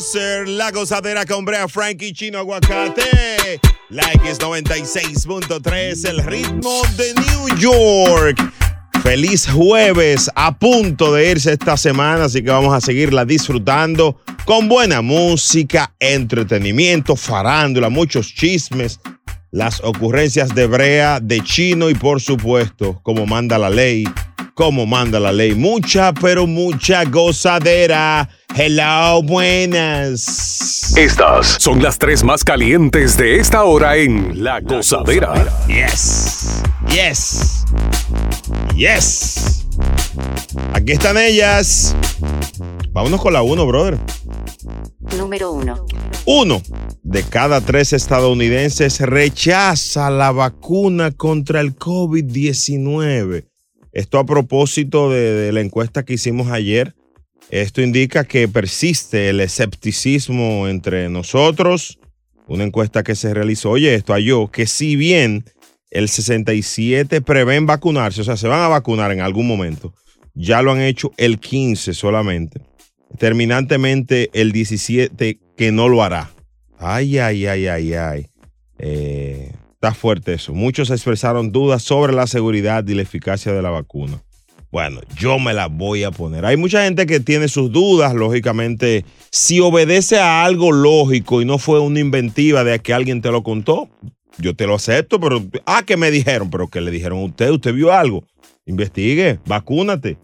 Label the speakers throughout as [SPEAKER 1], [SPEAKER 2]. [SPEAKER 1] Ser la gozadera con Brea Frankie Chino Aguacate. La X96.3, el ritmo de New York. Feliz jueves, a punto de irse esta semana, así que vamos a seguirla disfrutando con buena música, entretenimiento, farándula, muchos chismes, las ocurrencias de Brea, de Chino y por supuesto, como manda la ley, como manda la ley, mucha, pero mucha gozadera. Hello, buenas.
[SPEAKER 2] Estas son las tres más calientes de esta hora en La Gozadera.
[SPEAKER 1] Yes, yes, yes. Aquí están ellas. Vámonos con la uno, brother.
[SPEAKER 3] Número uno.
[SPEAKER 1] Uno de cada tres estadounidenses rechaza la vacuna contra el COVID-19. Esto a propósito de, de la encuesta que hicimos ayer. Esto indica que persiste el escepticismo entre nosotros. Una encuesta que se realizó, oye, esto halló que si bien el 67 prevén vacunarse, o sea, se van a vacunar en algún momento, ya lo han hecho el 15 solamente. Terminantemente el 17 que no lo hará. Ay, ay, ay, ay, ay. Eh, está fuerte eso. Muchos expresaron dudas sobre la seguridad y la eficacia de la vacuna bueno, yo me la voy a poner. Hay mucha gente que tiene sus dudas, lógicamente, si obedece a algo lógico y no fue una inventiva de que alguien te lo contó, yo te lo acepto, pero, ah, que me dijeron, pero que le dijeron a usted, usted vio algo, investigue, vacúnate.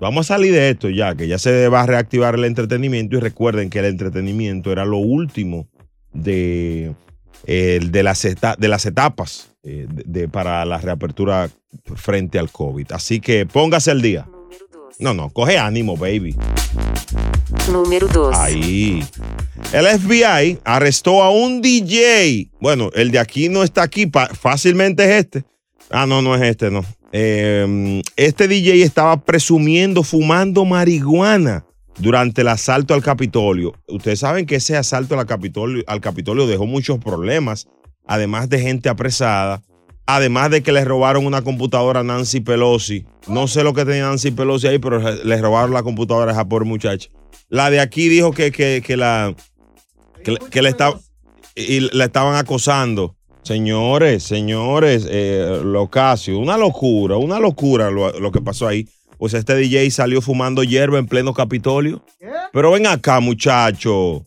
[SPEAKER 1] Vamos a salir de esto ya, que ya se va a reactivar el entretenimiento y recuerden que el entretenimiento era lo último de, eh, de, las, de las etapas eh, de, de, para la reapertura frente al COVID. Así que póngase al día. No, no, coge ánimo, baby.
[SPEAKER 3] Número 2.
[SPEAKER 1] Ahí. El FBI arrestó a un DJ. Bueno, el de aquí no está aquí, fácilmente es este. Ah, no, no es este, no. Eh, este DJ estaba presumiendo fumando marihuana durante el asalto al Capitolio. Ustedes saben que ese asalto al Capitolio, al Capitolio dejó muchos problemas además de gente apresada, además de que les robaron una computadora a Nancy Pelosi. No sé lo que tenía Nancy Pelosi ahí, pero les robaron la computadora a esa pobre muchacha. La de aquí dijo que, que, que la que, que le, estaba, y le estaban acosando. Señores, señores, eh, Locasio, una locura, una locura lo, lo que pasó ahí. Pues este DJ salió fumando hierba en pleno Capitolio. Pero ven acá, muchacho.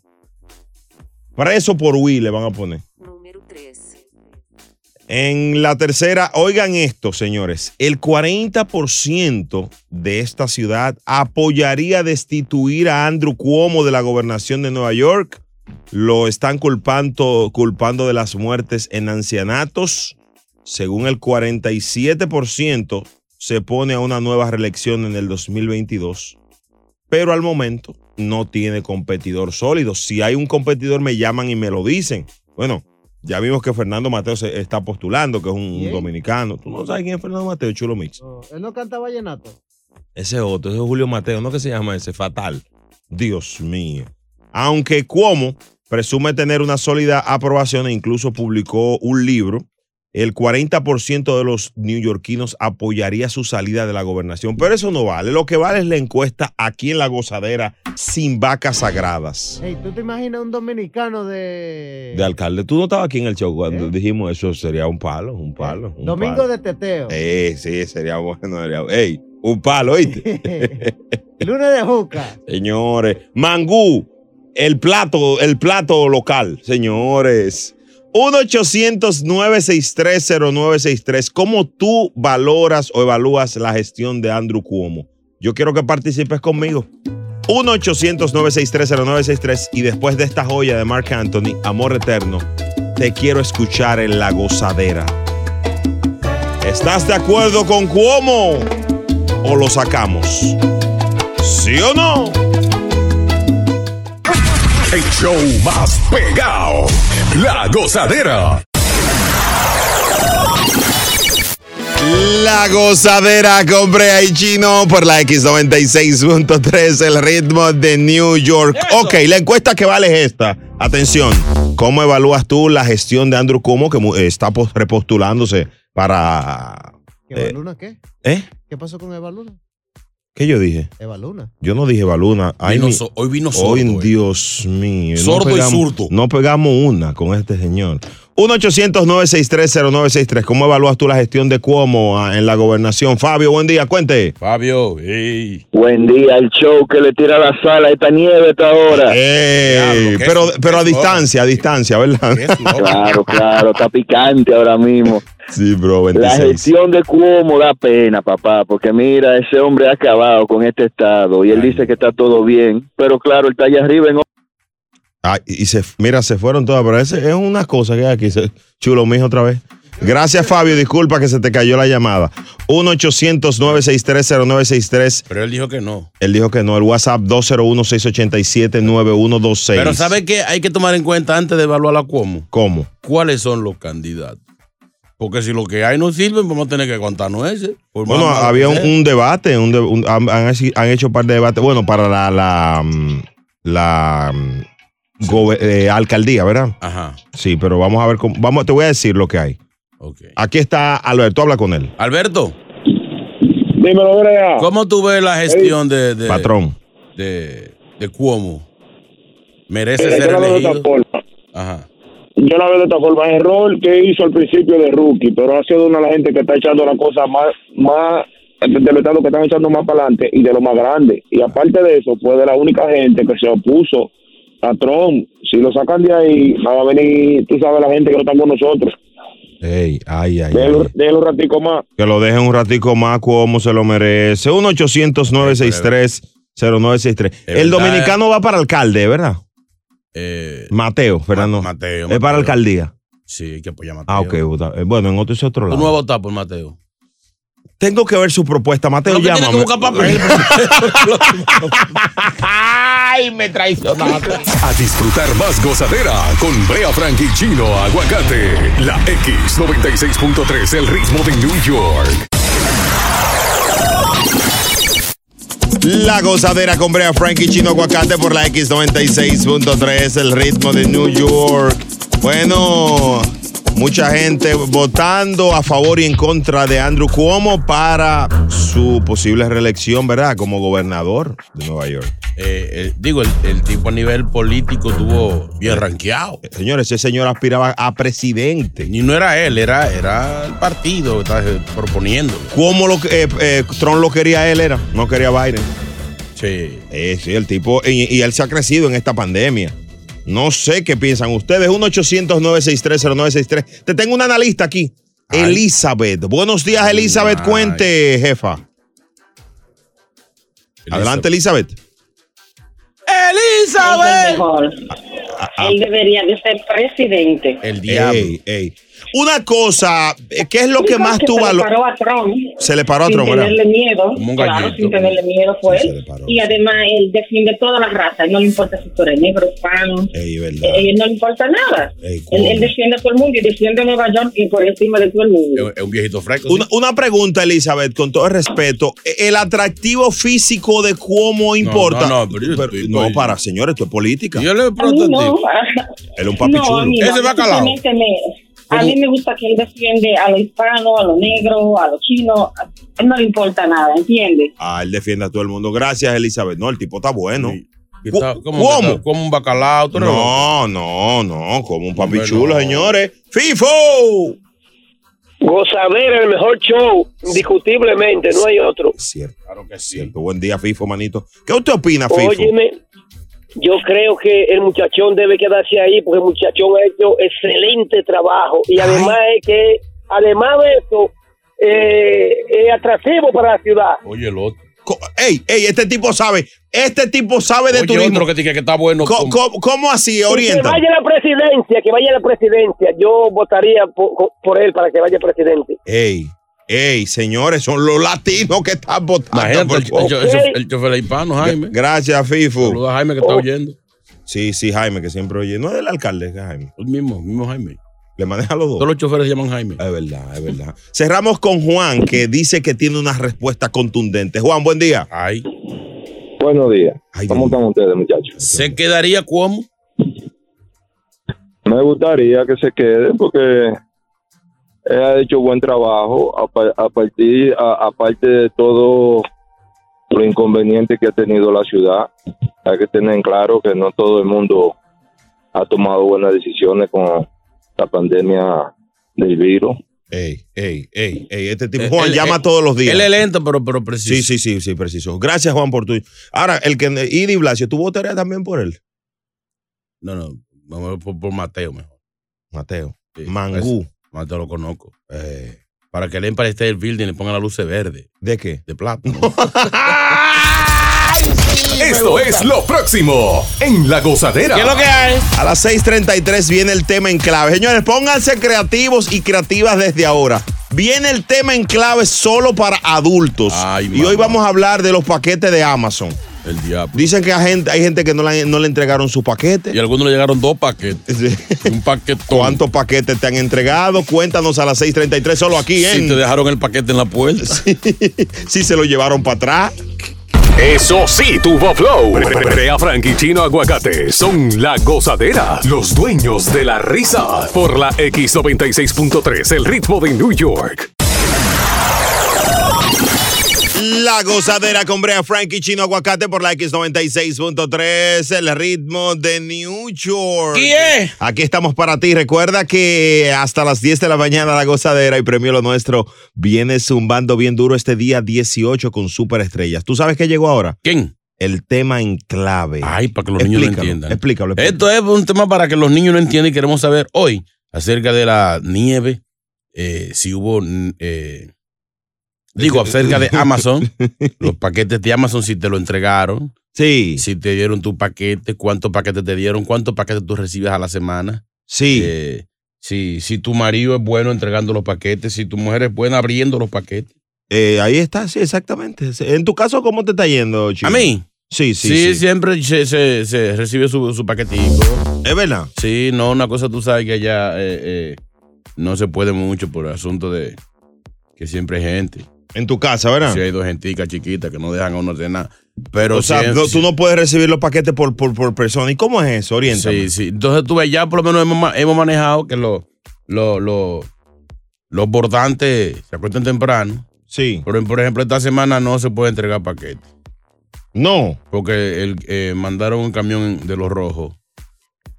[SPEAKER 1] Preso por Will le van a poner. En la tercera, oigan esto, señores, el 40% de esta ciudad apoyaría destituir a Andrew Cuomo de la gobernación de Nueva York. Lo están culpando, culpando de las muertes en ancianatos. Según el 47%, se pone a una nueva reelección en el 2022. Pero al momento no tiene competidor sólido. Si hay un competidor, me llaman y me lo dicen. Bueno, ya vimos que Fernando Mateo se está postulando, que es un
[SPEAKER 4] ¿Quién?
[SPEAKER 1] dominicano. Tú no sabes quién es Fernando Mateo, chulo mix.
[SPEAKER 4] No, él no canta vallenato.
[SPEAKER 1] Ese es otro, ese es Julio Mateo, ¿no? que se llama ese? Fatal. Dios mío. Aunque Cuomo presume tener una sólida aprobación e incluso publicó un libro, el 40% de los neoyorquinos apoyaría su salida de la gobernación. Pero eso no vale. Lo que vale es la encuesta aquí en la gozadera sin vacas sagradas.
[SPEAKER 4] Ey, ¿tú te imaginas un dominicano de
[SPEAKER 1] De alcalde, tú no estabas aquí en el show cuando dijimos eso, sería un palo, un palo. Un
[SPEAKER 4] Domingo
[SPEAKER 1] palo.
[SPEAKER 4] de Teteo?
[SPEAKER 1] Eh, sí, sería bueno. Sería, ey, un palo, ¿oíste?
[SPEAKER 4] Lunes de Juca.
[SPEAKER 1] señores, mangú, el plato, el plato local, señores. 1-800-963-0963. ¿Cómo tú valoras o evalúas la gestión de Andrew Cuomo? Yo quiero que participes conmigo. 1-800-963-0963. Y después de esta joya de Mark Anthony, Amor Eterno, te quiero escuchar en la gozadera. ¿Estás de acuerdo con Cuomo? ¿O lo sacamos? ¿Sí o no?
[SPEAKER 2] El show más pegado. La gozadera.
[SPEAKER 1] La gozadera con Brea y Chino por la X96.3, el ritmo de New York. Ok, la encuesta que vale es esta. Atención, ¿cómo evalúas tú la gestión de Andrew Cuomo que mu- eh, está pos- repostulándose para...
[SPEAKER 4] ¿Que Eva Luna qué?
[SPEAKER 1] ¿Eh?
[SPEAKER 4] ¿Qué pasó con Eva Luna?
[SPEAKER 1] ¿Qué yo dije?
[SPEAKER 4] Eva Luna.
[SPEAKER 1] Yo no dije Baluna. Ay,
[SPEAKER 5] Vino
[SPEAKER 1] mi-
[SPEAKER 5] so- hoy vino sordo.
[SPEAKER 1] Hoy,
[SPEAKER 5] eh.
[SPEAKER 1] Dios mío.
[SPEAKER 5] Sordo y
[SPEAKER 1] pegamos-
[SPEAKER 5] surdo.
[SPEAKER 1] No pegamos una con este señor. 1-800-963-0963. ¿Cómo evalúas tú la gestión de Cuomo ah, en la gobernación? Fabio, buen día, cuente.
[SPEAKER 5] Fabio, ey.
[SPEAKER 6] Buen día, el show que le tira la sala a esta nieve a esta hora.
[SPEAKER 1] Ey,
[SPEAKER 5] Diablo, qué
[SPEAKER 1] Eh, pero
[SPEAKER 5] su-
[SPEAKER 1] pero a
[SPEAKER 5] qué
[SPEAKER 1] distancia, a distancia, ¿verdad?
[SPEAKER 5] Qué loco.
[SPEAKER 6] Claro, claro, está picante ahora mismo.
[SPEAKER 1] Sí, bro,
[SPEAKER 6] La
[SPEAKER 1] 26.
[SPEAKER 6] gestión de Cuomo da pena, papá, porque mira, ese hombre ha acabado con este estado y él dice que está todo bien, pero claro, él está allá arriba en
[SPEAKER 1] Ah, y se, mira, se fueron todas, pero ese es una cosa que hay aquí. se- Chulo, mijo, otra vez. Gracias, Fabio. Disculpa que se te cayó la llamada. 1-800-963-0963.
[SPEAKER 5] Pero él dijo que no.
[SPEAKER 1] Él dijo que no, el WhatsApp 201-687-9126.
[SPEAKER 5] Pero ¿sabe qué? Hay que tomar en cuenta antes de evaluar a Cuomo.
[SPEAKER 1] ¿Cómo?
[SPEAKER 5] ¿Cuáles son los candidatos? Porque si lo que hay no sirve, vamos a tener que aguantarnos ese. Por
[SPEAKER 1] Bueno,
[SPEAKER 5] más malo
[SPEAKER 1] había
[SPEAKER 5] que
[SPEAKER 1] un,
[SPEAKER 5] sea.
[SPEAKER 1] un debate, un de- un- han, han así- han hecho un par de debates, bueno, para la, la, mm, la, mm, gobe- eh, alcaldía, ¿verdad?
[SPEAKER 5] Ajá,
[SPEAKER 1] Sí, pero vamos a ver, cómo, vamos, te voy a decir lo que hay.
[SPEAKER 5] ok.
[SPEAKER 1] Aquí está Alberto, habla con él,
[SPEAKER 5] Alberto,
[SPEAKER 6] Dímelo, Brea.
[SPEAKER 5] ¿cómo tú ves la gestión de, de,
[SPEAKER 1] patrón.
[SPEAKER 5] de, de Cuomo? ¿Merece ser elegido? Ajá.
[SPEAKER 6] Yo la veo de esta forma. Error que hizo al principio de rookie, pero ha sido una de las gente que está echando la cosa más, más de los estados que están echando más para adelante y de lo más grande. Y aparte de eso, fue de la única gente que se opuso a Trump. Si lo sacan de ahí, va a venir, tú sabes, la gente que no está con nosotros.
[SPEAKER 1] Ey, ay, ay,
[SPEAKER 6] Déjelo,
[SPEAKER 1] ay.
[SPEAKER 6] déjelo un ratico más.
[SPEAKER 1] Que lo dejen un ratico más como se lo merece. 1-800-963-0963.
[SPEAKER 5] Es
[SPEAKER 1] El
[SPEAKER 5] verdad,
[SPEAKER 1] dominicano va para alcalde, ¿verdad?
[SPEAKER 5] Eh,
[SPEAKER 1] Mateo, Fernando.
[SPEAKER 5] Mateo.
[SPEAKER 1] Es para
[SPEAKER 5] Mateo.
[SPEAKER 1] alcaldía.
[SPEAKER 5] Sí, hay que apoyar a Mateo.
[SPEAKER 1] Ah, ok. vota- eh, Bueno, en otro es otro
[SPEAKER 5] Tú
[SPEAKER 1] lado.
[SPEAKER 5] no vas a votar por Mateo.
[SPEAKER 1] Tengo que ver su propuesta. Mateo,
[SPEAKER 5] Pero que tiene que
[SPEAKER 1] llámame.
[SPEAKER 5] buscar papel.
[SPEAKER 2] A disfrutar más gozadera con Brea Frank y Chino Aguacate. La X96.3, el ritmo de New York.
[SPEAKER 1] La gozadera con Brea Frankie Chino Aguacate por la X96.3, el ritmo de New York. Bueno, mucha gente votando a favor y en contra de Andrew Cuomo para su posible reelección, ¿verdad? Como gobernador de Nueva York.
[SPEAKER 5] Eh, eh, digo, el, el tipo a nivel político estuvo bien rankeado.
[SPEAKER 1] Señores, ese señor aspiraba a presidente.
[SPEAKER 5] Y no era él, era, era el partido que estaba eh, proponiendo.
[SPEAKER 1] ¿Cómo lo, que- eh, eh, Trump lo quería él era? No quería Biden.
[SPEAKER 5] Sí.
[SPEAKER 1] Eh, sí, el tipo, y, y él se ha crecido en esta pandemia. No sé qué piensan ustedes. 1-800-963-0963. Te tengo una analista aquí.
[SPEAKER 5] Ay.
[SPEAKER 1] Elizabeth. Buenos días, Elizabeth.
[SPEAKER 5] Ay.
[SPEAKER 1] Cuente, jefa. Adelante, Elizabeth.
[SPEAKER 5] Elizabeth.
[SPEAKER 7] Él debería de ser presidente.
[SPEAKER 5] Ah, El diablo.
[SPEAKER 1] Ey, ey. Una cosa, eh, ¿qué es lo que más tú
[SPEAKER 7] valor?
[SPEAKER 1] valoras?
[SPEAKER 7] a Trump.
[SPEAKER 1] Se le paró a
[SPEAKER 7] sin
[SPEAKER 1] Trump, ¿verdad?
[SPEAKER 7] tenerle miedo,
[SPEAKER 5] Como un
[SPEAKER 7] claro,
[SPEAKER 5] gallito.
[SPEAKER 7] sin tenerle miedo fue
[SPEAKER 1] Sí, se le
[SPEAKER 7] él.
[SPEAKER 1] paró.
[SPEAKER 7] Y además él defiende toda la raza, no le importa si tú eres negro, hispano,
[SPEAKER 1] Ey, verdad.
[SPEAKER 7] eh, no le importa nada.
[SPEAKER 1] Ey,
[SPEAKER 7] él, él defiende a todo el mundo y defiende a Nueva York y por encima de todo el
[SPEAKER 1] Eh,
[SPEAKER 7] mundo.
[SPEAKER 5] Es un viejito fresco. sí.
[SPEAKER 1] Una, una pregunta, Elizabeth, con todo el respeto. ¿e, ¿El atractivo físico de cómo importa?
[SPEAKER 5] no, pero yo estoy-
[SPEAKER 1] no, para, señores, esto es política.
[SPEAKER 5] Yo
[SPEAKER 7] A
[SPEAKER 5] le
[SPEAKER 7] mí
[SPEAKER 5] pregunto a
[SPEAKER 7] no,
[SPEAKER 5] ti.
[SPEAKER 1] Él es un papi
[SPEAKER 7] no, a mí
[SPEAKER 1] chulo.
[SPEAKER 7] no.
[SPEAKER 5] Ese bacalao.
[SPEAKER 7] Simplemente me- a mí me gusta que él defiende a los hispanos, a los negros, a los chinos. a- No le importa nada, ¿entiendes?
[SPEAKER 1] Ah, él defiende a todo el mundo. Gracias, Elizabeth. No, el tipo está bueno.
[SPEAKER 5] Sí. Que está-
[SPEAKER 1] Cu-
[SPEAKER 5] ¿Cómo?
[SPEAKER 1] ¿Cómo?
[SPEAKER 5] que está? Como un bacalao. tú eres loco.
[SPEAKER 1] No, no, no, como un papi
[SPEAKER 5] Hombre,
[SPEAKER 1] chulo,
[SPEAKER 5] no.
[SPEAKER 1] señores. ¡Oh! ¡FIFO!
[SPEAKER 6] Gozadera, el mejor show, indiscutiblemente, no hay otro.
[SPEAKER 1] Es cierto,
[SPEAKER 5] Claro que
[SPEAKER 1] es
[SPEAKER 5] sí.
[SPEAKER 1] cierto. Buen día, FIFO, manito. ¿Qué usted opina, FIFO?
[SPEAKER 6] Óyeme, yo creo que el muchachón debe quedarse ahí porque el muchachón ha hecho excelente trabajo y además es que, además de eso, eh, es atractivo para la ciudad.
[SPEAKER 5] Oye, el otro.
[SPEAKER 1] Co- Ey, ey, este tipo sabe. Este tipo sabe de
[SPEAKER 5] Oye,
[SPEAKER 1] turismo.
[SPEAKER 5] otro que te que está bueno.
[SPEAKER 1] Co- co-
[SPEAKER 5] como-
[SPEAKER 1] ¿Cómo, así?
[SPEAKER 6] Y Que
[SPEAKER 1] Orienta.
[SPEAKER 6] vaya a la presidencia, que vaya a la presidencia. Yo votaría por, por él para que vaya presidente.
[SPEAKER 1] Ey, ey, señores, son los latinos que están votando.
[SPEAKER 5] Imagínate
[SPEAKER 1] por
[SPEAKER 5] el,
[SPEAKER 1] Cuomo.
[SPEAKER 5] el- el- el chofer hispano, Jaime.
[SPEAKER 1] Gracias, FIFO.
[SPEAKER 5] Saluda a Jaime que está oyendo.
[SPEAKER 1] Sí, sí, Jaime, que siempre oye. No es el alcalde, que es Jaime.
[SPEAKER 5] El mismo, el mismo Jaime.
[SPEAKER 1] Le maneja a los dos.
[SPEAKER 5] Todos los choferes se llaman Jaime.
[SPEAKER 1] Es verdad, es verdad. Cerramos con Juan, que dice que tiene una respuesta contundente. Juan, buen día.
[SPEAKER 5] Ay,
[SPEAKER 8] Buenos días.
[SPEAKER 1] Ay,
[SPEAKER 8] ¿Cómo
[SPEAKER 1] Dios.
[SPEAKER 8] están ustedes, muchachos?
[SPEAKER 5] ¿se quedaría como?
[SPEAKER 8] Me gustaría que se quede porque él ha hecho buen trabajo, a par- a partir- a- aparte de todo lo inconveniente que ha tenido la ciudad. Hay que tener en claro que no todo el mundo ha tomado buenas decisiones con la pandemia del virus.
[SPEAKER 1] Ey, ey, ey, ey, este tipo.
[SPEAKER 5] Eh,
[SPEAKER 1] Juan
[SPEAKER 5] él-
[SPEAKER 1] llama
[SPEAKER 5] él-
[SPEAKER 1] todos los días.
[SPEAKER 5] Él es lento, pero, pero preciso.
[SPEAKER 1] sí, sí, sí, sí, preciso. Gracias, Juan, por tu. Ahora, el que. Idi Blasio, ¿tú votarías también por él?
[SPEAKER 5] No, no, vamos por, por Mateo mejor.
[SPEAKER 1] Mateo.
[SPEAKER 5] Sí,
[SPEAKER 1] Mangú.
[SPEAKER 5] ese- Mateo lo conozco. Eh, Para que el Empire State Building le ponga la luz verde,
[SPEAKER 1] ¿De qué?
[SPEAKER 5] de plata.
[SPEAKER 2] Esto es lo próximo en La Gozadera.
[SPEAKER 5] que hay?
[SPEAKER 1] A las 6:33 viene el tema en clave. Señores, pónganse creativos y creativas desde ahora. Viene el tema en clave solo para adultos.
[SPEAKER 5] Ay,
[SPEAKER 1] y hoy
[SPEAKER 5] mamá.
[SPEAKER 1] vamos a hablar de los paquetes de Amazon.
[SPEAKER 5] El diablo.
[SPEAKER 1] Dicen que hay gente, hay gente que no, la- no le entregaron su paquete.
[SPEAKER 5] Y a algunos le llegaron dos paquetes. Un paquetón.
[SPEAKER 1] ¿Cuántos paquetes te han entregado? Cuéntanos a las 6:33 solo aquí
[SPEAKER 5] Si
[SPEAKER 1] en.
[SPEAKER 5] te dejaron el paquete en la puerta.
[SPEAKER 1] si se lo llevaron para atrás.
[SPEAKER 2] Eso sí, tuvo flow. Brea Frank y Chino Aguacate son la gozadera, los dueños de la risa. Por la X96.3, el ritmo de New York.
[SPEAKER 1] La gozadera con Brea Frankie Chino Aguacate por la X96.3, el ritmo de New York.
[SPEAKER 5] es?
[SPEAKER 1] Aquí estamos para ti. Recuerda que hasta las 10 de la mañana la gozadera y premio lo nuestro viene zumbando bien duro este día 18 con superestrellas. ¿Tú sabes qué llegó ahora?
[SPEAKER 5] ¿Quién?
[SPEAKER 1] El tema en clave.
[SPEAKER 5] Ay, para que los niños lo
[SPEAKER 1] explícalo,
[SPEAKER 5] entiendan.
[SPEAKER 1] explícalo,
[SPEAKER 5] Esto
[SPEAKER 1] explícalo.
[SPEAKER 5] es un tema para que los niños lo entiendan y queremos saber hoy acerca de la nieve, eh, si hubo, mm, eh, digo, acerca de Amazon, los paquetes de Amazon, si te lo entregaron,
[SPEAKER 1] Sí, sí.
[SPEAKER 5] si te dieron tu paquete, cuántos paquetes te dieron, cuántos paquetes tú recibes a la semana, eh, si, si tu marido es bueno entregando los paquetes, si tu mujer es buena abriendo los paquetes.
[SPEAKER 1] Eh, ahí está, sí, exactamente. En tu caso, ¿cómo te está yendo, Chino?
[SPEAKER 5] A mí,
[SPEAKER 1] Sí,
[SPEAKER 5] sí,
[SPEAKER 1] sí. sí.
[SPEAKER 5] siempre se, se- se recibe su, su paquetico.
[SPEAKER 1] Es verdad.
[SPEAKER 5] Sí, no, una cosa tú sabes que allá eh, eh, no se puede mucho por el asunto de que siempre hay gente.
[SPEAKER 1] En tu casa, ¿verdad?
[SPEAKER 5] Si hay dos genticas chiquitas que no dejan a uno hacer nada. Pero
[SPEAKER 1] o sea,
[SPEAKER 5] sí,
[SPEAKER 1] no-
[SPEAKER 5] sí,
[SPEAKER 1] tú no puedes recibir los paquetes por, por, por persona. ¿Y cómo es eso? Oriéntame.
[SPEAKER 5] Sí, sí. Entonces tú ves, ya por lo menos hemos, ma- hemos manejado que los, los, los, los bordantes se acuestan temprano.
[SPEAKER 1] Sí.
[SPEAKER 5] Pero, por ejemplo, esta semana no se puede entregar paquetes.
[SPEAKER 1] No.
[SPEAKER 5] Porque el, eh, mandaron un camión de los rojos.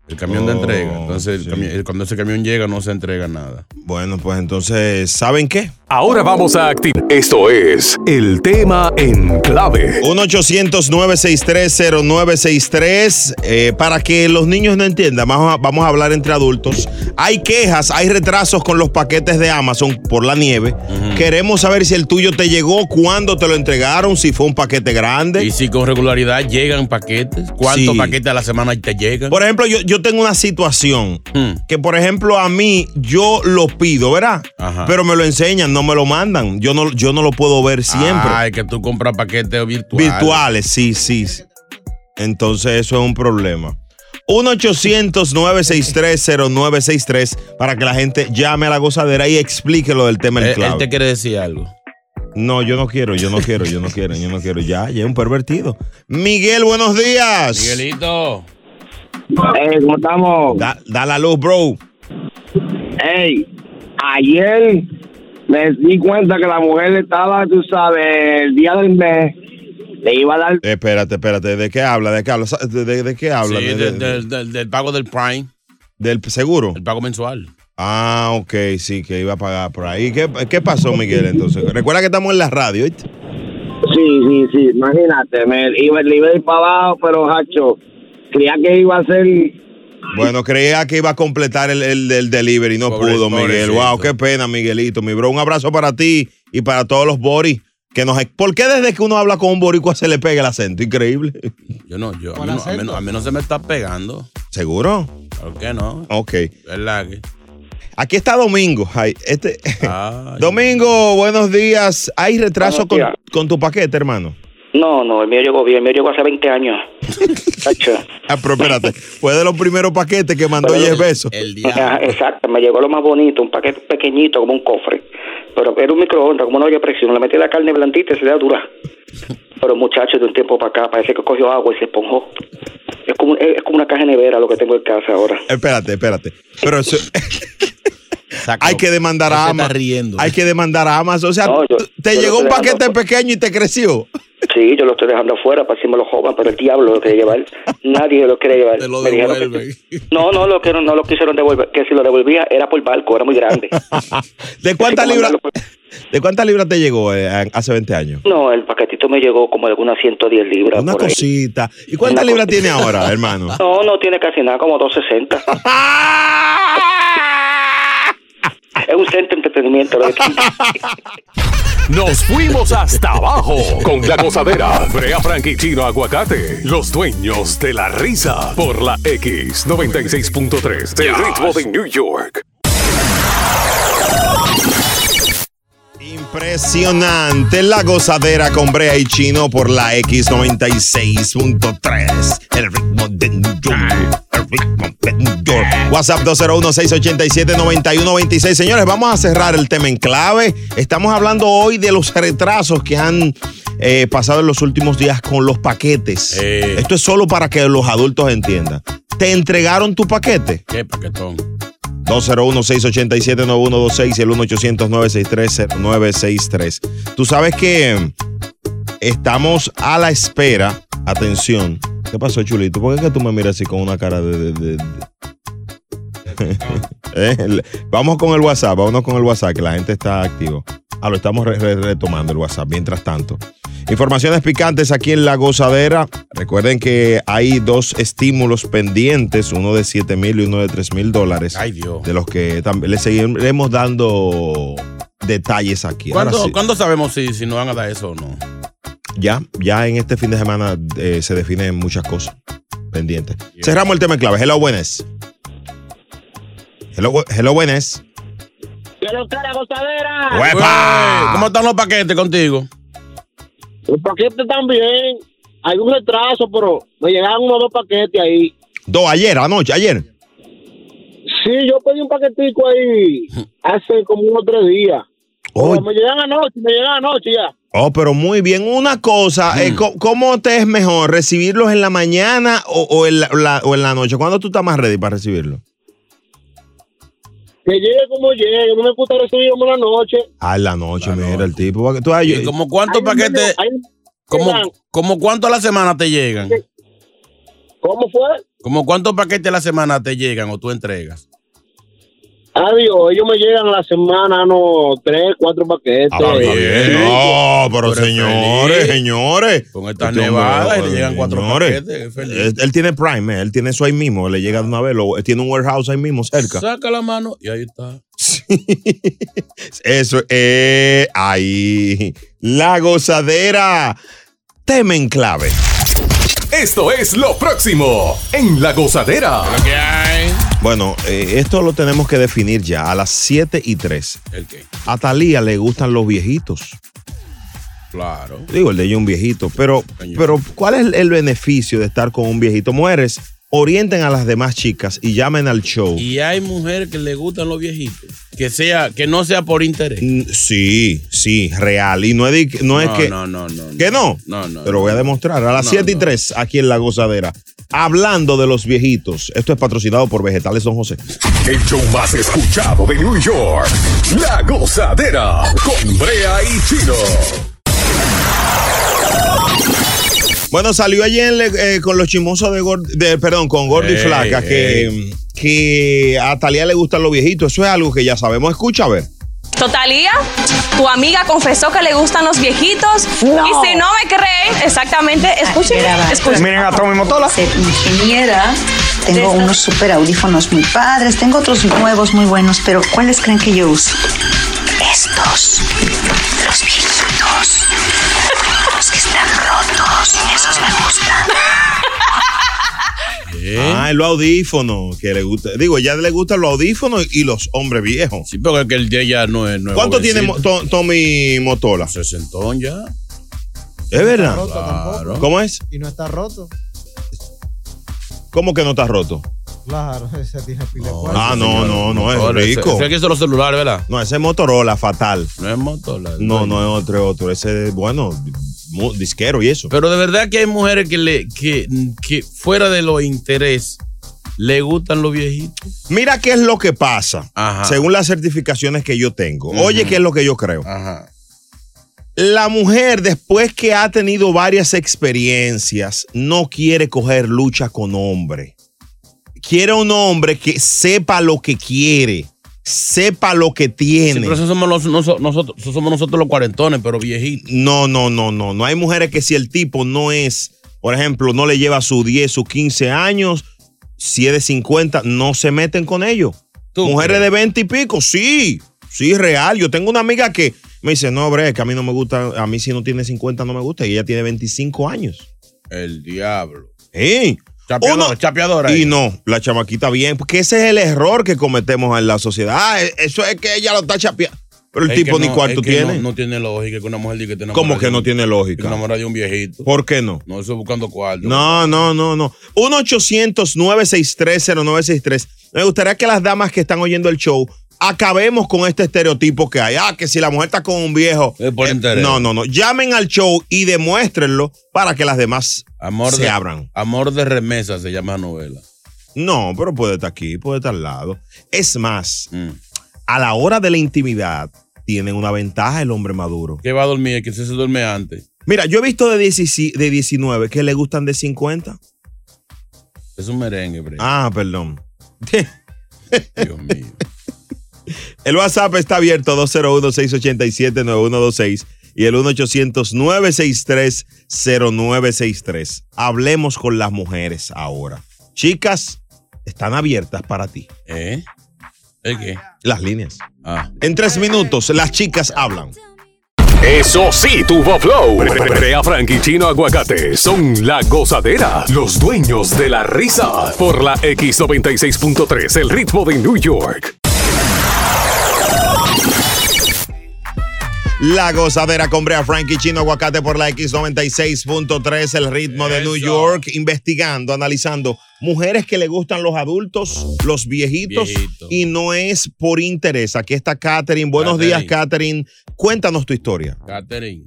[SPEAKER 5] El camión de
[SPEAKER 1] Oh,
[SPEAKER 5] entrega. Entonces, el
[SPEAKER 1] sí.
[SPEAKER 5] cami- el- cuando ese camión llega, no se entrega nada.
[SPEAKER 1] Bueno, pues entonces, ¿saben qué?
[SPEAKER 2] Ahora vamos a activar. Esto es el tema en clave.
[SPEAKER 1] 1-800-963-0963. eh, para que los niños no entiendan, vamos a, vamos a hablar entre adultos. Hay quejas, hay retrasos con los paquetes de Amazon por la nieve. Queremos saber si el tuyo te llegó, cuándo te lo entregaron, si fue un paquete grande.
[SPEAKER 5] Y si con regularidad llegan paquetes, ¿cuántos
[SPEAKER 1] Sí.
[SPEAKER 5] paquetes a la semana te llegan?
[SPEAKER 1] Por ejemplo, yo, yo tengo una situación
[SPEAKER 5] Mm.
[SPEAKER 1] que, por ejemplo, a mí yo lo pido, ¿verdad?
[SPEAKER 5] Ajá.
[SPEAKER 1] Pero me lo enseñan, no me lo mandan. Yo no, yo no lo puedo ver siempre.
[SPEAKER 5] Ay, que tú compras paquetes virtuales.
[SPEAKER 1] Virtuales, sí, sí. sí. Entonces eso es un problema. 1-800-963-0963 para que la gente llame a la gozadera y explique lo del tema
[SPEAKER 5] Él,
[SPEAKER 1] en
[SPEAKER 5] Eh, él
[SPEAKER 1] clave.
[SPEAKER 5] te quiere decir algo.
[SPEAKER 1] No, yo no quiero, yo no quiero, yo no quiero, yo no quiero. Ya, ya es un pervertido. Miguel, buenos días.
[SPEAKER 5] Miguelito.
[SPEAKER 9] Hey, Eh, ¿cómo estamos?
[SPEAKER 1] Da, da la luz, bro.
[SPEAKER 9] Hey, ayer me di cuenta que la mujer le estaba, tú sabes, el día del mes, le iba a dar
[SPEAKER 1] Espérate, espérate, ¿de qué habla? ¿De qué habla? Sa- ¿De, de- de qué habla?
[SPEAKER 5] Sí,
[SPEAKER 1] ¿De-
[SPEAKER 5] del,
[SPEAKER 1] de-
[SPEAKER 5] del- del- del pago del Prime,
[SPEAKER 1] ¿Del seguro?
[SPEAKER 5] el pago mensual.
[SPEAKER 1] Ah, ok, sí, que iba a pagar por ahí. ¿Qué, qué pasó, Miguel, entonces? Recuerda que estamos en la radio, ¿oíste?
[SPEAKER 9] Sí, sí, sí, imagínate, me iba, le iba a ir para abajo, pero Hacho, creía que iba a ser,
[SPEAKER 1] Bueno, creía que iba a completar el, el- el delivery, no
[SPEAKER 5] Pobre-
[SPEAKER 1] pudo, Miguel.
[SPEAKER 5] pobrecito.
[SPEAKER 1] Wow, qué pena, Miguelito, mi bro. Un abrazo para ti y para todos los boris que nos. ¿Por qué desde que uno habla con un boricua se le pega el acento? Increíble.
[SPEAKER 5] Yo no, yo. A mí
[SPEAKER 4] Por
[SPEAKER 5] no, a
[SPEAKER 4] acento.
[SPEAKER 5] mí no- a mí no se me está pegando.
[SPEAKER 1] ¿Seguro?
[SPEAKER 5] ¿Por qué no?
[SPEAKER 1] Ok.
[SPEAKER 5] ¿Verdad que?
[SPEAKER 1] Aquí está Domingo. Ay, este-
[SPEAKER 5] Ay.
[SPEAKER 1] Domingo, buenos días. ¿Hay retraso
[SPEAKER 8] Buenos
[SPEAKER 1] con,
[SPEAKER 8] días.
[SPEAKER 1] con tu paquete, hermano?
[SPEAKER 10] No, no, el mío llegó bien, el mío llegó hace 20 años. Tacho.
[SPEAKER 1] Ah, pero espérate, fue de los primeros paquetes que mandó
[SPEAKER 10] Pero-
[SPEAKER 1] Jeff Bezos.
[SPEAKER 5] El
[SPEAKER 10] Ajá,
[SPEAKER 5] diablo.
[SPEAKER 10] Exacto, me llegó lo más bonito, un paquete pequeñito como un cofre. Pero era un microondas, como una olla a presión. Le metí la carne blandita y se le da dura. Pero muchachos, de un tiempo para acá, parece que cogió agua y se esponjó. Es como, es es como una caja de nevera lo que tengo en casa ahora.
[SPEAKER 1] Espérate, espérate. Pero eso-
[SPEAKER 5] Exacto.
[SPEAKER 1] hay que demandar a
[SPEAKER 5] Él se está
[SPEAKER 1] Amazon.
[SPEAKER 5] riendo.
[SPEAKER 1] Hay que demandar a Amazon. O sea,
[SPEAKER 10] No, yo-
[SPEAKER 1] tú- te
[SPEAKER 10] yo
[SPEAKER 1] llegó
[SPEAKER 10] no
[SPEAKER 1] un
[SPEAKER 10] estoy
[SPEAKER 1] paquete
[SPEAKER 10] dejando-
[SPEAKER 1] pequeño y te creció.
[SPEAKER 10] Sí, yo lo estoy dejando afuera para que me lo jodan, pero el diablo lo quiere llevar. Nadie lo quiere llevar.
[SPEAKER 5] Te lo
[SPEAKER 10] Me dijeron que-
[SPEAKER 5] devuelven.
[SPEAKER 10] no, no, lo que, no lo quisieron devolver. Que si lo devolvía era por barco, era muy grande.
[SPEAKER 1] ¿De cuántas
[SPEAKER 10] Tengo que
[SPEAKER 1] libras?
[SPEAKER 10] mandarlo por-
[SPEAKER 1] ¿De cuántas libras te llegó eh, hace 20 años?
[SPEAKER 10] No, el paquetito me llegó como de unas 110 libras.
[SPEAKER 1] Una
[SPEAKER 10] por ahí.
[SPEAKER 1] cosita. ¿Y cuántas
[SPEAKER 10] Una
[SPEAKER 1] libras
[SPEAKER 10] cosita.
[SPEAKER 1] tiene ahora, hermano?
[SPEAKER 10] No, no tiene casi nada, como 260. es un centro de entretenimiento. lo de aquí.
[SPEAKER 2] Nos fuimos hasta abajo con la gozadera. Brea Frank y Chino Aguacate, los dueños de la risa por la X96.3 del ritmo de New York.
[SPEAKER 1] Impresionante la gozadera con Brea y Chino por la X96.3. El ritmo de New York. El ritmo de New York. WhatsApp 201-687-9126. Señores, vamos a cerrar el tema en clave. Estamos hablando hoy de los retrasos que han eh, pasado en los últimos días con los paquetes.
[SPEAKER 5] Eh.
[SPEAKER 1] Esto es solo para que los adultos entiendan. ¿Te entregaron tu paquete?
[SPEAKER 5] Qué paquetón.
[SPEAKER 1] 201-687-9126 y el 1-800-963-0963. Tú sabes que estamos a la espera. Atención. ¿Qué pasó, chulito? ¿Por qué es que tú me miras así con una cara de... de- de- de- Eh, le- Vamos con el WhatsApp, vámonos con el WhatsApp, que la gente está activa. Ah, lo estamos re- re- retomando el WhatsApp, mientras tanto. Informaciones picantes aquí en La Gozadera. Recuerden que hay dos estímulos pendientes, uno de 7 mil y uno de 3 mil dólares
[SPEAKER 5] Ay, Dios.
[SPEAKER 1] de los que tam- le seguiremos dando detalles aquí. Ahora
[SPEAKER 5] ¿Cuándo,
[SPEAKER 1] sí,
[SPEAKER 5] cuándo sabemos si, si nos van a dar eso o no?
[SPEAKER 1] ya, ya en este fin de semana eh, se definen muchas cosas pendientes. Cerramos el tema en clave. Hello, buenas. Hello, bu- hello buenas.
[SPEAKER 9] ¡Quiero usted la gozadera!
[SPEAKER 5] Güey,
[SPEAKER 1] ¡Uepa!
[SPEAKER 5] ¿Cómo están los paquetes contigo?
[SPEAKER 9] Los paquetes también. Hay un retraso, pero me llegaron unos dos paquetes ahí.
[SPEAKER 1] Dos, ayer, anoche, ayer.
[SPEAKER 9] Sí, yo pedí un paquetico ahí hace como unos tres días.
[SPEAKER 1] Oh,
[SPEAKER 9] Pero me llegan anoche, me llegan anoche ya.
[SPEAKER 1] oh, pero muy bien. Una cosa, eh, co- ¿cómo te es mejor? ¿Recibirlos en la mañana o, o en la, la- o en la noche? ¿Cuándo tú estás más ready para recibirlos?
[SPEAKER 9] Que llegue como llegue. No me gusta recibirlo en la noche.
[SPEAKER 1] Ah, en la noche,
[SPEAKER 5] La
[SPEAKER 1] mira
[SPEAKER 5] noche.
[SPEAKER 1] el tipo. va que- Tú, ay, eh,
[SPEAKER 5] ¿Y como cuántos
[SPEAKER 9] Hay un niño-
[SPEAKER 5] paquetes,
[SPEAKER 9] hay un-
[SPEAKER 5] como,
[SPEAKER 9] llegan.
[SPEAKER 5] como cuánto a la semana te llegan?
[SPEAKER 9] ¿Cómo fue?
[SPEAKER 5] ¿Como cuántos paquetes a la semana te llegan o tú entregas?
[SPEAKER 9] Adiós, ellos me llegan a la semana, no, tres, cuatro paquetes.
[SPEAKER 1] Ah, está bien.
[SPEAKER 5] bien.
[SPEAKER 1] No, Oh, pero
[SPEAKER 5] Pero
[SPEAKER 1] señores,
[SPEAKER 5] feliz.
[SPEAKER 1] señores.
[SPEAKER 5] Con estas
[SPEAKER 1] Este hombre,
[SPEAKER 5] nevadas y le
[SPEAKER 1] eh,
[SPEAKER 5] llegan cuatro
[SPEAKER 1] señores.
[SPEAKER 5] paquetes. es feliz.
[SPEAKER 1] Él, él tiene Prime, eh, él tiene eso ahí mismo, le llega de una vez, lo- tiene un warehouse ahí mismo cerca.
[SPEAKER 5] Saca la mano y ahí está.
[SPEAKER 1] Eso, eh, ahí. La gozadera. Tema en clave.
[SPEAKER 2] Esto es lo próximo en la gozadera.
[SPEAKER 1] Bueno, eh, esto lo tenemos que definir ya a las 7 y 3.
[SPEAKER 5] ¿El qué?
[SPEAKER 1] A Talía le gustan los viejitos.
[SPEAKER 5] Claro.
[SPEAKER 1] Digo, el de ella un viejito. Pero,
[SPEAKER 5] Coño.
[SPEAKER 1] pero ¿cuál es el beneficio de estar con un viejito? Mujeres, orienten a las demás chicas y llamen al show.
[SPEAKER 5] Y hay mujeres que le gustan los viejitos. Que sea, que no sea por interés.
[SPEAKER 1] Mm, Sí, sí, real. Y no es, di- no es que.
[SPEAKER 5] no, no, no.
[SPEAKER 1] ¿Que no?
[SPEAKER 5] No, no.
[SPEAKER 1] Te lo voy a demostrar. A las
[SPEAKER 5] No,
[SPEAKER 1] 7 y
[SPEAKER 5] no.
[SPEAKER 1] 3, aquí en La Gozadera. Hablando de los viejitos. Esto es patrocinado por Vegetales Don José.
[SPEAKER 2] El show más escuchado de New York. La gozadera con Brea y Chino.
[SPEAKER 1] Bueno, salió ayer eh, con los chimosos de, Gord- de- perdón, con Gordy
[SPEAKER 5] Ey,
[SPEAKER 1] Flaca, que, que a Talía le gustan los viejitos. Eso es algo que ya sabemos. Escucha, a ver.
[SPEAKER 11] Totalía, tu amiga confesó que le gustan los viejitos. Y si no me creen, exactamente, escuchen, escuchen.
[SPEAKER 12] Miren a Tommy Motola. Ser ingeniera. Tengo unos super audífonos muy padres. Tengo otros nuevos muy buenos. Pero ¿cuáles creen que yo uso? Estos. Los viejitos. Los que están rotos. Esos me gustan.
[SPEAKER 1] Ah, los audífonos que le gusta. Digo, ya le gustan los audífonos y los hombres viejos.
[SPEAKER 5] Sí, porque es que el de ella no es nuevo.
[SPEAKER 1] ¿Cuánto tiene Mo- To- Tommy Motola?
[SPEAKER 5] Sesentón ya.
[SPEAKER 1] ¿Es verdad?
[SPEAKER 4] roto tampoco.
[SPEAKER 1] ¿Cómo es?
[SPEAKER 4] Y no está roto.
[SPEAKER 1] ¿Cómo que no está roto?
[SPEAKER 4] Claro, esa tiene pila de cuarto.
[SPEAKER 1] Ah, no, no, no, es rico.
[SPEAKER 5] Sé que son los celulares, ¿verdad?
[SPEAKER 1] No, ese es Motorola, fatal.
[SPEAKER 5] No es Motorola.
[SPEAKER 1] No, no es otro, es otro. Ese es, bueno, mu- disquero y eso.
[SPEAKER 5] Pero de verdad que hay mujeres que le que, que fuera de los intereses le gustan los viejitos.
[SPEAKER 1] Mira qué es lo que pasa, según las certificaciones que yo tengo. Oye, qué es lo que yo creo. La mujer, después que ha tenido varias experiencias, no quiere coger lucha con hombre. Quiere un hombre que sepa lo que quiere, sepa lo que tiene.
[SPEAKER 5] Sí, pero eso somos los- noso- nosotros, eso somos nosotros los cuarentones, pero viejitos.
[SPEAKER 1] No, no, no, no, no. Hay mujeres que si el tipo no es, por ejemplo, no le lleva sus 10, sus 15 años, si es de 50, no se meten con ellos. Mujeres de 20 y pico, sí, sí, real. Yo tengo una amiga que me dice, no, bre, que a mí no me gusta, a mí si no tiene 50 no me gusta, y ella tiene 25 años.
[SPEAKER 5] El diablo.
[SPEAKER 1] Sí.
[SPEAKER 5] Chapeadora, chapeadora
[SPEAKER 1] Y
[SPEAKER 5] ella.
[SPEAKER 1] no, la chamaquita bien, porque ese es el error que cometemos en la sociedad. Ah, eso es que ella lo está chapeando. Pero el
[SPEAKER 5] Es
[SPEAKER 1] tipo
[SPEAKER 5] que
[SPEAKER 1] ni
[SPEAKER 5] no-
[SPEAKER 1] cuarto
[SPEAKER 5] es que
[SPEAKER 1] tiene.
[SPEAKER 5] No, no tiene lógica que una mujer diga que tiene
[SPEAKER 1] ¿Cómo que no tiene lógica?
[SPEAKER 5] enamorada de un viejito.
[SPEAKER 1] ¿Por qué no?
[SPEAKER 5] No, eso es buscando cuarto.
[SPEAKER 1] No, no, no, no. 1-800-963-0963. Me gustaría que las damas que están oyendo el show acabemos con este estereotipo que hay. Ah, que si la mujer está con un viejo. eh, no, no, no. Llamen al show y demuéstrenlo para que las demás
[SPEAKER 5] Amor
[SPEAKER 1] se
[SPEAKER 5] de-
[SPEAKER 1] abran.
[SPEAKER 5] Amor de remesa se llama novela.
[SPEAKER 1] No, pero puede estar aquí, puede estar al lado. Es más,
[SPEAKER 5] Mm.
[SPEAKER 1] a la hora de la intimidad tienen una ventaja el hombre maduro.
[SPEAKER 5] ¿Qué va a dormir? El que se se duerme antes.
[SPEAKER 1] Mira, yo he visto de, 17 de 19 que le gustan de 50.
[SPEAKER 5] Es un merengue, bre.
[SPEAKER 1] Ah, perdón. Dios mío. El WhatsApp está abierto 201-687-9126 y el 1-800-963-0963. Hablemos con las mujeres ahora. Chicas, están abiertas para ti.
[SPEAKER 5] ¿Eh? ¿El qué? Ah,
[SPEAKER 1] Las líneas. En tres minutos, las chicas hablan.
[SPEAKER 2] Eso sí, tuvo flow. Brea Frank y Chino Aguacate son la gozadera, los dueños de la risa. Por la X96.3, el ritmo de New York.
[SPEAKER 1] La gozadera con Brea Frankie Chino Aguacate por la X96.3, el ritmo de New York, investigando, analizando mujeres que le gustan los adultos, los viejitos, y no es por interés. Aquí está Katherine. Buenos días, Katherine. Cuéntanos tu historia.
[SPEAKER 5] Catherine.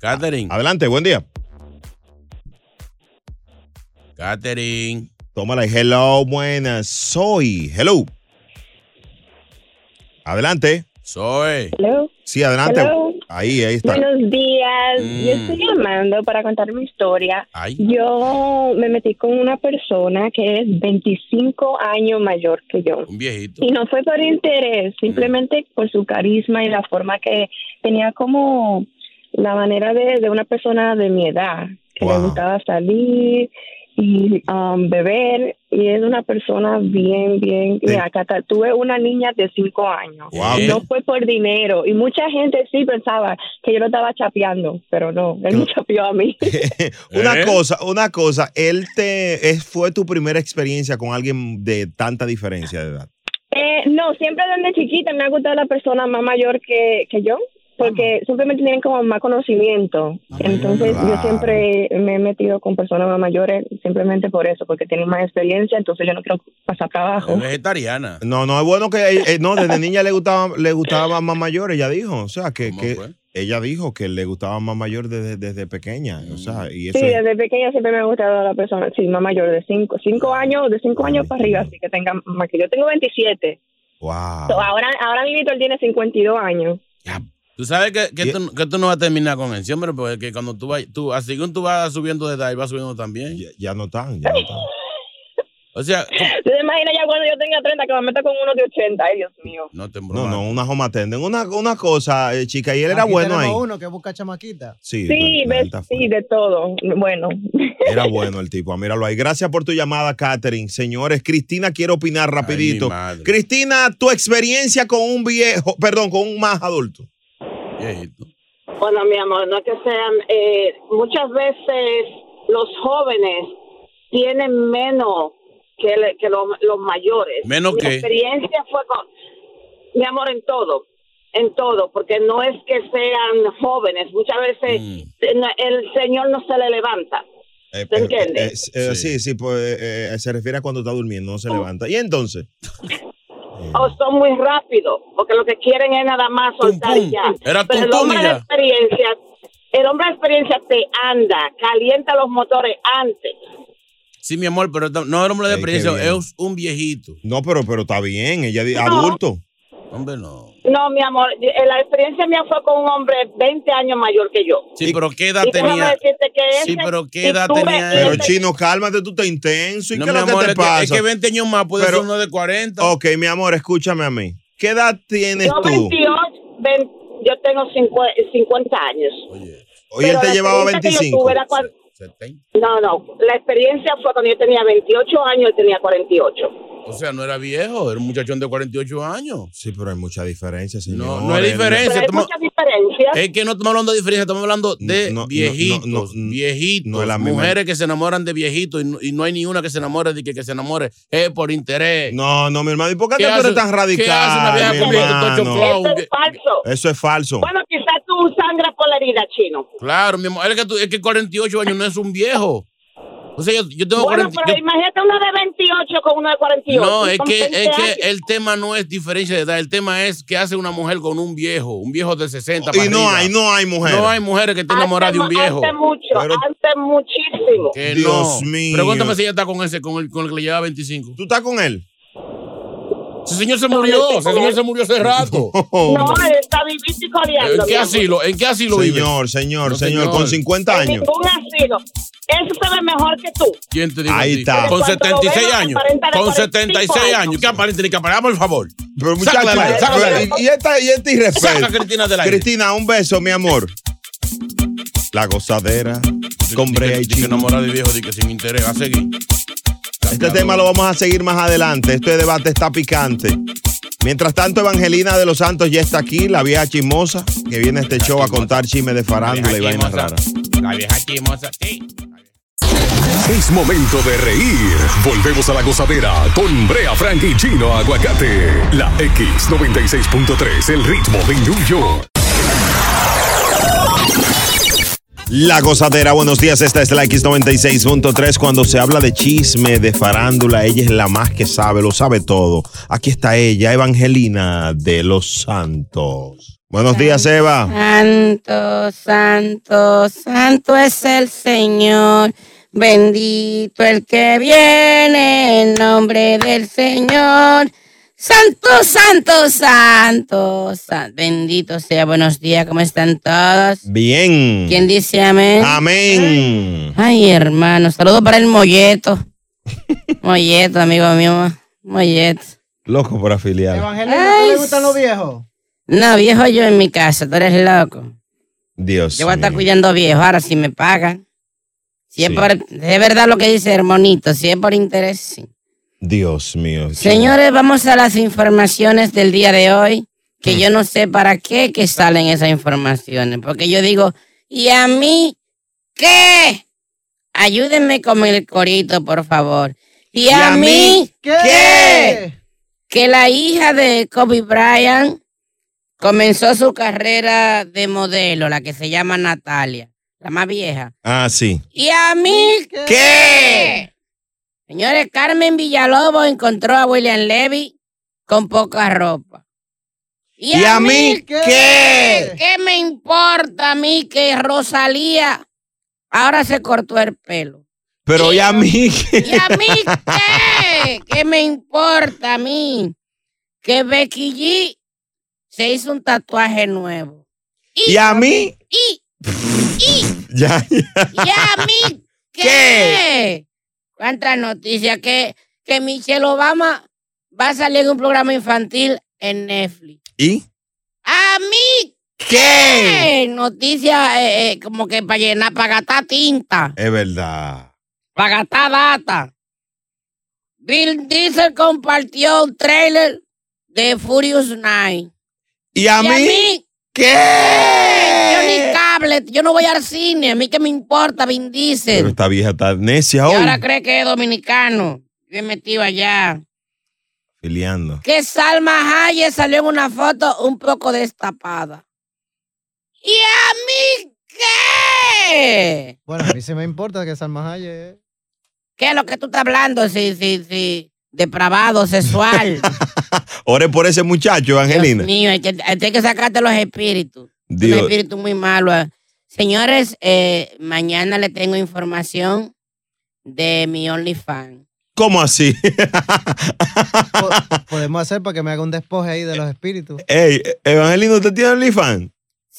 [SPEAKER 5] Catherine.
[SPEAKER 1] Adelante, Eh, buen día.
[SPEAKER 5] Catherine.
[SPEAKER 1] Tómala. y Hello, buenas. Soy. Hello. Adelante.
[SPEAKER 5] Soy.
[SPEAKER 13] Hello.
[SPEAKER 1] Sí, adelante.
[SPEAKER 13] Hello.
[SPEAKER 1] Ahí, ahí está.
[SPEAKER 13] Buenos días. Yo estoy llamando para contar mi historia. Yo me metí con una persona que es 25 años mayor que yo.
[SPEAKER 5] Un viejito.
[SPEAKER 13] Y no fue por interés, simplemente por su carisma y la forma que tenía como la manera de, de una persona de mi edad, que le gustaba salir y um, beber. Y es una persona bien, bien... Mira, Cata, tuve una niña de cinco años.
[SPEAKER 1] Wow.
[SPEAKER 13] No fue por dinero. Y mucha gente sí pensaba que yo lo estaba chapeando, pero no, él me chapeó a mí.
[SPEAKER 1] Una
[SPEAKER 5] ¿Eh?
[SPEAKER 1] cosa, una cosa, él te es- fue tu primera experiencia con alguien de tanta diferencia de edad.
[SPEAKER 13] Eh, no, siempre desde chiquita me ha gustado la persona más mayor que, que yo, porque
[SPEAKER 1] Ah.
[SPEAKER 13] simplemente tienen como más conocimiento. Entonces yo
[SPEAKER 14] claro.
[SPEAKER 13] siempre me he metido con personas más mayores simplemente por eso, porque tienen más experiencia, entonces yo no quiero pasar
[SPEAKER 1] Ah,
[SPEAKER 13] trabajo.
[SPEAKER 5] Vegetariana.
[SPEAKER 1] No, no, es bueno que eh, no, desde niña le gustaba, le gustaba más mayor, ella dijo. O sea que, que ella dijo que le gustaba más mayor desde, desde pequeña. O sea, y eso
[SPEAKER 13] Sí,
[SPEAKER 1] es-
[SPEAKER 13] desde pequeña siempre me ha gustado la persona, sí, más mayor de 5 cinco, cinco años, de 5 años para arriba, así que tenga más que yo. Tengo 27.
[SPEAKER 1] Wow.
[SPEAKER 13] So, ahora, ahora mi Víctor tiene 52 años.
[SPEAKER 5] Tú sabes que, que, tú, que tú no vas a terminar con él, sí, hombre, porque que cuando tú vas, tú, así como tú vas subiendo de edad y vas subiendo también. Ya,
[SPEAKER 1] no están, ya no están.
[SPEAKER 5] O sea,
[SPEAKER 13] ¿Tú te imaginas ya cuando yo tenga 30 que me meta con uno de 80? Ay, Dios mío.
[SPEAKER 5] no te
[SPEAKER 1] No, no, una home attendant. Una, una cosa, eh, chica, y él era
[SPEAKER 4] Aquí
[SPEAKER 1] bueno ahí.
[SPEAKER 4] tenemos uno que busca chamaquita.
[SPEAKER 1] Sí, pues,
[SPEAKER 13] Sí,
[SPEAKER 1] la- la
[SPEAKER 13] de,
[SPEAKER 1] alta
[SPEAKER 13] sí, de todo. Bueno,
[SPEAKER 1] Era bueno el tipo, ah, míralo ahí. Gracias por tu llamada, Katherine. Señores, Cristina quiere opinar rapidito. Cristina, tu experiencia con un viejo, perdón, con un más adulto.
[SPEAKER 15] Bueno, mi amor, no es que sean, eh, muchas veces los jóvenes tienen menos que, le- que lo- los mayores.
[SPEAKER 5] ¿Menos
[SPEAKER 15] Mi
[SPEAKER 5] qué?
[SPEAKER 15] experiencia fue con, mi amor, en todo. en todo, porque no es que sean jóvenes, muchas veces
[SPEAKER 1] Mm.
[SPEAKER 15] eh, no- el Señor no se le levanta.
[SPEAKER 1] Eh,
[SPEAKER 15] ¿Te
[SPEAKER 1] eh,
[SPEAKER 15] entiendes?
[SPEAKER 1] eh, eh, sí, sí, pues, eh, eh, se refiere a cuando está durmiendo, no se levanta. ¿Y entonces?
[SPEAKER 15] O
[SPEAKER 1] Mm.
[SPEAKER 15] son muy rápidos, porque lo que quieren es nada más soltar y ya.
[SPEAKER 1] Era
[SPEAKER 15] Pero el
[SPEAKER 1] tum, tum
[SPEAKER 15] hombre
[SPEAKER 1] y
[SPEAKER 15] de
[SPEAKER 1] ya.
[SPEAKER 15] experiencia, el hombre de experiencia te anda, calienta los motores antes.
[SPEAKER 5] Sí, mi amor, pero no era hombre de experiencia, es un viejito.
[SPEAKER 1] No, pero, pero está bien, ella di- adulto.
[SPEAKER 5] Hombre, no.
[SPEAKER 15] No, mi amor, eh, la experiencia mía fue con un hombre 20 años mayor que yo.
[SPEAKER 5] Sí, pero ¿qué edad
[SPEAKER 15] Y déjame
[SPEAKER 5] tenía?
[SPEAKER 15] decirte que
[SPEAKER 5] Sí,
[SPEAKER 15] ese-
[SPEAKER 5] pero
[SPEAKER 15] y
[SPEAKER 5] ¿qué edad
[SPEAKER 15] tuve-
[SPEAKER 5] tenía él?
[SPEAKER 1] Pero chino, cálmate, tú estás intenso. ¿Y
[SPEAKER 5] No,
[SPEAKER 1] qué es
[SPEAKER 5] mi
[SPEAKER 1] lo
[SPEAKER 5] amor,
[SPEAKER 1] que
[SPEAKER 5] es
[SPEAKER 1] te
[SPEAKER 5] que-
[SPEAKER 1] pasa?
[SPEAKER 5] es que 20 años más puede ser uno de 40.
[SPEAKER 1] Ok, mi amor, escúchame a mí. ¿Qué edad tienes
[SPEAKER 15] yo
[SPEAKER 1] tú?
[SPEAKER 15] 28, ven- yo tengo 50, 50 años.
[SPEAKER 1] Oye,
[SPEAKER 15] Pero
[SPEAKER 1] te
[SPEAKER 15] la
[SPEAKER 1] llevaba
[SPEAKER 15] experiencia que yo
[SPEAKER 1] 25.
[SPEAKER 15] tuve era cuan- No, no, la experiencia fue cuando yo tenía 28 años, él tenía 48.
[SPEAKER 5] O sea, no era viejo, era un muchachón de 48 años.
[SPEAKER 1] Sí, pero hay mucha diferencia, señor.
[SPEAKER 5] No, no hay diferencia. Eh,
[SPEAKER 15] Pero hay
[SPEAKER 5] estamos-
[SPEAKER 15] mucha diferencia.
[SPEAKER 5] es que no estamos hablando de diferencia, estamos hablando de
[SPEAKER 1] No, no,
[SPEAKER 5] viejitos.
[SPEAKER 1] no, no, no,
[SPEAKER 5] viejitos.
[SPEAKER 1] no es la misma-
[SPEAKER 5] mujeres que se enamoran de viejitos y no, y no hay ni una que se enamore de que, que se enamore es por interés.
[SPEAKER 1] No, no, mi hermano. ¿Y por qué,
[SPEAKER 5] ¿Qué
[SPEAKER 1] tú
[SPEAKER 5] hace-
[SPEAKER 1] eres tan
[SPEAKER 5] qué hace una
[SPEAKER 1] radical?
[SPEAKER 5] vieja
[SPEAKER 1] mi
[SPEAKER 5] con veinte,
[SPEAKER 1] hermano?
[SPEAKER 5] ocho flow?
[SPEAKER 15] Eso es falso.
[SPEAKER 5] Eh,
[SPEAKER 1] Eso es falso.
[SPEAKER 15] Bueno, quizás tú sangras por la herida, chino.
[SPEAKER 5] Claro, mi amor, es que, tú- es que 48 años no es un viejo. O sea, yo, yo tengo
[SPEAKER 15] Bueno,
[SPEAKER 5] 40
[SPEAKER 15] pero
[SPEAKER 5] yo-
[SPEAKER 15] imagínate uno de 28 con uno de 48.
[SPEAKER 5] No, es
[SPEAKER 15] son
[SPEAKER 5] que,
[SPEAKER 15] 20
[SPEAKER 5] es
[SPEAKER 15] años.
[SPEAKER 5] que el tema no es diferencia de edad, el tema es que hace una mujer con un viejo, un viejo de 60.
[SPEAKER 1] Y no hay, no hay mujeres.
[SPEAKER 5] No hay mujeres que estén
[SPEAKER 15] Hace
[SPEAKER 5] enamoradas de un
[SPEAKER 15] mu-
[SPEAKER 5] viejo.
[SPEAKER 15] Hace mucho, hace muchísimo.
[SPEAKER 5] Que
[SPEAKER 1] Dios
[SPEAKER 5] no.
[SPEAKER 1] mío.
[SPEAKER 5] Pregúntame si ella está con ese, con el, con el que le lleva 25.
[SPEAKER 1] ¿Tú estás con él?
[SPEAKER 5] Ese señor se murió, ese señor se murió hace rato.
[SPEAKER 15] No, él está vivito y coleando.
[SPEAKER 5] ¿En
[SPEAKER 15] mi
[SPEAKER 5] qué
[SPEAKER 15] amor.
[SPEAKER 5] asilo? ¿En qué asilo vive?
[SPEAKER 1] Señor, señor,
[SPEAKER 5] No,
[SPEAKER 1] señor,
[SPEAKER 5] señor.
[SPEAKER 1] con 50
[SPEAKER 15] En
[SPEAKER 1] años.
[SPEAKER 15] Ningún asilo. Eso se ve mejor que tú.
[SPEAKER 5] ¿Quién te dijo
[SPEAKER 1] Ahí
[SPEAKER 5] a ti?
[SPEAKER 1] está.
[SPEAKER 5] Con
[SPEAKER 15] Cuando
[SPEAKER 5] 76
[SPEAKER 15] vemos
[SPEAKER 5] años.
[SPEAKER 15] 40 de
[SPEAKER 5] Con
[SPEAKER 15] 45
[SPEAKER 5] 76 años. ¿Qué aparente ni que aparente? Por favor.
[SPEAKER 1] Pero
[SPEAKER 5] Sácala de ahí, sácala de ahí.
[SPEAKER 1] y, y esta, y este irrespeto.
[SPEAKER 5] Saca a Cristina del aire.
[SPEAKER 1] Cristina, un beso, mi amor. La gozadera. Con Brea y
[SPEAKER 5] Dice
[SPEAKER 1] Chino.
[SPEAKER 5] enamorada de viejo, dice que sin interés. A seguir.
[SPEAKER 1] Este tema lo vamos a seguir más adelante. Este debate está picante. Mientras tanto, Evangelina de los Santos ya está aquí, la vieja chismosa, que viene a este show a contar chisme de farándula y vainas raras.
[SPEAKER 5] La vieja chimosa, sí.
[SPEAKER 2] Es momento de reír. Volvemos a la gozadera con Brea Frank y Chino Aguacate. La X96.3, el ritmo de New York.
[SPEAKER 1] La gozadera, buenos días. Esta es la X96.3. Cuando se habla de chisme, de farándula, ella es la más que sabe, lo sabe todo. Aquí está ella, Evangelina de los Santos. Buenos días, Eva.
[SPEAKER 16] Santo, santo, santo es el Señor. Bendito el que viene en nombre del Señor. Santo, santo, santo, santo. Bendito sea. Buenos días, ¿cómo están todos?
[SPEAKER 1] Bien.
[SPEAKER 16] ¿Quién dice amén?
[SPEAKER 1] Amén.
[SPEAKER 16] Ay, hermano. Saludos para el molleto. molleto, amigo mío. Molleto.
[SPEAKER 1] Loco por afiliar.
[SPEAKER 4] Evangelina, ¿no le gustan los viejos?
[SPEAKER 16] No, viejo yo en mi casa. Tú eres loco.
[SPEAKER 1] Dios.
[SPEAKER 16] Yo voy a estar cuidando viejos ahora si me pagan. Si es, por- es verdad lo que dice hermanito, si es por interés, sí.
[SPEAKER 1] Dios mío.
[SPEAKER 16] Señores, vamos a las informaciones del día de hoy, que yo no sé para qué que salen esas informaciones, porque yo digo, ¿y a mí qué? Ayúdenme con el corito, por favor. ¿Y, a, mí, qué? Que la hija de Kobe Bryant comenzó su carrera de modelo, la que se llama Natalia, la más vieja.
[SPEAKER 1] Ah, sí.
[SPEAKER 16] ¿Y a mí qué? Señores, Carmen Villalobos encontró a William Levy con poca ropa.
[SPEAKER 1] ¿Y a mí qué?
[SPEAKER 16] ¿Qué me importa a mí que Rosalía ahora se cortó el pelo?
[SPEAKER 1] Pero ya a mí.
[SPEAKER 16] ¿Y a mí qué? ¿Qué me importa a mí que Becky G se hizo un tatuaje nuevo?
[SPEAKER 1] ¿Y a mí?
[SPEAKER 16] ¿Y,
[SPEAKER 1] Ya.
[SPEAKER 16] y a mí ¿Qué? ¿Cuántas noticias? Que, que Michelle Obama va a salir en un programa infantil en Netflix.
[SPEAKER 1] ¿Y?
[SPEAKER 16] ¿A mí
[SPEAKER 1] qué?
[SPEAKER 16] Noticias eh, eh, como que para llenar, para gastar tinta,
[SPEAKER 1] Es verdad.
[SPEAKER 16] para gastar data. Bill Diesel compartió un trailer de Furious Night.
[SPEAKER 1] ¿Y a mí?
[SPEAKER 16] ¿Qué? Yo ni cable, yo no voy al cine, a mí que me importa Vin Diesel.
[SPEAKER 1] Pero esta vieja está necia
[SPEAKER 16] Y
[SPEAKER 1] hoy.
[SPEAKER 16] ahora cree que es dominicano. Bien metido allá.
[SPEAKER 1] Peleando.
[SPEAKER 16] Que Salma Hayek salió en una foto un poco destapada. ¿Y a mí qué?
[SPEAKER 4] Bueno, a mí sí me importa que Salma Hayek. ¿eh?
[SPEAKER 16] ¿Qué es lo que tú estás hablando? Sí, sí, sí. Depravado, sexual.
[SPEAKER 1] Ore por ese muchacho, Angelina.
[SPEAKER 16] Mío, hay que, hay que sacarte los espíritus. Un
[SPEAKER 1] Dios.
[SPEAKER 16] espíritu muy malo. ¿eh? Señores, eh, mañana le tengo información de mi OnlyFans.
[SPEAKER 1] ¿Cómo así?
[SPEAKER 4] Podemos hacer para que me haga un despoje ahí de los espíritus.
[SPEAKER 1] Ey, Eh, Evangelina, ¿usted tiene OnlyFans?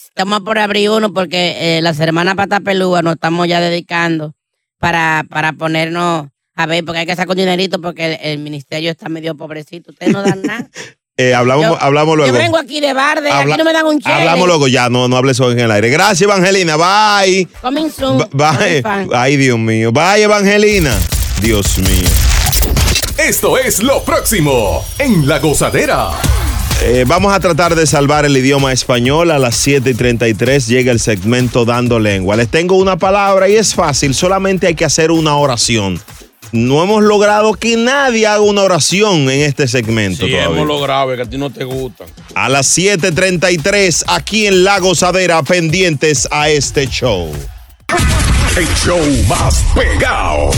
[SPEAKER 16] Estamos por abrir uno porque eh, las hermanas Patapelúa nos estamos ya dedicando para, para ponernos a ver, porque hay que sacar un dinerito porque el, el ministerio está medio pobrecito. Ustedes no dan nada.
[SPEAKER 1] Eh, hablamos,
[SPEAKER 16] Yo-
[SPEAKER 1] hablamos luego.
[SPEAKER 16] Yo vengo aquí de barde,
[SPEAKER 1] Habla-
[SPEAKER 16] aquí no me dan un cheque.
[SPEAKER 1] Hablamos luego, ya, no, no hables en el aire. Gracias, Evangelina. Bye.
[SPEAKER 16] Coming soon.
[SPEAKER 1] B- Bye.
[SPEAKER 16] OnlyFans.
[SPEAKER 1] Ay, Dios mío. Bye, Evangelina. Dios mío.
[SPEAKER 2] Esto es lo próximo en La Gozadera.
[SPEAKER 1] Eh, vamos a tratar de salvar el idioma español. A las 7 y 33 llega el segmento Dando Lengua. Les tengo una palabra y es fácil, solamente hay que hacer una oración. No hemos logrado que nadie haga una oración en este segmento
[SPEAKER 5] Sí,
[SPEAKER 1] todavía.
[SPEAKER 5] hemos logrado que a ti no te gusta.
[SPEAKER 1] A las 7.33 aquí en La Gozadera, pendientes a este show.
[SPEAKER 2] El show más pegado.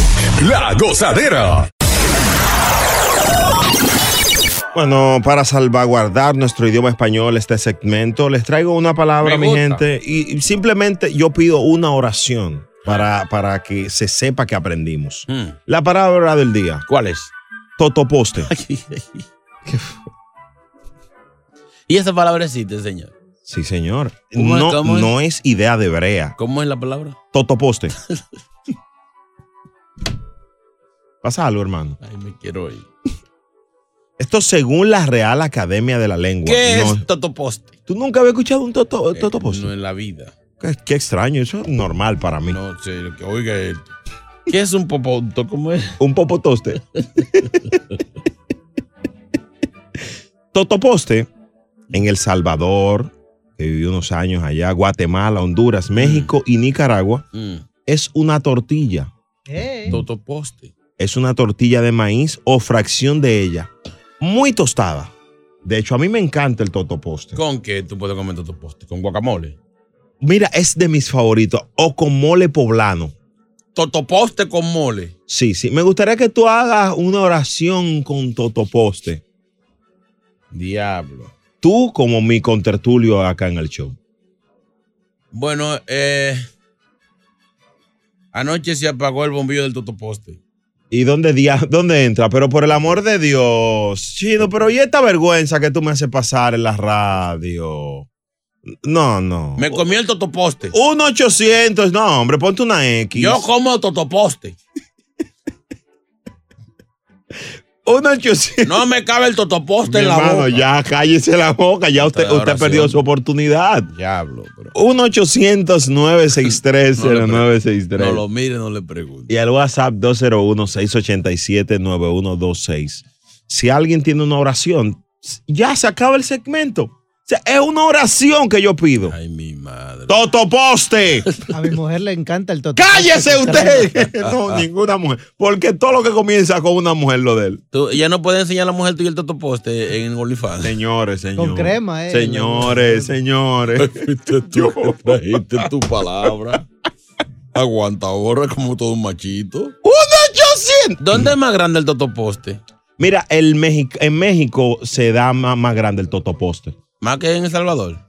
[SPEAKER 2] La Gozadera.
[SPEAKER 1] Bueno, para salvaguardar nuestro idioma español, este segmento, les traigo una palabra, mi
[SPEAKER 17] Me gusta.
[SPEAKER 1] gente, y y simplemente yo pido una oración para, para que se sepa que aprendimos. La palabra del día.
[SPEAKER 5] ¿Cuál es?
[SPEAKER 1] Totoposte.
[SPEAKER 5] ¿Y esa palabra existe, señor?
[SPEAKER 1] Sí, señor.
[SPEAKER 5] ¿Cómo es?
[SPEAKER 1] No,
[SPEAKER 5] ¿Cómo es?
[SPEAKER 1] no es idea de brea.
[SPEAKER 5] ¿Cómo es la palabra?
[SPEAKER 1] Totoposte. Pasa algo, hermano.
[SPEAKER 5] Ay, me quiero ir.
[SPEAKER 1] Esto según la Real Academia de la Lengua.
[SPEAKER 5] ¿Qué
[SPEAKER 1] No-
[SPEAKER 5] es totoposte?
[SPEAKER 1] ¿Tú nunca habías escuchado un toto- totoposte?
[SPEAKER 5] Eh, No en la vida.
[SPEAKER 1] Qué, qué extraño, eso es normal para mí.
[SPEAKER 5] No sé, lo que oiga esto. ¿Qué es un popoto? ¿Cómo es?
[SPEAKER 1] Un popotoste. Totoposte en El Salvador, que vivió unos años allá, Guatemala, Honduras, México
[SPEAKER 5] Mm.
[SPEAKER 1] y Nicaragua, es una tortilla.
[SPEAKER 5] Totoposte.
[SPEAKER 1] Es una tortilla de maíz o fracción de ella, muy tostada. De hecho, a mí me encanta el totoposte.
[SPEAKER 5] ¿Con qué tú puedes comer totoposte? ¿Con guacamole?
[SPEAKER 1] Mira, es de mis favoritos, o con mole poblano.
[SPEAKER 5] Totoposte con mole.
[SPEAKER 1] Sí, sí. Me gustaría que tú hagas una oración con totoposte.
[SPEAKER 5] Diablo.
[SPEAKER 1] Tú como mi contertulio acá en el show.
[SPEAKER 5] Bueno, eh, anoche se apagó el bombillo del totoposte.
[SPEAKER 1] ¿Y dónde, dia- dónde entra? Pero por el amor de Dios, chino, pero ¿y esta vergüenza que tú me haces pasar en la radio? No, no.
[SPEAKER 5] Me comí el totoposte.
[SPEAKER 1] Un 800, no, hombre, ponte una X.
[SPEAKER 5] Yo como totoposte.
[SPEAKER 1] Un 800.
[SPEAKER 5] No me cabe el totoposte
[SPEAKER 1] Mi
[SPEAKER 5] en la
[SPEAKER 1] hermano,
[SPEAKER 5] boca.
[SPEAKER 1] ya cállese la boca, ya usted, usted
[SPEAKER 5] oración.
[SPEAKER 1] perdió su oportunidad.
[SPEAKER 5] Diablo.
[SPEAKER 1] 1 800 963 0963
[SPEAKER 5] No lo mire, no le pregunte.
[SPEAKER 1] Y al WhatsApp 201-687-9126. Si alguien tiene una oración, ya se acaba el segmento. O sea, es una oración que yo pido. Ay,
[SPEAKER 5] mi madre.
[SPEAKER 1] ¡Totoposte!
[SPEAKER 4] A mi mujer le encanta el totoposte.
[SPEAKER 1] ¡Cállese usted! no, ninguna mujer. Porque todo lo que comienza con una mujer lo de él.
[SPEAKER 5] Tú, ya no puedes enseñar a la mujer tuya el totoposte en OnlyFans.
[SPEAKER 1] Señores, señores.
[SPEAKER 4] crema, eh.
[SPEAKER 1] Señores, señores.
[SPEAKER 5] Tú que trajiste tu palabra. Aguanta ahora como todo un machito.
[SPEAKER 1] ¡Un 800!
[SPEAKER 5] ¿Dónde es más grande el totoposte?
[SPEAKER 1] Mira, el México, en México se da ma- más, grande el totoposte.
[SPEAKER 5] ¿Más que en El Salvador?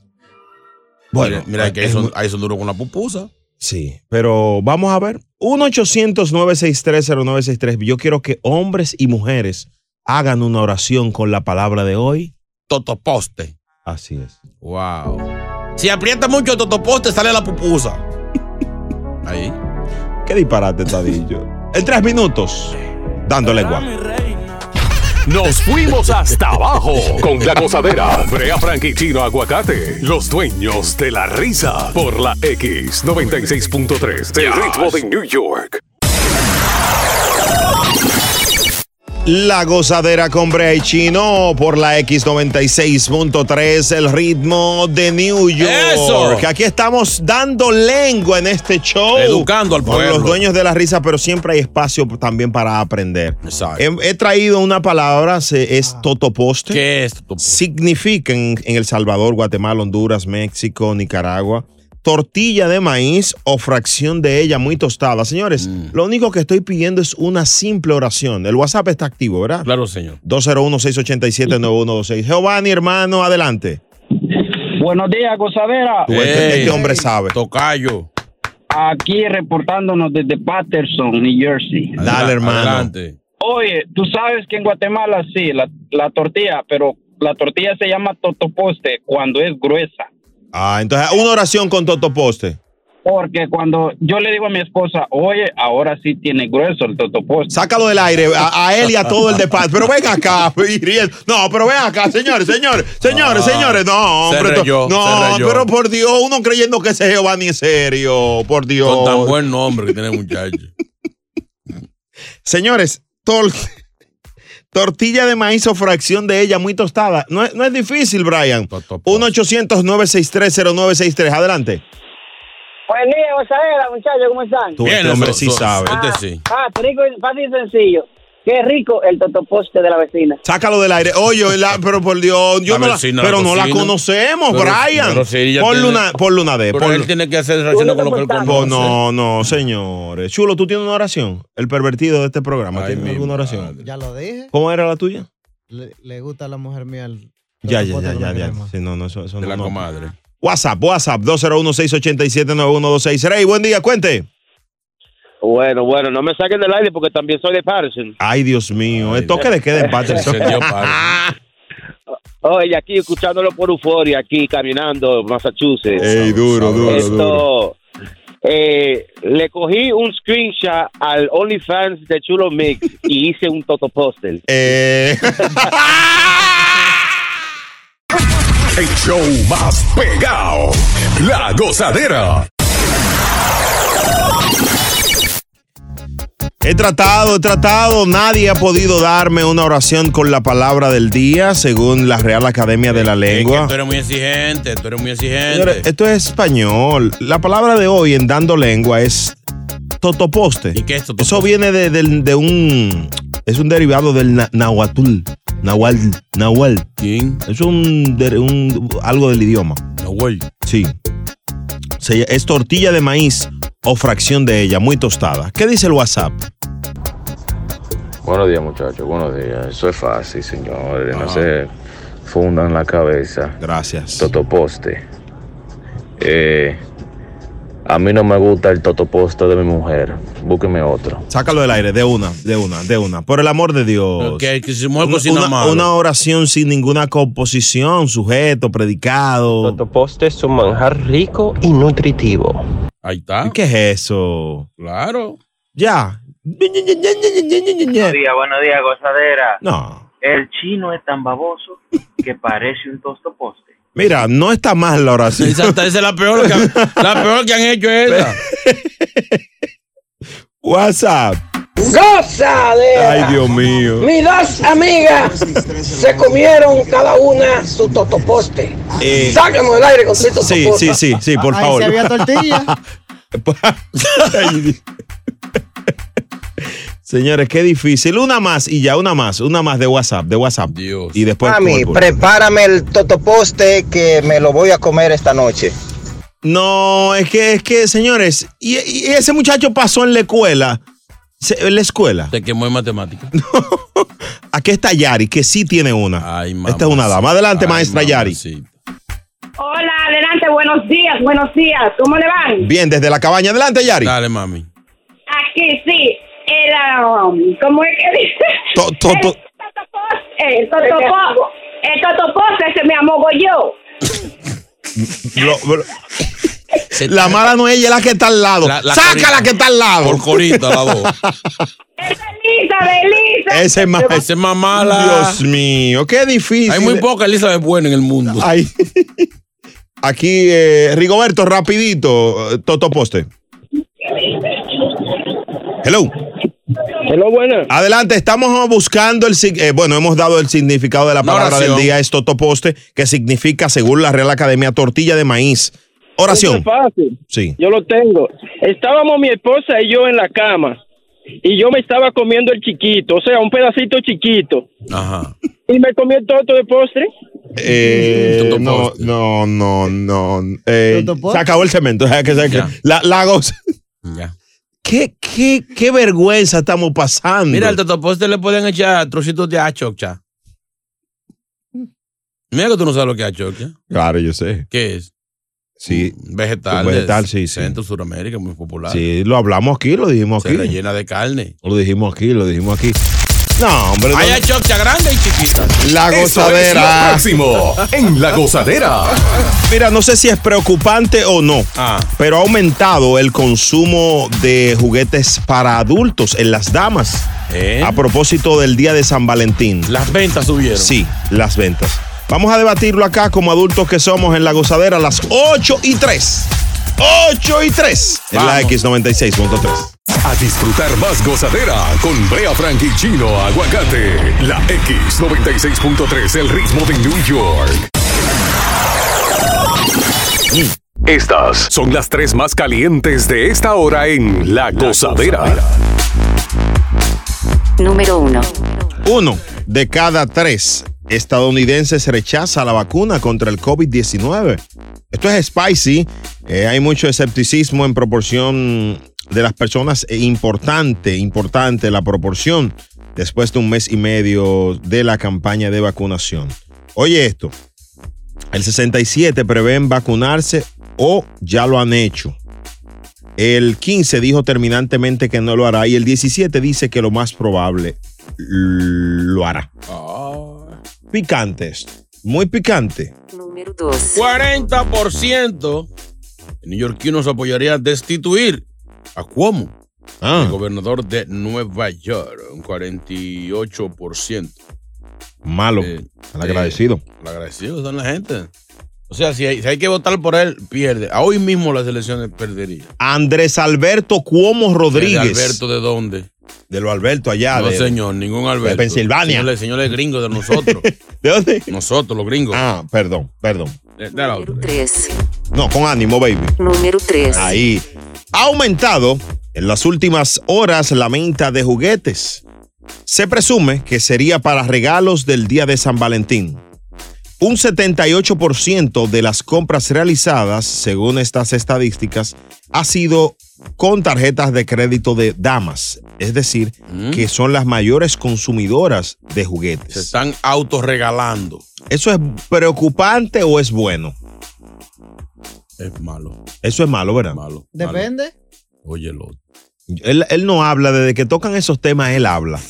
[SPEAKER 1] Bueno, pues,
[SPEAKER 5] mira, mira que ahí
[SPEAKER 1] es
[SPEAKER 5] son,
[SPEAKER 1] muy-
[SPEAKER 5] ahí son duros con la pupusa.
[SPEAKER 1] Sí, pero vamos a ver. 1-800-963-0963. Yo quiero que hombres y mujeres hagan una oración con la palabra de hoy.
[SPEAKER 5] Totoposte.
[SPEAKER 1] Así es.
[SPEAKER 5] Wow. Si aprieta mucho el totoposte, sale la pupusa. Ahí.
[SPEAKER 1] Qué disparate está dicho. En tres minutos, dándole guapo.
[SPEAKER 2] Nos fuimos hasta abajo con la gozadera. Brea Frank y Chino Aguacate, los dueños de la risa por la X96.3 del ritmo de New York.
[SPEAKER 1] La gozadera con Brea y Chino por la X96.3, el ritmo de New York.
[SPEAKER 5] Eso.
[SPEAKER 1] Aquí estamos dando lengua en este show.
[SPEAKER 5] Educando al
[SPEAKER 1] Con
[SPEAKER 5] pueblo.
[SPEAKER 1] los dueños de la risa, pero siempre hay espacio también para aprender. He, he traído una palabra, se- es totoposte.
[SPEAKER 5] ¿Qué es
[SPEAKER 1] Significa en, en El Salvador, Guatemala, Honduras, México, Nicaragua. Tortilla de maíz o fracción de ella muy tostada. Señores,
[SPEAKER 5] Mm.
[SPEAKER 1] lo único que estoy pidiendo es una simple oración. El WhatsApp está activo, ¿verdad?
[SPEAKER 5] Claro, señor.
[SPEAKER 1] 201-687-9126. Giovanni, hermano, adelante.
[SPEAKER 17] Buenos días, gozadera.
[SPEAKER 1] Tú, este, este hombre sabe.
[SPEAKER 5] Tocayo.
[SPEAKER 17] Aquí reportándonos desde Patterson, New Jersey.
[SPEAKER 1] Dale, hermano.
[SPEAKER 5] Adelante.
[SPEAKER 17] Oye, tú sabes que en Guatemala sí, la, la tortilla, pero la tortilla se llama totoposte cuando es gruesa.
[SPEAKER 1] Ah, entonces, una oración con totoposte.
[SPEAKER 17] Porque cuando yo le digo a mi esposa, oye, ahora sí tiene grueso el totoposte.
[SPEAKER 1] Sácalo del aire a, a él y a todo el de paz. Pero ven acá, Iriel. No, pero ven acá, señores, señores, señores,
[SPEAKER 5] Ah,
[SPEAKER 1] señores. No,
[SPEAKER 5] se
[SPEAKER 1] hombre,
[SPEAKER 5] reyó,
[SPEAKER 1] esto-
[SPEAKER 5] se
[SPEAKER 1] no,
[SPEAKER 5] reyó.
[SPEAKER 1] pero por Dios, uno creyendo que ese Giovanni es serio, por Dios.
[SPEAKER 5] Con tan buen nombre que tiene el muchacho.
[SPEAKER 1] Señores, tol- tortilla de maíz o fracción de ella muy tostada. No es, no es difícil, Brian. 1-800-963-0963. Adelante.
[SPEAKER 18] Buen día, gozadera, muchachos, ¿cómo están?
[SPEAKER 1] Tú, este hombre sí sabe.
[SPEAKER 18] Ah, rico, y- fácil y sencillo. Qué rico el totoposte de la vecina.
[SPEAKER 1] Sácalo del aire. Oye, la- pero por Dios, yo
[SPEAKER 5] La
[SPEAKER 1] no la-
[SPEAKER 5] vecina, la
[SPEAKER 1] pero no la
[SPEAKER 5] cocina.
[SPEAKER 1] conocemos,
[SPEAKER 5] Pero-
[SPEAKER 1] Brian.
[SPEAKER 5] pero si ella
[SPEAKER 1] ponle,
[SPEAKER 5] tiene-
[SPEAKER 1] una, ponle una D.
[SPEAKER 5] Pero
[SPEAKER 1] ponle-
[SPEAKER 5] él tiene que hacer relación con lo que él
[SPEAKER 1] Pues
[SPEAKER 5] conoce.
[SPEAKER 1] no, no, señores. Chulo, tú tienes una oración. El pervertido de este programa. ¿Tiene alguna oración?
[SPEAKER 4] Ya lo dije.
[SPEAKER 1] ¿Cómo era la tuya?
[SPEAKER 4] Le, le gusta a la mujer mía el.
[SPEAKER 1] Ya, ya, ya,
[SPEAKER 4] totopote,
[SPEAKER 1] ya, ya.
[SPEAKER 4] no queremos.
[SPEAKER 1] Sí, no, no, eso, eso
[SPEAKER 5] De
[SPEAKER 1] no,
[SPEAKER 5] la
[SPEAKER 1] no.
[SPEAKER 5] comadre.
[SPEAKER 1] WhatsApp, WhatsApp, 201-687-9126. Rey, buen día, cuente.
[SPEAKER 19] Bueno, bueno, no me saquen del aire porque también soy de Patterson.
[SPEAKER 1] Ay, Dios mío, el toque de queda en Patterson.
[SPEAKER 19] Oye, aquí escuchándolo por euforia, aquí caminando, Massachusetts.
[SPEAKER 1] Ey, duro, duro,
[SPEAKER 19] Esto,
[SPEAKER 1] duro.
[SPEAKER 19] eh, le cogí un screenshot al OnlyFans de Chulo Mix y hice un Toto Postel.
[SPEAKER 1] Eh.
[SPEAKER 2] El show más pegado. La gozadera.
[SPEAKER 1] He tratado, he tratado. Nadie ha podido darme una oración con la palabra del día, según la Real Academia de la
[SPEAKER 5] Es
[SPEAKER 1] Lengua.
[SPEAKER 5] que tú eres muy exigente, tú eres muy
[SPEAKER 1] Señores,
[SPEAKER 5] exigente.
[SPEAKER 1] esto es español. La palabra de hoy en Dando Lengua es totoposte.
[SPEAKER 5] ¿Y qué es totoposte?
[SPEAKER 1] Eso viene de, del- de un. Es un derivado del na- nahuatl. Nahual. Nahual.
[SPEAKER 5] ¿Quién?
[SPEAKER 1] Es un, der- un- algo del idioma.
[SPEAKER 5] Nahual.
[SPEAKER 1] Sí. Se- es tortilla de maíz o fracción de ella, muy tostada. ¿Qué dice el WhatsApp?
[SPEAKER 20] Buenos días, muchachos. Buenos días. Eso es fácil, señores.
[SPEAKER 5] Ah.
[SPEAKER 20] No se fundan la cabeza.
[SPEAKER 1] Gracias.
[SPEAKER 20] Totoposte. Eh, a mí no me gusta el totoposte de mi mujer. Búsqueme otro.
[SPEAKER 1] Sácalo del aire, de una, de una, de una. Por el amor de Dios.
[SPEAKER 5] Que, que se mueve
[SPEAKER 1] Una-
[SPEAKER 5] cocina
[SPEAKER 1] una,
[SPEAKER 5] malo.
[SPEAKER 1] una oración sin ninguna composición, sujeto, predicado.
[SPEAKER 19] Totoposte es un manjar rico y nutritivo.
[SPEAKER 5] Ahí está.
[SPEAKER 1] ¿Qué es eso?
[SPEAKER 5] Claro.
[SPEAKER 1] Ya.
[SPEAKER 6] Buenos días, buenos días, gozadera.
[SPEAKER 1] No.
[SPEAKER 6] El chino es tan baboso que parece un tosto poste.
[SPEAKER 1] Mira, no está mal la oración.
[SPEAKER 5] Esa, esa es la peor, que han, la peor que han hecho es esa.
[SPEAKER 1] WhatsApp.
[SPEAKER 21] ¡Gozadera!
[SPEAKER 1] Ay, Dios mío.
[SPEAKER 21] Mis dos amigas se comieron cada una su totoposte.
[SPEAKER 1] Eh,
[SPEAKER 21] Sácame del aire con su totoposte.
[SPEAKER 1] Sí, sí, sí, sí, por
[SPEAKER 21] Ahí
[SPEAKER 1] favor.
[SPEAKER 21] se había tortilla.
[SPEAKER 1] Ay, Dios. Señores, qué difícil. Una más y ya, una más, una más de WhatsApp, de WhatsApp. Y después.
[SPEAKER 22] Mami,
[SPEAKER 1] por- por-
[SPEAKER 22] prepárame el totoposte que me lo voy a comer esta noche.
[SPEAKER 1] No, es que, es que, señores, y, y ese muchacho pasó en la escuela. se- en la escuela.
[SPEAKER 5] Te quemó en matemática.
[SPEAKER 1] Aquí está Yari, que sí tiene una. Esta es una dama. Adelante, maestra Yari.
[SPEAKER 23] Hola, adelante, buenos días, buenos días. ¿Cómo le van?
[SPEAKER 1] Bien, desde la cabaña. Adelante, Yari.
[SPEAKER 5] Dale, mami.
[SPEAKER 23] Aquí sí, el, um, ¿cómo es que dice? El totopo, el totoposte se me amogo yo.
[SPEAKER 1] Lo- lo- la mala no es ella, es la que está al lado.
[SPEAKER 5] la
[SPEAKER 1] Saca la
[SPEAKER 5] corita.
[SPEAKER 1] que está al lado.
[SPEAKER 5] Por corita, la dos.
[SPEAKER 23] Elisa, Elisa.
[SPEAKER 1] Ese es más,
[SPEAKER 5] Ese es más mala.
[SPEAKER 1] Dios mío, qué difícil.
[SPEAKER 5] Hay muy poca Elizabeth Bueno en el mundo.
[SPEAKER 1] Ay. Aquí, eh, Rigoberto, rapidito, eh, Toto Poste. Hello. Adelante, estamos buscando el sig- eh, bueno, hemos dado el significado de la palabra
[SPEAKER 5] oración.
[SPEAKER 1] del día es totoposte, que significa, según la Real Academia, tortilla de maíz. Oración.
[SPEAKER 3] Eso es fácil.
[SPEAKER 1] Sí.
[SPEAKER 3] Yo lo tengo. Estábamos mi esposa y yo en la cama. Y yo me estaba comiendo el chiquito, o sea, un pedacito chiquito.
[SPEAKER 5] Ajá.
[SPEAKER 3] Y me comí el toto de postre.
[SPEAKER 1] Eh, no, no, no, no. Eh, se acabó el cemento. deja que se acabe. La, la goza- ¿Qué, qué, qué vergüenza estamos pasando.
[SPEAKER 5] Mira, al totoposte le pueden echar trocitos de achocha. Mira que tú no sabes lo que es achocha.
[SPEAKER 1] Claro, yo sé.
[SPEAKER 5] ¿Qué es?
[SPEAKER 1] Sí.
[SPEAKER 5] Vegetal.
[SPEAKER 1] Un vegetal,
[SPEAKER 5] de
[SPEAKER 1] sí, sí.
[SPEAKER 5] Centro, Suramérica, muy popular.
[SPEAKER 1] Sí, lo hablamos aquí, lo dijimos
[SPEAKER 5] Se
[SPEAKER 1] aquí.
[SPEAKER 5] rellena de carne.
[SPEAKER 1] Lo dijimos aquí, lo dijimos aquí. No, hombre.
[SPEAKER 5] Hay
[SPEAKER 1] no-
[SPEAKER 5] achocha grande y chiquita.
[SPEAKER 1] La
[SPEAKER 2] Eso es lo
[SPEAKER 1] gozadera.
[SPEAKER 2] próximo en La Gozadera. Ah.
[SPEAKER 1] Mira, no sé si es preocupante o no, pero ha aumentado el consumo de juguetes para adultos en las damas. A propósito del día de San Valentín.
[SPEAKER 5] ¿Eh? Las ventas subieron.
[SPEAKER 1] Sí, las ventas. Vamos a debatirlo acá como adultos que somos en la gozadera a las 8 y 3. 8 y 3 en la X96.3.
[SPEAKER 2] A disfrutar más gozadera con Brea Frank y Chino Aguacate. La X96.3, el ritmo de New York. Estas son las tres más calientes de esta hora en La Gozadera.
[SPEAKER 1] Número 1. Uno de cada tres estadounidenses rechaza la vacuna contra el COVID-19. Esto es spicy. Eh, hay mucho escepticismo en proporción de las personas. e importante, importante la proporción después de un mes y medio de la campaña de vacunación. Oye esto. El 67 prevén vacunarse o ya lo han hecho. El 15 dijo terminantemente que no lo hará y el 17 dice que lo más probable lo hará. Picante esto, muy picante.
[SPEAKER 5] 40% de neoyorquinos apoyaría destituir a Cuomo,
[SPEAKER 2] Ah.
[SPEAKER 5] el gobernador de Nueva York. Un 48%.
[SPEAKER 1] Malo,
[SPEAKER 5] Eh,
[SPEAKER 1] mal agradecido.
[SPEAKER 5] Lo agradecido son la gente. O sea, si hay, si hay que votar por él, pierde. A hoy mismo las elecciones perdería.
[SPEAKER 1] Andrés Alberto Cuomo Rodríguez.
[SPEAKER 5] ¿El de Alberto de dónde?
[SPEAKER 1] De los Alberto allá.
[SPEAKER 5] No,
[SPEAKER 1] de-
[SPEAKER 5] señor, ningún Alberto.
[SPEAKER 1] de Pensilvania.
[SPEAKER 5] Señores, señores gringos de nosotros.
[SPEAKER 1] ¿De dónde?
[SPEAKER 5] Nosotros, los gringos.
[SPEAKER 1] Ah, perdón, perdón.
[SPEAKER 5] Eh, dale a otro.
[SPEAKER 1] No, con ánimo, baby.
[SPEAKER 5] Número 3.
[SPEAKER 1] Ahí. Ha aumentado en las últimas horas la venta de juguetes. Se presume que sería para regalos del día de San Valentín. Un 78% de las compras realizadas, según estas estadísticas, ha sido con tarjetas de crédito de damas, es decir, que son las mayores consumidoras de juguetes.
[SPEAKER 5] Se están autorregalando.
[SPEAKER 1] ¿Eso es preocupante o es bueno?
[SPEAKER 5] Es malo.
[SPEAKER 1] Eso es malo, ¿verdad?
[SPEAKER 5] Malo.
[SPEAKER 4] Depende.
[SPEAKER 5] Óyelo.
[SPEAKER 1] Él, él no habla, desde que tocan esos temas, él habla.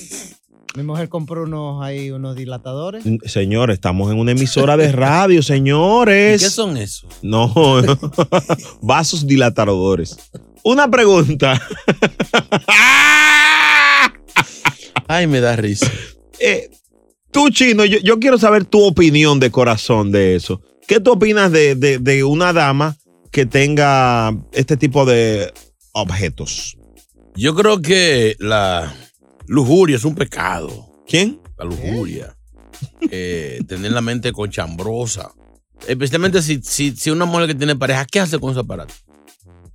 [SPEAKER 4] Mi mujer compró unos ahí, unos dilatadores.
[SPEAKER 1] Señores, estamos en una emisora de radio, señores.
[SPEAKER 4] ¿Y qué son
[SPEAKER 5] esos?
[SPEAKER 1] No, vasos dilatadores. Una pregunta.
[SPEAKER 5] Ay, me da risa.
[SPEAKER 1] Eh, tú, Chino, yo, yo quiero saber tu opinión de corazón de eso. ¿Qué tú opinas de, de- de una dama que tenga este tipo de objetos?
[SPEAKER 5] Yo creo que la lujuria es un pecado.
[SPEAKER 1] ¿Quién?
[SPEAKER 5] La lujuria. Eh, tener la mente cochambrosa. Especialmente si, si, si una mujer que tiene pareja, ¿qué hace con ese aparato?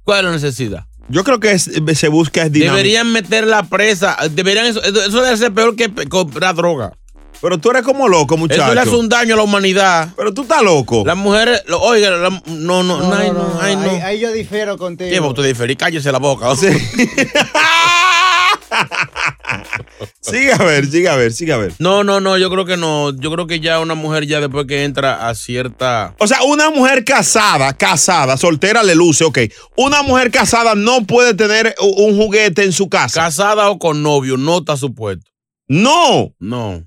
[SPEAKER 5] ¿Cuál es la necesidad?
[SPEAKER 1] Yo creo que es- se busca es dinámica.
[SPEAKER 5] Deberían meter la presa. Deberían eso, eso eso debe ser peor que pe- comprar droga.
[SPEAKER 1] Pero tú eres como loco, muchacho.
[SPEAKER 5] Eso le hace un daño a la humanidad.
[SPEAKER 1] Pero tú estás loco.
[SPEAKER 5] Las mujeres, lo- oiga, la- no, no, no, ay, no, ay, no.
[SPEAKER 4] Ahí, ahí yo difiero contigo.
[SPEAKER 5] ¿Qué vos te diferís? Cállese la boca.
[SPEAKER 1] Sigue a ver, sigue a ver, sigue a ver.
[SPEAKER 5] No, no, no, yo creo que no. Yo creo que ya una mujer ya después que entra a cierta...
[SPEAKER 1] O sea, una mujer casada, casada, soltera le luce, ok. Una mujer casada no puede tener u- un juguete en su casa.
[SPEAKER 5] Casada o con novio, no está supuesto.
[SPEAKER 1] No.
[SPEAKER 5] No.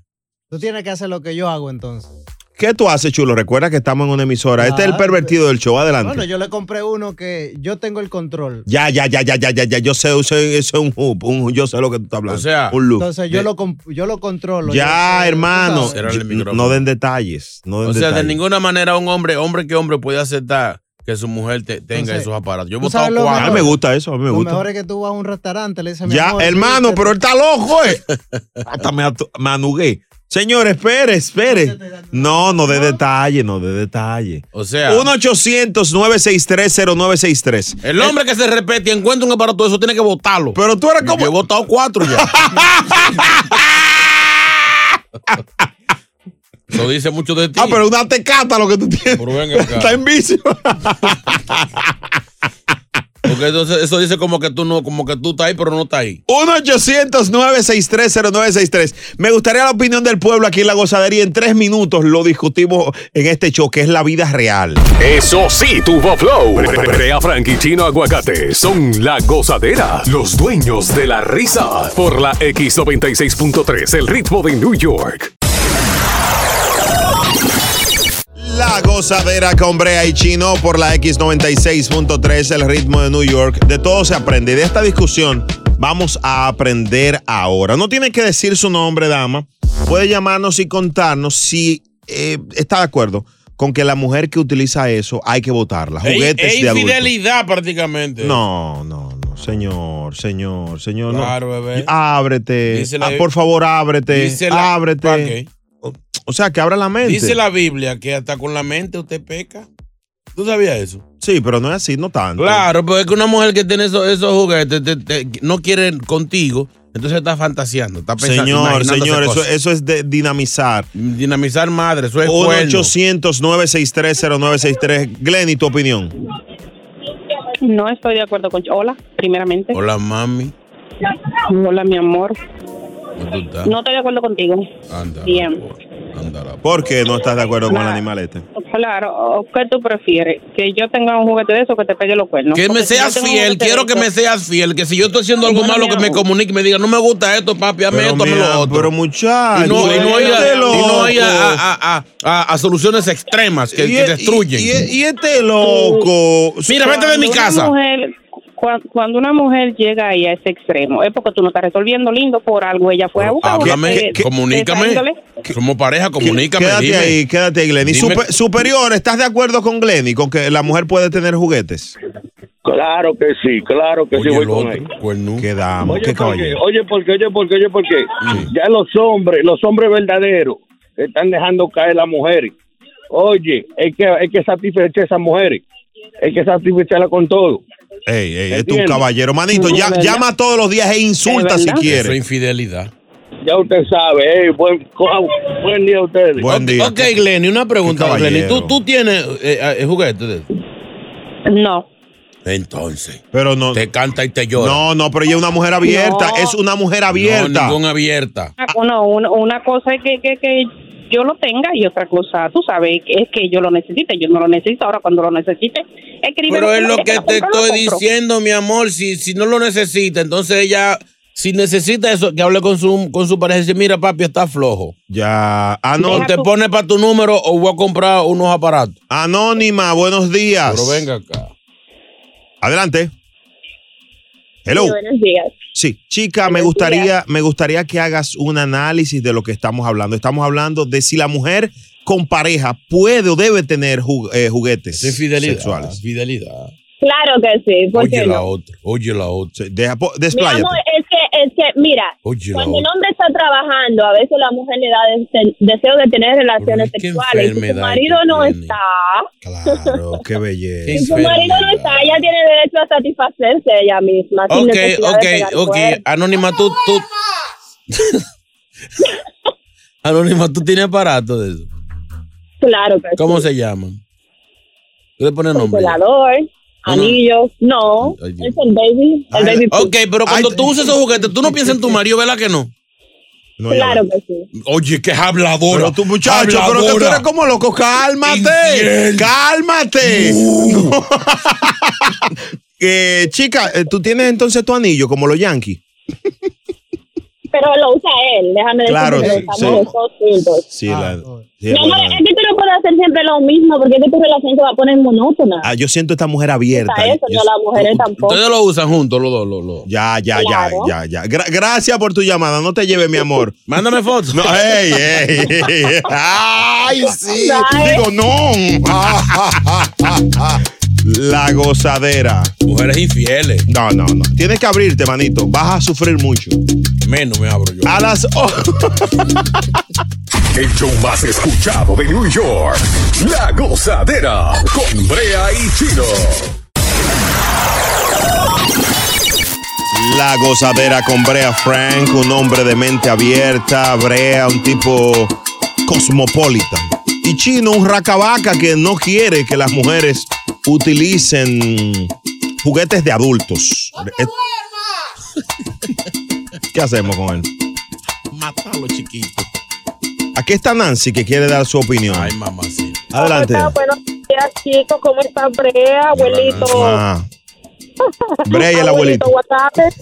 [SPEAKER 4] Tú tienes que hacer lo que yo hago entonces.
[SPEAKER 1] ¿Qué tú haces, chulo? Recuerda que estamos en una emisora. este es el
[SPEAKER 4] Claro.
[SPEAKER 1] pervertido del show. Adelante.
[SPEAKER 4] Bueno, yo le compré uno que yo tengo el control.
[SPEAKER 1] Ya, ya, ya, ya, ya, ya, ya. Yo sé, yo sé- eso es un hoop, un- yo sé lo que tú estás hablando.
[SPEAKER 4] O sea,
[SPEAKER 1] un loop.
[SPEAKER 4] Entonces yo, lo, comp- yo lo controlo.
[SPEAKER 1] Eh. Ya, hermano.
[SPEAKER 5] Cerrarle el
[SPEAKER 1] Yo-
[SPEAKER 5] micrófono.
[SPEAKER 1] No den detalles. No den
[SPEAKER 5] O sea, de
[SPEAKER 1] detalles.
[SPEAKER 5] ninguna manera un hombre, hombre que hombre puede aceptar que su mujer te- tenga esos aparatos. Yo he
[SPEAKER 4] ¿tú
[SPEAKER 5] votado
[SPEAKER 4] sabes lo
[SPEAKER 5] cuatro.
[SPEAKER 4] mejor? A mí me gusta
[SPEAKER 1] eso, a mí
[SPEAKER 4] Lo mejor es que tú vas a un restaurante, le dices, mi
[SPEAKER 1] Ya,
[SPEAKER 4] amor,
[SPEAKER 1] hermano,
[SPEAKER 4] ¿viste?
[SPEAKER 1] pero él está loco, eh. Hasta me atu- me anugué. Señor, espere, espere. No, no de detalle, no de detalle.
[SPEAKER 5] O sea,
[SPEAKER 1] 1-800-963-0963.
[SPEAKER 5] el hombre que se respete y encuentra un aparato de eso tiene que votarlo.
[SPEAKER 1] Pero tú eres como.
[SPEAKER 5] Yo he votado cuatro ya. Eso dice mucho de ti.
[SPEAKER 1] Ah, pero una tecata lo que tú tienes.
[SPEAKER 5] acá.
[SPEAKER 1] Está en vicio.
[SPEAKER 5] Porque entonces eso dice como que tú no, como que tú estás ahí, pero no estás ahí.
[SPEAKER 1] 1-800-963-0963. Me gustaría la opinión del pueblo aquí en La Gozadería. En tres minutos lo discutimos en este show, que es la vida real.
[SPEAKER 2] Eso sí, tuvo flow. Brea Frank y Chino Aguacate son la gozadera, los dueños de la risa. Por la X96.3, el ritmo de New York.
[SPEAKER 1] La gozadera con Brea y Chino por la X96.3, el ritmo de New York. De todo se aprende. De esta discusión vamos a aprender ahora. No tiene que decir su nombre, dama. Puede llamarnos y contarnos si eh, está de acuerdo con que la mujer que utiliza eso hay que votarla. Juguetes
[SPEAKER 5] Es
[SPEAKER 1] de adulto.
[SPEAKER 5] infidelidad prácticamente.
[SPEAKER 1] No, no, no, señor, señor, señor. no.
[SPEAKER 5] Claro, bebé.
[SPEAKER 1] Ábrete.
[SPEAKER 5] Dice la-
[SPEAKER 1] Ah, por favor, ábrete.
[SPEAKER 5] Dice la-
[SPEAKER 1] ábrete.
[SPEAKER 5] ¿Para qué?
[SPEAKER 1] O, o sea, que abra la mente.
[SPEAKER 5] Dice la Biblia que hasta con la mente usted peca. ¿Tú sabías eso?
[SPEAKER 1] Sí, pero no es así, no tanto.
[SPEAKER 5] Claro, pero es que una mujer que tiene esos, esos juguetes te- te- no quiere contigo, entonces está fantaseando, está pensando.
[SPEAKER 1] Señor,
[SPEAKER 5] imaginándose
[SPEAKER 1] señor, eso,
[SPEAKER 5] cosas.
[SPEAKER 1] eso es de dinamizar.
[SPEAKER 5] Dinamizar madre, eso es cuerno.
[SPEAKER 1] 1-800-963-0963. Glenny, tu opinión.
[SPEAKER 8] No estoy de acuerdo con. Hola, primeramente.
[SPEAKER 5] Hola, mami.
[SPEAKER 8] Hola, mi amor.
[SPEAKER 5] ¿Dónde tú estás?
[SPEAKER 8] No estoy de acuerdo contigo.
[SPEAKER 5] Anda,
[SPEAKER 8] Bien.
[SPEAKER 1] ¿Por qué no estás de acuerdo con el animal este?
[SPEAKER 8] Claro, ¿o ¿qué tú prefieres? ¿Que yo tenga un juguete de eso que te pegue los cuernos?
[SPEAKER 5] Que
[SPEAKER 8] Porque
[SPEAKER 5] me
[SPEAKER 8] si yo
[SPEAKER 5] seas
[SPEAKER 8] tengo un
[SPEAKER 5] fiel,
[SPEAKER 8] juguete de
[SPEAKER 5] quiero que
[SPEAKER 8] eso-
[SPEAKER 5] me seas fiel. Que si yo estoy haciendo algo malo, que me comunique y me diga, no me gusta esto, papi, hazme
[SPEAKER 1] Pero
[SPEAKER 5] esto, hazme
[SPEAKER 1] mira,
[SPEAKER 5] lo otro.
[SPEAKER 1] pero muchacho,
[SPEAKER 5] y no, y no haya,
[SPEAKER 1] este
[SPEAKER 5] y no haya
[SPEAKER 1] loco.
[SPEAKER 5] a, a- a- a- a soluciones extremas que, que destruyen.
[SPEAKER 1] Y este loco.
[SPEAKER 5] Mira, vete de mi
[SPEAKER 8] Cuando una
[SPEAKER 5] casa.
[SPEAKER 8] mujer- cua- cuando una mujer llega ahí a ese extremo, es porque tú no estás resolviendo lindo por algo. Ella fue a buscar.
[SPEAKER 5] Háblame,
[SPEAKER 8] porque-
[SPEAKER 5] comunícame.
[SPEAKER 8] Desándole.
[SPEAKER 5] Somos pareja, Ah, comunícame.
[SPEAKER 1] Quédate
[SPEAKER 5] dime.
[SPEAKER 1] ahí, quédate ahí, Glenny.
[SPEAKER 5] Dime-
[SPEAKER 1] Supe- superior, ¿estás de acuerdo con Glenny? Con que la mujer puede tener juguetes.
[SPEAKER 24] Claro que sí, claro que sí, voy con él.
[SPEAKER 1] Quedamos, qué
[SPEAKER 24] Oye, porque,
[SPEAKER 1] caballero.
[SPEAKER 24] oye, porque, oye, porque, oye, porque ya los hombres, los hombres verdaderos, están dejando caer las mujeres. Oye, es que, es que satisfecha a esas mujeres, es que satisfecharla con todo.
[SPEAKER 1] Ey, ey, este es un
[SPEAKER 24] ¿Entiendes?
[SPEAKER 1] caballero. Manito, ya,
[SPEAKER 24] ¿Verdad?
[SPEAKER 1] llama todos los días e insulta si
[SPEAKER 5] Eso es
[SPEAKER 1] quieres.
[SPEAKER 5] infidelidad.
[SPEAKER 24] Ya usted sabe, eh, buen, coja- buen día a ustedes.
[SPEAKER 1] Buen
[SPEAKER 5] Ok, ok, Glenny, una pregunta,
[SPEAKER 24] Qué
[SPEAKER 5] Glenny.
[SPEAKER 24] caballero.
[SPEAKER 5] ¿Tú, tú tienes eh, eh, juguetes de eso?
[SPEAKER 8] No.
[SPEAKER 5] Entonces.
[SPEAKER 1] Pero no.
[SPEAKER 5] Te canta y te llora.
[SPEAKER 1] No, no, pero ella es una mujer abierta. Es una mujer
[SPEAKER 5] No,
[SPEAKER 1] abierta.
[SPEAKER 5] ninguna abierta.
[SPEAKER 8] Una, una, Ah, una cosa es que, que, que yo lo tenga y otra cosa, tú sabes, es que yo lo necesite. Yo no lo necesito ahora cuando lo necesite. escríbeme
[SPEAKER 5] Pero es
[SPEAKER 8] como
[SPEAKER 5] lo
[SPEAKER 8] te
[SPEAKER 5] que
[SPEAKER 8] la
[SPEAKER 5] te
[SPEAKER 8] compro, la
[SPEAKER 5] estoy
[SPEAKER 8] compro.
[SPEAKER 5] diciendo, mi amor. Si, si no lo necesita, entonces ella, si necesita eso, que hable con su, con su pareja y dice, mira, papi, está flojo.
[SPEAKER 1] Ya.
[SPEAKER 5] O te pone para tu número o voy a comprar unos aparatos.
[SPEAKER 1] Anónima, buenos días.
[SPEAKER 5] Pero venga acá.
[SPEAKER 1] Adelante. Hello.
[SPEAKER 7] Sí, buenos días.
[SPEAKER 1] Sí, chica, me
[SPEAKER 7] Buenos
[SPEAKER 1] gustaría,
[SPEAKER 7] días.
[SPEAKER 1] me gustaría que hagas un análisis de lo que estamos hablando. Estamos hablando de si la mujer con pareja puede o debe tener ju- eh, juguetes
[SPEAKER 5] Fidelidad.
[SPEAKER 1] sexuales.
[SPEAKER 5] Fidelidad.
[SPEAKER 7] Claro que sí, ¿por qué
[SPEAKER 5] Oye la
[SPEAKER 7] no?
[SPEAKER 5] otra. Oye la otra.
[SPEAKER 1] Deja,
[SPEAKER 7] Mi amor, es que, es que, mira,
[SPEAKER 5] Oye la
[SPEAKER 7] cuando el
[SPEAKER 5] otra.
[SPEAKER 7] hombre está trabajando, a veces la mujer le da des- deseo de tener relaciones sexuales. Y si su
[SPEAKER 1] enfermedad
[SPEAKER 7] marido no está,
[SPEAKER 1] Claro, qué
[SPEAKER 7] si
[SPEAKER 1] belleza.
[SPEAKER 7] su marido no está, ella tiene derecho a satisfacerse ella misma. sin
[SPEAKER 5] Ok,
[SPEAKER 7] necesidad de
[SPEAKER 5] ok,
[SPEAKER 7] pegar
[SPEAKER 5] ok.
[SPEAKER 7] cuernos.
[SPEAKER 5] Anónima, tú. tú... Anónima, tú tienes aparatos de eso.
[SPEAKER 7] Claro que
[SPEAKER 5] ¿Cómo
[SPEAKER 7] sí.
[SPEAKER 5] se llaman? Tú le pones nombre. Ah.
[SPEAKER 7] Consolador, anillos, no,
[SPEAKER 5] Ay, Dios. Ah,
[SPEAKER 7] es el baby, el baby.
[SPEAKER 5] Ok, pero cuando tú usas esos juguetes, tú no piensas en tu marido, ¿verdad que no?
[SPEAKER 7] claro que sí.
[SPEAKER 5] Oye, que es habladora.
[SPEAKER 1] Pero tú, muchacho, pero que tú eres como loco. Cálmate. Cálmate. No. Eh, chica, eh, tú tienes entonces tu anillo como los yankees.
[SPEAKER 7] Pero lo usa él, déjame decirte
[SPEAKER 1] Claro,
[SPEAKER 7] que
[SPEAKER 1] sí,
[SPEAKER 7] estamos
[SPEAKER 1] sí.
[SPEAKER 7] todos juntos.
[SPEAKER 1] Sí, la- sí,
[SPEAKER 7] Mi
[SPEAKER 1] es
[SPEAKER 7] amor,
[SPEAKER 1] verdad.
[SPEAKER 7] es que tú Ah, no puedes hacer siempre lo mismo porque es que tu relación se va a poner monótona.
[SPEAKER 1] Ah, yo siento esta mujer abierta.
[SPEAKER 7] Para eso,
[SPEAKER 1] Yo-
[SPEAKER 7] no las mujeres tampoco.
[SPEAKER 5] Ustedes lo usan juntos, los dos.
[SPEAKER 1] Ya, ya,
[SPEAKER 7] Claro.
[SPEAKER 1] ya, ya, ya. Gra- gracias por tu llamada. No te lleves, mi amor.
[SPEAKER 5] Mándame fotos.
[SPEAKER 1] No, ey, ey, ey. Ay, sí.
[SPEAKER 7] Bye.
[SPEAKER 1] Digo, no. La gozadera.
[SPEAKER 5] Mujeres infieles.
[SPEAKER 1] No, no, no. Tienes que abrirte, manito. Vas a sufrir mucho.
[SPEAKER 5] Menos me abro yo.
[SPEAKER 1] A las. o-
[SPEAKER 2] El show más escuchado de New York. La gozadera con Brea y Chino.
[SPEAKER 1] La gozadera con Brea Frank, un hombre de mente abierta, Brea, un tipo cosmopolita. Y Chino, un racabaca que no quiere que las mujeres utilicen juguetes de adultos. Eh, ¿Qué hacemos con él?
[SPEAKER 5] Matalo, chiquito.
[SPEAKER 1] Aquí está Nancy que quiere dar su opinión. Ay,
[SPEAKER 5] mamá,
[SPEAKER 1] Adelante.
[SPEAKER 9] Hola, buenos días, chicos. ¿Cómo están, Brea, abuelito?
[SPEAKER 1] Ah, Brea y el abuelito.
[SPEAKER 9] Guatapes.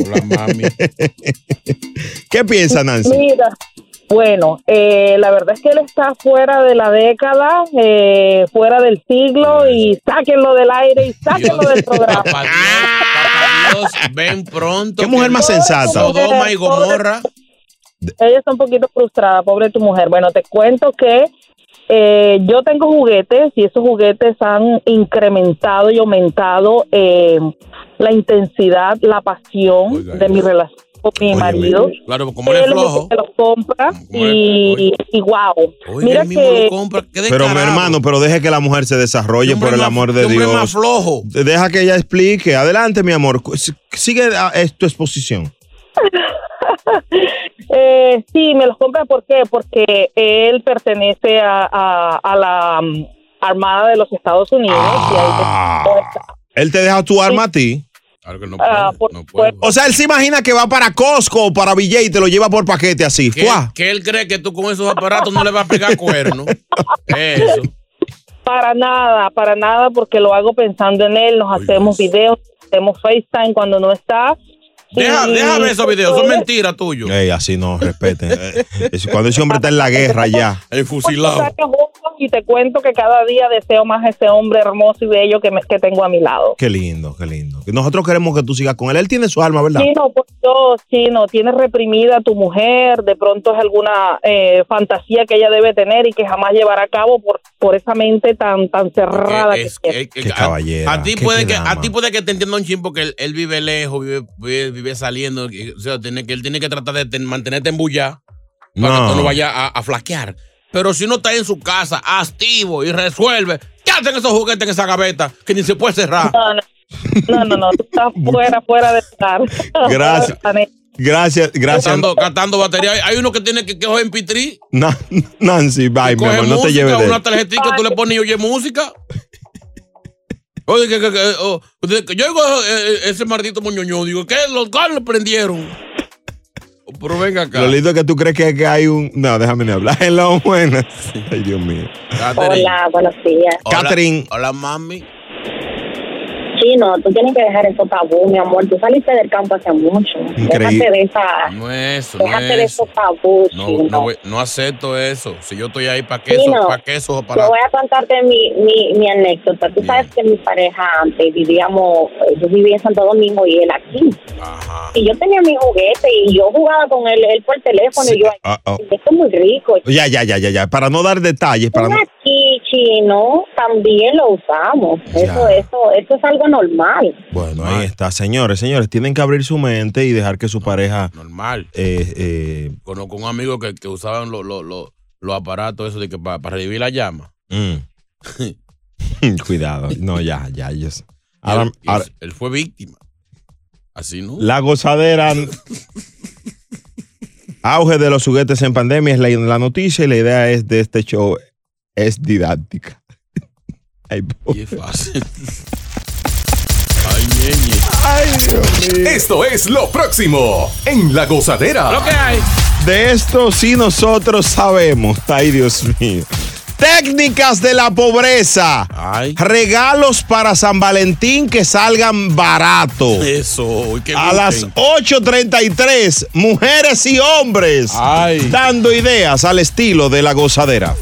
[SPEAKER 1] ¿Qué piensa Nancy?
[SPEAKER 9] Mira, bueno, eh, la verdad es que él está fuera de la década, eh, fuera del siglo, y sáquenlo del aire y sáquenlo del programa.
[SPEAKER 5] Dios, ven pronto.
[SPEAKER 1] ¿Qué mujer más sensata?
[SPEAKER 5] Sodoma y Gomorra.
[SPEAKER 9] Ella está un poquito frustrada, pobre tu mujer. Bueno, te cuento que eh, yo tengo juguetes y esos juguetes han incrementado y aumentado eh, la intensidad, la pasión de mi relación con mi marido.
[SPEAKER 5] Claro, como él es
[SPEAKER 9] Él es el
[SPEAKER 5] flojo.
[SPEAKER 9] que los compra y, y wow.
[SPEAKER 5] Oiga,
[SPEAKER 9] Mira
[SPEAKER 5] él mismo
[SPEAKER 9] que
[SPEAKER 5] lo compra. Qué
[SPEAKER 1] Pero mi hermano, pero deje que la mujer se desarrolle por el amor de
[SPEAKER 5] hombre
[SPEAKER 1] Dios.
[SPEAKER 5] más flojo.
[SPEAKER 1] Deja que ella explique. Adelante, mi amor. Cu- si- Sigue ah, es tu exposición.
[SPEAKER 9] Eh, sí, me los compra. ¿Por qué? Porque él pertenece a, a- a la mm, Armada de los Estados Unidos. y
[SPEAKER 5] Ah,
[SPEAKER 9] ahí te-
[SPEAKER 1] Él te deja tu arma a ti.
[SPEAKER 9] Ah, por supuesto.
[SPEAKER 1] O sea, él se imagina que va para Costco o para Villay y te lo lleva por paquete así.
[SPEAKER 5] Que,
[SPEAKER 1] ¡Fua!
[SPEAKER 5] que él cree que tú con esos aparatos no le vas a pegar cuerno. Eso.
[SPEAKER 9] Para nada, para nada, porque lo hago pensando en él. Nos hacemos videos, hacemos FaceTime cuando no está.
[SPEAKER 5] Deja,
[SPEAKER 9] Y- pues,
[SPEAKER 5] deja ver esos videos. Son mentiras tuyas.
[SPEAKER 1] Ey, así no, respeten. Eh, es- Cuando ese hombre está en la guerra ya.
[SPEAKER 5] El
[SPEAKER 9] Muchos años pues, juntos Y te cuento que cada día deseo más a ese hombre hermoso y bello que, me- que tengo a mi lado.
[SPEAKER 1] Qué lindo, qué lindo. Nosotros queremos que tú sigas con él. Él tiene su arma, ¿verdad?
[SPEAKER 9] Sí, no, por Dios, sí, no, tienes reprimida a tu mujer, de pronto es alguna eh, fantasía que ella debe tener y que jamás llevará a cabo por, por esa mente tan, tan cerrada.
[SPEAKER 5] Eh, Es-
[SPEAKER 9] que
[SPEAKER 5] es-
[SPEAKER 9] tiene.
[SPEAKER 5] a- A, ti puede que, a ti puede que te entienda un chin porque él, él vive lejos, vive, vive, vive saliendo. y- O sea, tiene que, él tiene que tratar de ten- mantenerte en bulla para que tú no vayas a, a flaquear. Pero si uno está en su casa activo y resuelve, ¿qué hacen esos juguetes en esa gaveta que ni se puede cerrar?
[SPEAKER 9] No, no, no, tú estás fuera, fuera de estar.
[SPEAKER 1] Gracias. Gracias, gracias.
[SPEAKER 5] Catando, catando batería. Hay- Hay uno que tiene que, que coger en pitri,
[SPEAKER 1] Na- Nancy, bye, mi
[SPEAKER 5] coge
[SPEAKER 1] amor. No te
[SPEAKER 5] música,
[SPEAKER 1] lleves de él.
[SPEAKER 5] una tarjetita, tú le pones y oye música. Oye, que, que- que, oh, de- que yo digo eh, eh, ese maldito moñoño, digo, ¿qué? ¿Los cuáles lo prendieron? Oh, Pero venga acá.
[SPEAKER 1] Lo lindo es que tú crees que, que hay un. No, déjame ni hablar. Hello, buenas. Ay, Dios mío.
[SPEAKER 9] Hola,
[SPEAKER 7] buenos días.
[SPEAKER 1] Catherine.
[SPEAKER 5] Hola, mami.
[SPEAKER 7] Chino, tú tienes que dejar eso tabú, mi amor. Tú saliste del campo hace mucho. Déjate de esa...
[SPEAKER 5] No es eso, no
[SPEAKER 7] Déjate de
[SPEAKER 5] es eso.
[SPEAKER 7] esos tabú,
[SPEAKER 5] No,
[SPEAKER 7] Chino.
[SPEAKER 5] no, voy- no acepto eso. Si yo estoy ahí, ¿para qué eso?
[SPEAKER 7] Sí, no.
[SPEAKER 5] ¿Para qué eso?
[SPEAKER 7] Yo
[SPEAKER 5] Para...
[SPEAKER 7] voy a contarte mi, mi, mi anécdota. Tú sabes que mi pareja antes vivíamos, eh, yo vivía en Santo Domingo y él aquí. Y yo tenía mi juguete y yo jugaba con él, él por teléfono y yo, ay,
[SPEAKER 1] Ah, ah.
[SPEAKER 7] esto es muy rico.
[SPEAKER 1] Ya, ya, ya, ya, ya. Para no dar detalles, para no.
[SPEAKER 7] Aquí, chino, también lo usamos. Eso, eso, eso es algo normal.
[SPEAKER 1] Bueno, ahí está. Señores, señores, tienen que abrir su mente y dejar que su pareja.
[SPEAKER 5] Normal.
[SPEAKER 1] eh, eh,
[SPEAKER 5] Conozco un amigo que, que usaban los los- los- los aparatos esos de que para, para revivir la llama.
[SPEAKER 1] eh, mm. Cuidado. No, ya, ya. yo sé. Ahora-
[SPEAKER 5] él, y
[SPEAKER 1] ahora-
[SPEAKER 5] él fue víctima. Así no.
[SPEAKER 1] la gozadera. Auge de los juguetes en pandemia es la, la noticia y la idea es de este show es didáctica. Ay,
[SPEAKER 5] Y es fácil. Ay, ñeñe.
[SPEAKER 2] Esto es lo próximo en La Gozadera.
[SPEAKER 5] Lo que hay.
[SPEAKER 1] De esto sí nosotros sabemos. Ay, Dios mío. Técnicas de la pobreza. Regalos para San Valentín que salgan barato.
[SPEAKER 5] Eso. qué
[SPEAKER 1] A
[SPEAKER 5] gusten.
[SPEAKER 1] las 8.33, mujeres y hombres dando ideas al estilo de la gozadera.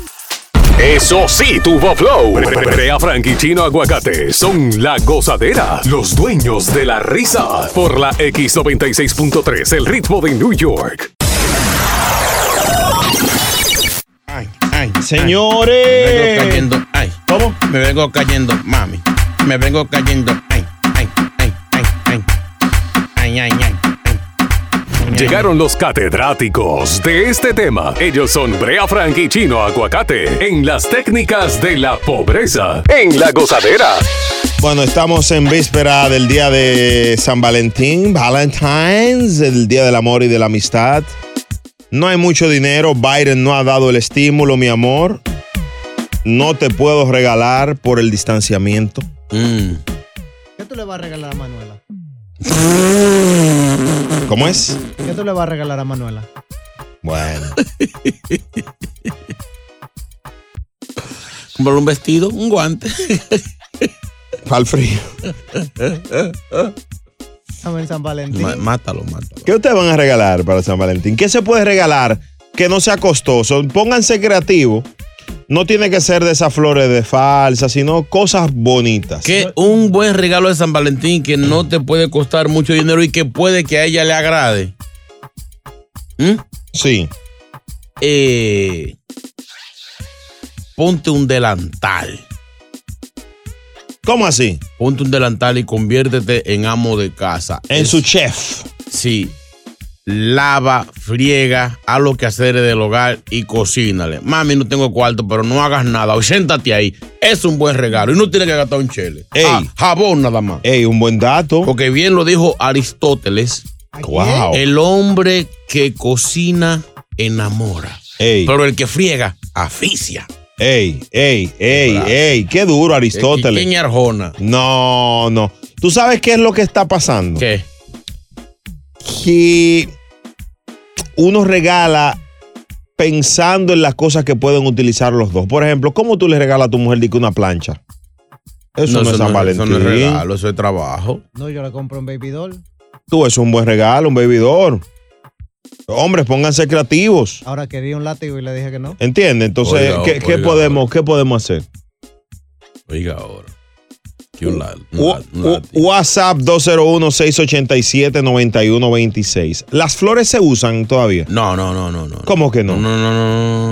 [SPEAKER 2] Eso sí tuvo flow. Brea Frank y Chino Aguacate son la gozadera, los dueños de la risa. Por la X96.3, el ritmo de New York.
[SPEAKER 1] Señores.
[SPEAKER 5] Me vengo cayendo. Ay.
[SPEAKER 1] ¿Cómo?
[SPEAKER 5] Me vengo cayendo, mami. me vengo cayendo. Ay, ay, ay, ay, ay. Ay, ay, ay.
[SPEAKER 2] Llegaron los catedráticos de este tema. Ellos son Brea Frank y Chino Aguacate en las técnicas de la pobreza en la gozadera.
[SPEAKER 1] Bueno, estamos en víspera del día de San Valentín, Valentine's, el día del amor y de la amistad. No hay mucho dinero, Biden no ha dado el estímulo, mi amor. No te puedo regalar por el distanciamiento.
[SPEAKER 4] ¿Qué tú le vas a regalar a Manuela?
[SPEAKER 1] ¿Cómo es?
[SPEAKER 4] ¿Qué tú le vas a regalar a Manuela?
[SPEAKER 1] Bueno.
[SPEAKER 5] Comprar un vestido, un guante.
[SPEAKER 1] Para el frío.
[SPEAKER 4] Estamos en San Valentín.
[SPEAKER 5] Ma- mátalo, mátalo.
[SPEAKER 1] ¿Qué ustedes van a regalar para San Valentín? ¿Qué se puede regalar que no sea costoso? Pónganse creativos. No tiene que ser de esas flores de falsa, sino cosas bonitas.
[SPEAKER 5] Que un buen regalo de San Valentín que no te puede costar mucho dinero y que puede que a ella le agrade. ¿Mm?
[SPEAKER 1] Sí.
[SPEAKER 5] Eh, ponte un delantal.
[SPEAKER 1] ¿Cómo así?
[SPEAKER 5] Ponte un delantal y conviértete en amo de casa.
[SPEAKER 1] En su chef.
[SPEAKER 5] Sí. Lava, friega, haz los quehaceres del hogar y cocínale. Mami, no tengo cuarto, pero no hagas nada. Siéntate ahí. Es un buen regalo y no tienes que gastar un chele. Ah, jabón nada más.
[SPEAKER 1] Ey, un buen dato.
[SPEAKER 5] Porque bien lo dijo Aristóteles.
[SPEAKER 1] Wow.
[SPEAKER 5] El hombre que cocina enamora. Pero el que friega aficia.
[SPEAKER 1] Ey, ey, ey, ey, qué duro Aristóteles.
[SPEAKER 5] Quiquín y Arjona.
[SPEAKER 1] No, no. ¿Tú sabes qué es lo que está pasando?
[SPEAKER 5] ¿Qué?
[SPEAKER 1] Que uno regala pensando en las cosas que pueden utilizar los dos. Por ejemplo, ¿cómo tú le regalas a tu mujer dique una plancha? Eso no, es San Valentín.
[SPEAKER 5] Eso no es regalo, eso es trabajo.
[SPEAKER 4] No, yo le compro un baby doll.
[SPEAKER 1] Tú, eso es un buen regalo, un bebidor. Hombres, pónganse creativos.
[SPEAKER 4] Ahora quería un látigo y le dije que no.
[SPEAKER 1] ¿Entiendes? Entonces,
[SPEAKER 4] Oiga,
[SPEAKER 1] ¿qué,
[SPEAKER 4] oiga,
[SPEAKER 1] qué podemos, ¿qué podemos hacer?
[SPEAKER 5] Oiga ahora. Que un la-
[SPEAKER 1] Wa- wa- WhatsApp 201-687-9126. ¿Las flores se usan todavía?
[SPEAKER 5] No, no, no, no. no.
[SPEAKER 1] ¿Cómo que no?
[SPEAKER 5] No, no,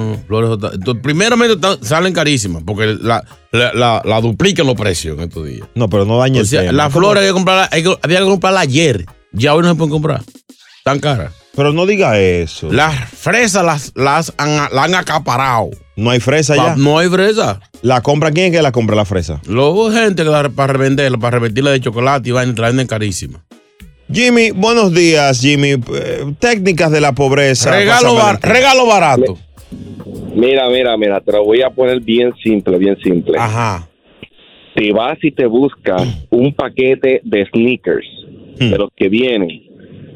[SPEAKER 5] no, no. Flores otra- Entonces, primeramente ta- salen carísimas porque la, la, la- la duplican los precios en estos días.
[SPEAKER 1] No, pero no dañe
[SPEAKER 5] O sea,
[SPEAKER 1] el tema.
[SPEAKER 5] las
[SPEAKER 1] ¿Cómo?
[SPEAKER 5] flores hay que comprarlas, hay que- había que comprarlas ayer. Ya hoy no se pueden comprar. Tan caras.
[SPEAKER 1] Pero no diga eso.
[SPEAKER 5] Las fresas las, las han, la han acaparado.
[SPEAKER 1] No hay fresa ya.
[SPEAKER 5] Pa- No hay fresa.
[SPEAKER 1] ¿La compra quién es que la compra la fresa?
[SPEAKER 5] Luego gente que la- para revenderla, para revertirla de chocolate y van y la venden carísima.
[SPEAKER 1] Jimmy, buenos días, Jimmy. Eh, técnicas de la pobreza.
[SPEAKER 5] Regalo
[SPEAKER 1] Pásame
[SPEAKER 5] bar-
[SPEAKER 1] el-
[SPEAKER 5] regalo barato.
[SPEAKER 10] Mira, mira, mira, te lo voy a poner bien simple, bien simple.
[SPEAKER 5] Ajá.
[SPEAKER 10] Te vas y te buscas
[SPEAKER 1] Mm.
[SPEAKER 10] un paquete de sneakers, de los que vienen,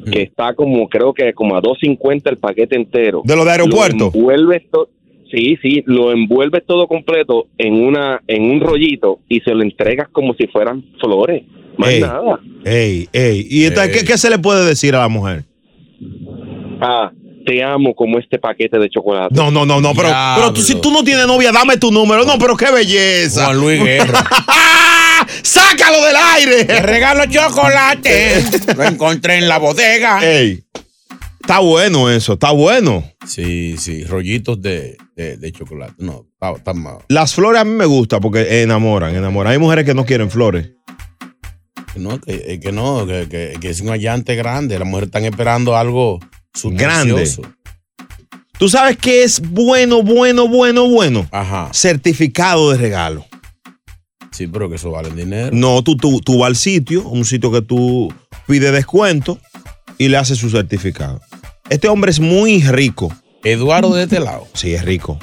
[SPEAKER 1] Mm.
[SPEAKER 10] que está como, creo que como a 2.50 el paquete entero.
[SPEAKER 1] ¿De los de aeropuerto?
[SPEAKER 10] Lo envuelves to- sí, sí, lo envuelves todo completo en, una, en un rollito y se lo entregas como si fueran flores. Más
[SPEAKER 1] Ey.
[SPEAKER 10] nada.
[SPEAKER 1] Ey, ey. ¿Y entonces,
[SPEAKER 10] Ey.
[SPEAKER 1] ¿qué, qué se le puede decir a la mujer?
[SPEAKER 10] Ah, te amo como este paquete de chocolate.
[SPEAKER 1] No, no, no, no, pero, pero tú, si tú no tienes novia, dame tu número. No, pero qué belleza. ¡Ah!
[SPEAKER 5] Juan Luis Guerra.
[SPEAKER 1] ¡Sácalo del aire!
[SPEAKER 5] Te regalo chocolate. Lo encontré en la bodega.
[SPEAKER 1] Ey. Está bueno eso, está bueno.
[SPEAKER 5] Sí, sí, rollitos de, de- de chocolate. No, está, está mal.
[SPEAKER 1] Las flores a mí me gustan porque enamoran, enamoran. Hay mujeres que no quieren flores.
[SPEAKER 5] No, que, eh, que no, que, que- que es un allante grande. Las mujeres están esperando algo sustancioso.
[SPEAKER 1] ¿Tú sabes qué es bueno, bueno, bueno, bueno?
[SPEAKER 5] Ajá.
[SPEAKER 1] Certificado de regalo.
[SPEAKER 5] Sí, pero que eso vale dinero.
[SPEAKER 1] No, tú, tú, tú vas al sitio, un sitio que tú pides descuento y le haces su certificado. Este hombre es muy rico.
[SPEAKER 5] Eduardo de este lado.
[SPEAKER 1] Sí, es rico.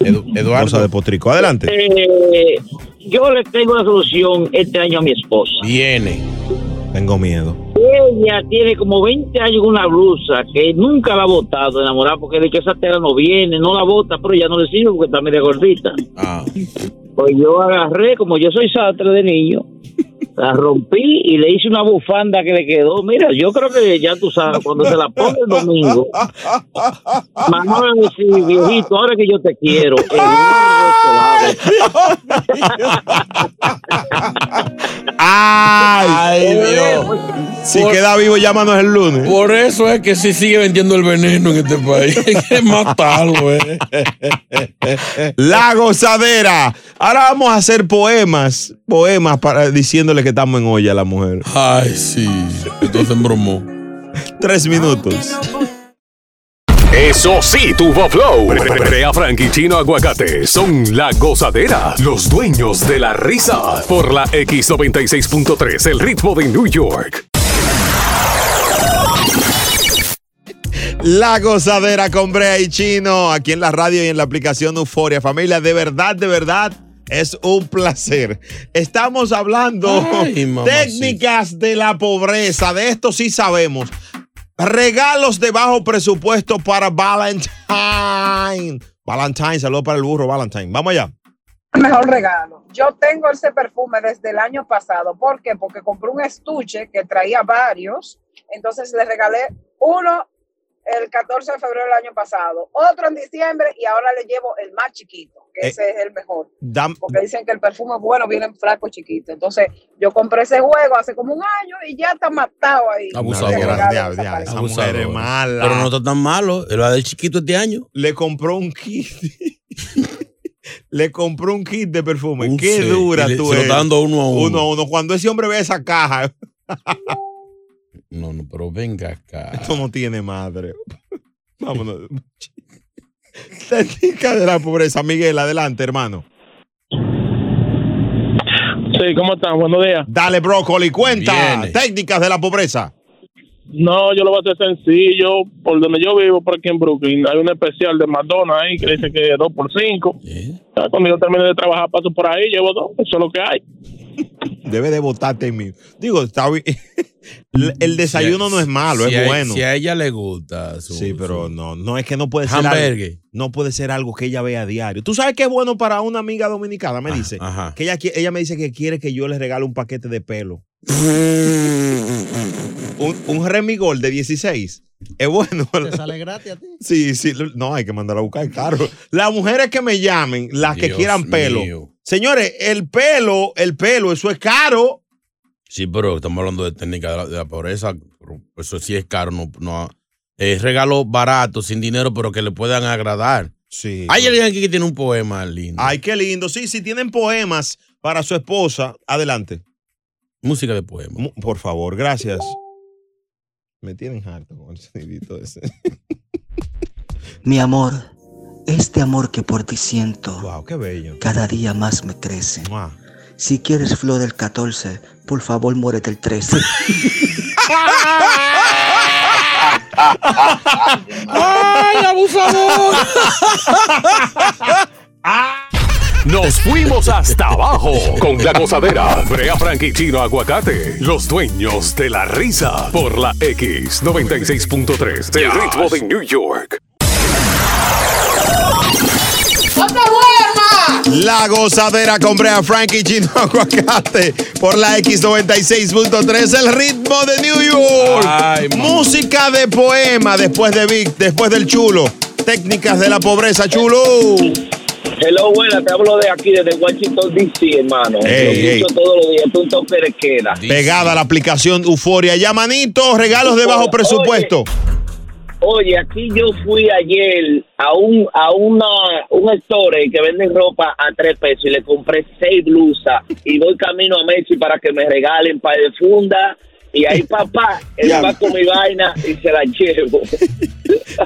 [SPEAKER 5] Eduardo.
[SPEAKER 1] Cosa de potrico. Adelante.
[SPEAKER 11] Eh, yo le tengo una solución este año a mi esposa.
[SPEAKER 5] Viene.
[SPEAKER 1] Tengo miedo.
[SPEAKER 11] Ella tiene como 20 años con una blusa que nunca la ha botado, enamorada, porque de que esa tela no viene, no la bota, pero ya no le sirve porque está media gordita.
[SPEAKER 1] Ah.
[SPEAKER 11] Pues yo agarré, como yo soy sastre de niño, la rompí y le hice una bufanda que le quedó. Mira, yo creo que ya tú sabes, cuando se la ponga el domingo, Manuel va a decir, viejito, ahora que yo te quiero. el mundo es tu lado".
[SPEAKER 1] Ay, Dios. Si queda vivo, llámanos el lunes.
[SPEAKER 5] Por eso es que sí sigue vendiendo el veneno en este país. Hay que matarlo, eh.
[SPEAKER 1] La gozadera. Ahora vamos a hacer poemas, poemas para diciéndole que estamos en olla a la mujer.
[SPEAKER 5] Ay, sí. Entonces embromó.
[SPEAKER 1] Tres minutos.
[SPEAKER 2] Eso sí, tuvo flow. Brea Frank y Chino Aguacate son la gozadera, los dueños de la risa. Por la X96.3, el ritmo de New York.
[SPEAKER 1] La gozadera con Brea y Chino, aquí en la radio y en la aplicación Euforia. Familia, de verdad, de verdad, es un placer. Estamos hablando
[SPEAKER 5] Ay, mamacita.
[SPEAKER 1] técnicas de la pobreza, de esto sí sabemos. Regalos de bajo presupuesto para Valentine. Valentine, saludo para el burro Valentine. Vamos allá.
[SPEAKER 19] Mejor regalo. Yo tengo ese perfume desde el año pasado. ¿Por qué? Porque compré un estuche que traía varios. Entonces le regalé uno el 14 de febrero del año pasado, otro en diciembre y ahora le llevo el más chiquito, que
[SPEAKER 1] Eh,
[SPEAKER 19] ese es el mejor.
[SPEAKER 1] Dam-
[SPEAKER 19] Porque dicen que el perfume bueno viene en flaco chiquito. Entonces yo compré ese juego hace como un año y ya está matado ahí.
[SPEAKER 5] Abusadora.
[SPEAKER 19] De regalo.
[SPEAKER 1] Diablo, diablo, esa mujer es mala.
[SPEAKER 5] Pero no está tan malo. Lo del chiquito este año.
[SPEAKER 1] Le compró un kit. Le compró un kit de perfume.
[SPEAKER 5] Un
[SPEAKER 1] Qué
[SPEAKER 5] set.
[SPEAKER 1] dura
[SPEAKER 5] Y le-
[SPEAKER 1] tú
[SPEAKER 5] se lo
[SPEAKER 1] eres.
[SPEAKER 5] está dando uno a uno.
[SPEAKER 1] Uno a uno. Cuando ese hombre ve esa caja,
[SPEAKER 5] No, no, pero venga acá.
[SPEAKER 1] esto no tiene madre. Vámonos. Técnica de la pobreza. Miguel, adelante, hermano.
[SPEAKER 25] Sí, ¿cómo están? Buenos días.
[SPEAKER 1] Dale, brócoli, cuenta.
[SPEAKER 25] Viene.
[SPEAKER 1] Técnicas de la pobreza.
[SPEAKER 25] No, yo lo voy a hacer sencillo. Por donde yo vivo, por aquí en Brooklyn, hay un especial de McDonald's ahí que dice que es 2 por 5 Cuando yo termine de trabajar, paso por ahí, llevo dos. Eso es lo que hay.
[SPEAKER 1] Debe de votarte en mí. Digo, está bien. El- El desayuno
[SPEAKER 5] Si a-
[SPEAKER 1] no es malo,
[SPEAKER 5] si
[SPEAKER 1] es
[SPEAKER 5] a-
[SPEAKER 1] bueno.
[SPEAKER 5] Si a ella le gusta. sí,
[SPEAKER 1] pero no, no es que no puede ser
[SPEAKER 5] Hamburger.
[SPEAKER 1] algo- no puede ser algo que ella vea a diario. Tú sabes que es bueno para una amiga dominicana, me dice. Que ella, qui- ella me dice que quiere que yo le regale un paquete de pelo. un, un remigol de 16. Es bueno.
[SPEAKER 26] Te sale gratis a ti.
[SPEAKER 1] Sí, sí. No, hay que mandar a buscar caro. Las mujeres que me llamen, las que
[SPEAKER 5] Dios
[SPEAKER 1] quieran pelo.
[SPEAKER 5] mío.
[SPEAKER 1] Señores, el pelo, el pelo, eso es caro.
[SPEAKER 5] Sí, pero estamos hablando de técnica de la, de la pobreza. pero Eso sí es caro. No, no, es regalo barato, sin dinero, pero que le puedan agradar.
[SPEAKER 1] Sí.
[SPEAKER 5] Hay alguien aquí que tiene un poema lindo.
[SPEAKER 1] Ay, qué lindo. Sí, si tienen poemas para su esposa, adelante.
[SPEAKER 5] Música de poema.
[SPEAKER 1] Mu- Por favor, gracias. Me tienen harto con el sonidito ese.
[SPEAKER 3] Mi amor, este amor que por ti siento,
[SPEAKER 1] qué bello.
[SPEAKER 3] cada día más me crece.
[SPEAKER 1] Mua.
[SPEAKER 3] Si quieres flor del 14, por favor muérete el 13.
[SPEAKER 5] ¡Ay, abusador!
[SPEAKER 2] Nos fuimos hasta abajo con la gozadera. Brea Frank y Chino Aguacate, los dueños de la risa. Por la X96.3, el ritmo de New York.
[SPEAKER 1] La gozadera con Brea Frankie Chino Aguacate por la X96.3, el ritmo de New York. Música de poema después de Vic, después del chulo. Técnicas de la pobreza, chulo.
[SPEAKER 11] Hello, abuela, te hablo de aquí, desde Washington, D.C., hermano.
[SPEAKER 1] Ey,
[SPEAKER 11] Lo
[SPEAKER 1] ey.
[SPEAKER 11] escucho todos los días, esto es un toque de queda.
[SPEAKER 1] Pegada a la aplicación Euforia. Ya, manito, regalos de bajo
[SPEAKER 11] Oye.
[SPEAKER 1] presupuesto.
[SPEAKER 11] Oye, aquí yo fui ayer a un a una un store que venden ropa a tres pesos y le compré seis blusas y voy camino a Messi para que me regalen para de funda y ahí papá, él
[SPEAKER 1] Ya.
[SPEAKER 11] va con mi vaina y se la llevo.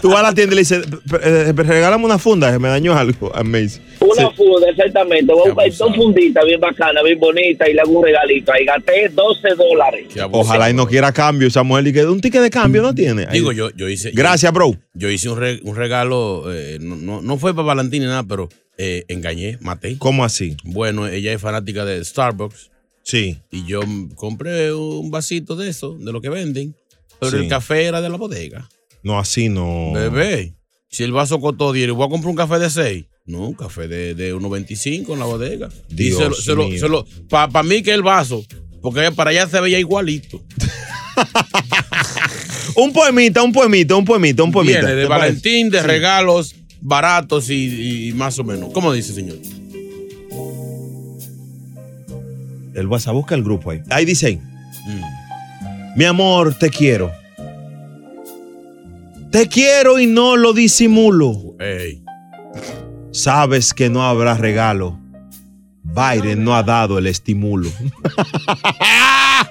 [SPEAKER 1] Tú vas a la tienda y le dices, "Eh, eh, regálame una funda, que me dañó algo a Macy.
[SPEAKER 11] Una funda, exactamente. Voy a buscar dos funditas bien bacanas, bien bonitas y le hago un regalito. Ahí gasté 12 dólares.
[SPEAKER 1] Ojalá y no quiera cambio, esa mujer. Y que un ticket de cambio no tiene. Ahí-
[SPEAKER 5] Digo, yo, yo hice.
[SPEAKER 1] Gracias, bro.
[SPEAKER 5] Yo hice un, re- un regalo, eh, no, no, no fue para Valentín ni nada, pero eh, engañé, maté.
[SPEAKER 1] ¿Cómo así?
[SPEAKER 5] Bueno, ella es fanática de Starbucks.
[SPEAKER 1] Sí.
[SPEAKER 5] Y yo mm, compré un vasito de eso, de lo que venden, pero
[SPEAKER 1] Sí. Oh.
[SPEAKER 5] el café era de la bodega.
[SPEAKER 1] No, así no.
[SPEAKER 5] Bebé, si el vaso costó 10, voy a comprar un café de 6. No, un café de, de 1.25 en la bodega.
[SPEAKER 1] Dios mío.
[SPEAKER 5] Para mí que el vaso, porque para allá se veía igualito.
[SPEAKER 1] Un poemita, un poemita, un poemita, un poemita.
[SPEAKER 5] Viene de
[SPEAKER 1] Pues ¿Te parece?
[SPEAKER 5] Valentín, de
[SPEAKER 1] Sí.
[SPEAKER 5] regalos baratos y, y más o menos. ¿Cómo dice, señor?
[SPEAKER 1] el WhatsApp, busca el grupo ahí. Ahí dicen,
[SPEAKER 5] Mm.
[SPEAKER 1] mi amor, te quiero. Te quiero y no lo disimulo. Sabes que no habrá regalo. Biden no ha dado el estimulo.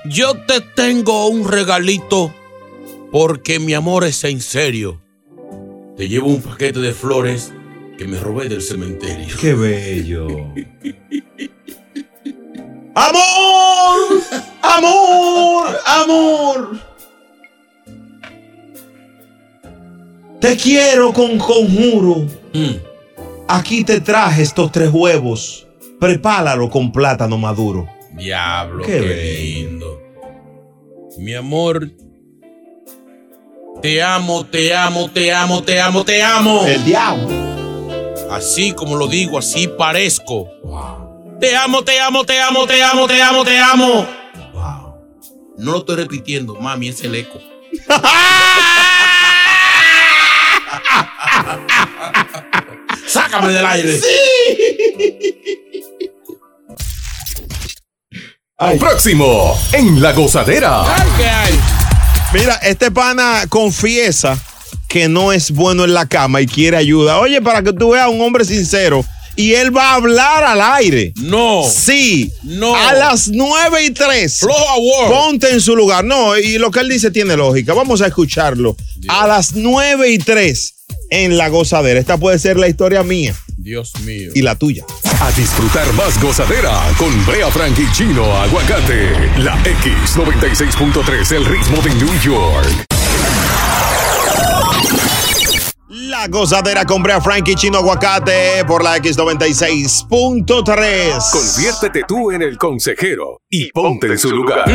[SPEAKER 5] Yo te tengo un regalito porque mi amor es en serio. Te llevo un paquete de flores que me robé del cementerio.
[SPEAKER 1] Qué bello. Amor, amor, amor. Te quiero con conjuro. Aquí te traje estos tres huevos. Prepáralo con plátano maduro.
[SPEAKER 5] Diablo, qué,
[SPEAKER 1] Qué bello.
[SPEAKER 5] lindo. Mi amor, te amo, te amo, te amo, te amo, te amo.
[SPEAKER 1] El diablo.
[SPEAKER 5] Así como lo digo, así parezco. Te amo, te amo, te amo, te amo, te amo, te amo. No lo estoy repitiendo, mami, es el eco. Sácame del aire.
[SPEAKER 2] Próximo, en La Gozadera.
[SPEAKER 1] Mira, este pana confiesa que no es bueno en la cama y quiere ayuda. Oye, para que tú veas a un hombre sincero. Y él va a hablar al aire.
[SPEAKER 5] No.
[SPEAKER 1] Sí. No. A las 9 y 3. Ponte en su lugar. No, y lo que él dice tiene lógica. Vamos a escucharlo. A las 9 y 3 en La Gozadera. Esta puede ser la historia mía
[SPEAKER 5] Dios mío.
[SPEAKER 1] y la tuya.
[SPEAKER 2] A disfrutar más gozadera con Brea Frank y Chino Aguacate. La X96.3, el ritmo de New York.
[SPEAKER 1] La gozadera con Brea Frank y Chino Aguacate por la X96.3.
[SPEAKER 2] Conviértete tú en el consejero y ponte en su lugar.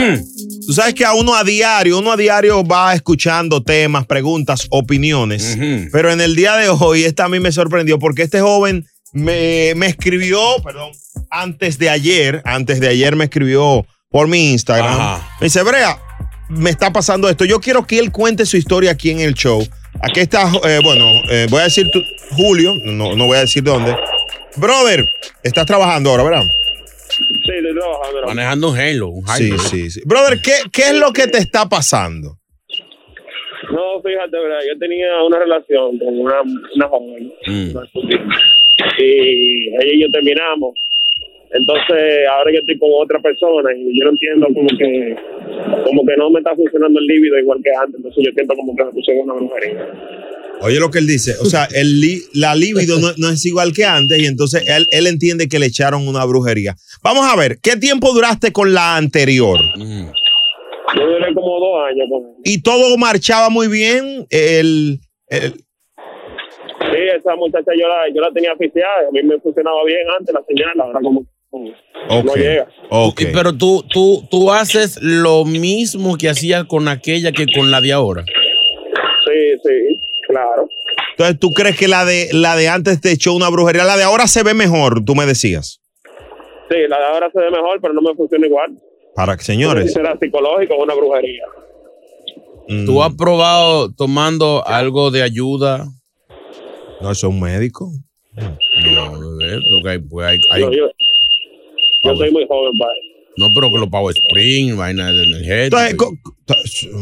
[SPEAKER 1] Tú sabes que a uno a diario, uno a diario va escuchando temas, preguntas, opiniones. Pero en el día de hoy, esta a mí me sorprendió porque este joven me, me escribió, perdón, antes de ayer, antes de ayer me escribió por mi Instagram. Me dice, Brea, me está pasando esto. Yo quiero que él cuente su historia aquí en el show. Aquí está, eh, bueno, eh, voy a decir tu- Julio, no, no voy a decir dónde. Brother, estás trabajando ahora, ¿verdad?
[SPEAKER 25] Sí, estoy trabajando. ahora.
[SPEAKER 5] Manejando un Halo, un
[SPEAKER 1] Sí,
[SPEAKER 5] Halo.
[SPEAKER 1] sí, sí. Brother, ¿qué, ¿qué es lo que te está pasando?
[SPEAKER 25] No, fíjate, verdad, yo tenía una relación con una, una joven. una chica, Y ella y yo terminamos. Entonces, ahora yo estoy con otra persona y yo no entiendo como que como que no me está funcionando el líbido igual que antes. Entonces, yo siento como que me puse una brujería.
[SPEAKER 1] Oye lo que él dice, o sea, el li- la libido no, no es igual que antes y entonces él, él entiende que le echaron una brujería. Vamos a ver, ¿qué tiempo duraste con la anterior?
[SPEAKER 25] Yo duré como dos años con ella.
[SPEAKER 1] Y todo marchaba muy bien, el, el-
[SPEAKER 25] Sí, esa muchacha yo la, yo la tenía asfixiada. A mí me funcionaba bien antes la señal, ahora como como no llega.
[SPEAKER 5] Y- Pero tú, tú, tú haces lo mismo que hacías con aquella que con la de ahora.
[SPEAKER 25] Sí, sí, claro.
[SPEAKER 1] entonces tú crees que la de, la de antes te echó una brujería, la de ahora se ve mejor, tú me decías.
[SPEAKER 25] Sí, la de ahora se ve mejor, pero no me funciona igual.
[SPEAKER 1] Para que
[SPEAKER 25] Eso
[SPEAKER 1] señores,
[SPEAKER 25] Será psicológico, una brujería.
[SPEAKER 1] Mm.
[SPEAKER 5] ¿Tú has probado tomando algo de ayuda?
[SPEAKER 1] no, eso es un médico.
[SPEAKER 5] No, bebé, porque hay- pues hay- hay-
[SPEAKER 25] Yo, yo, yo soy muy joven, padre.
[SPEAKER 5] no, pero que los Power Spring, vaina de energética.
[SPEAKER 1] Entonces, co-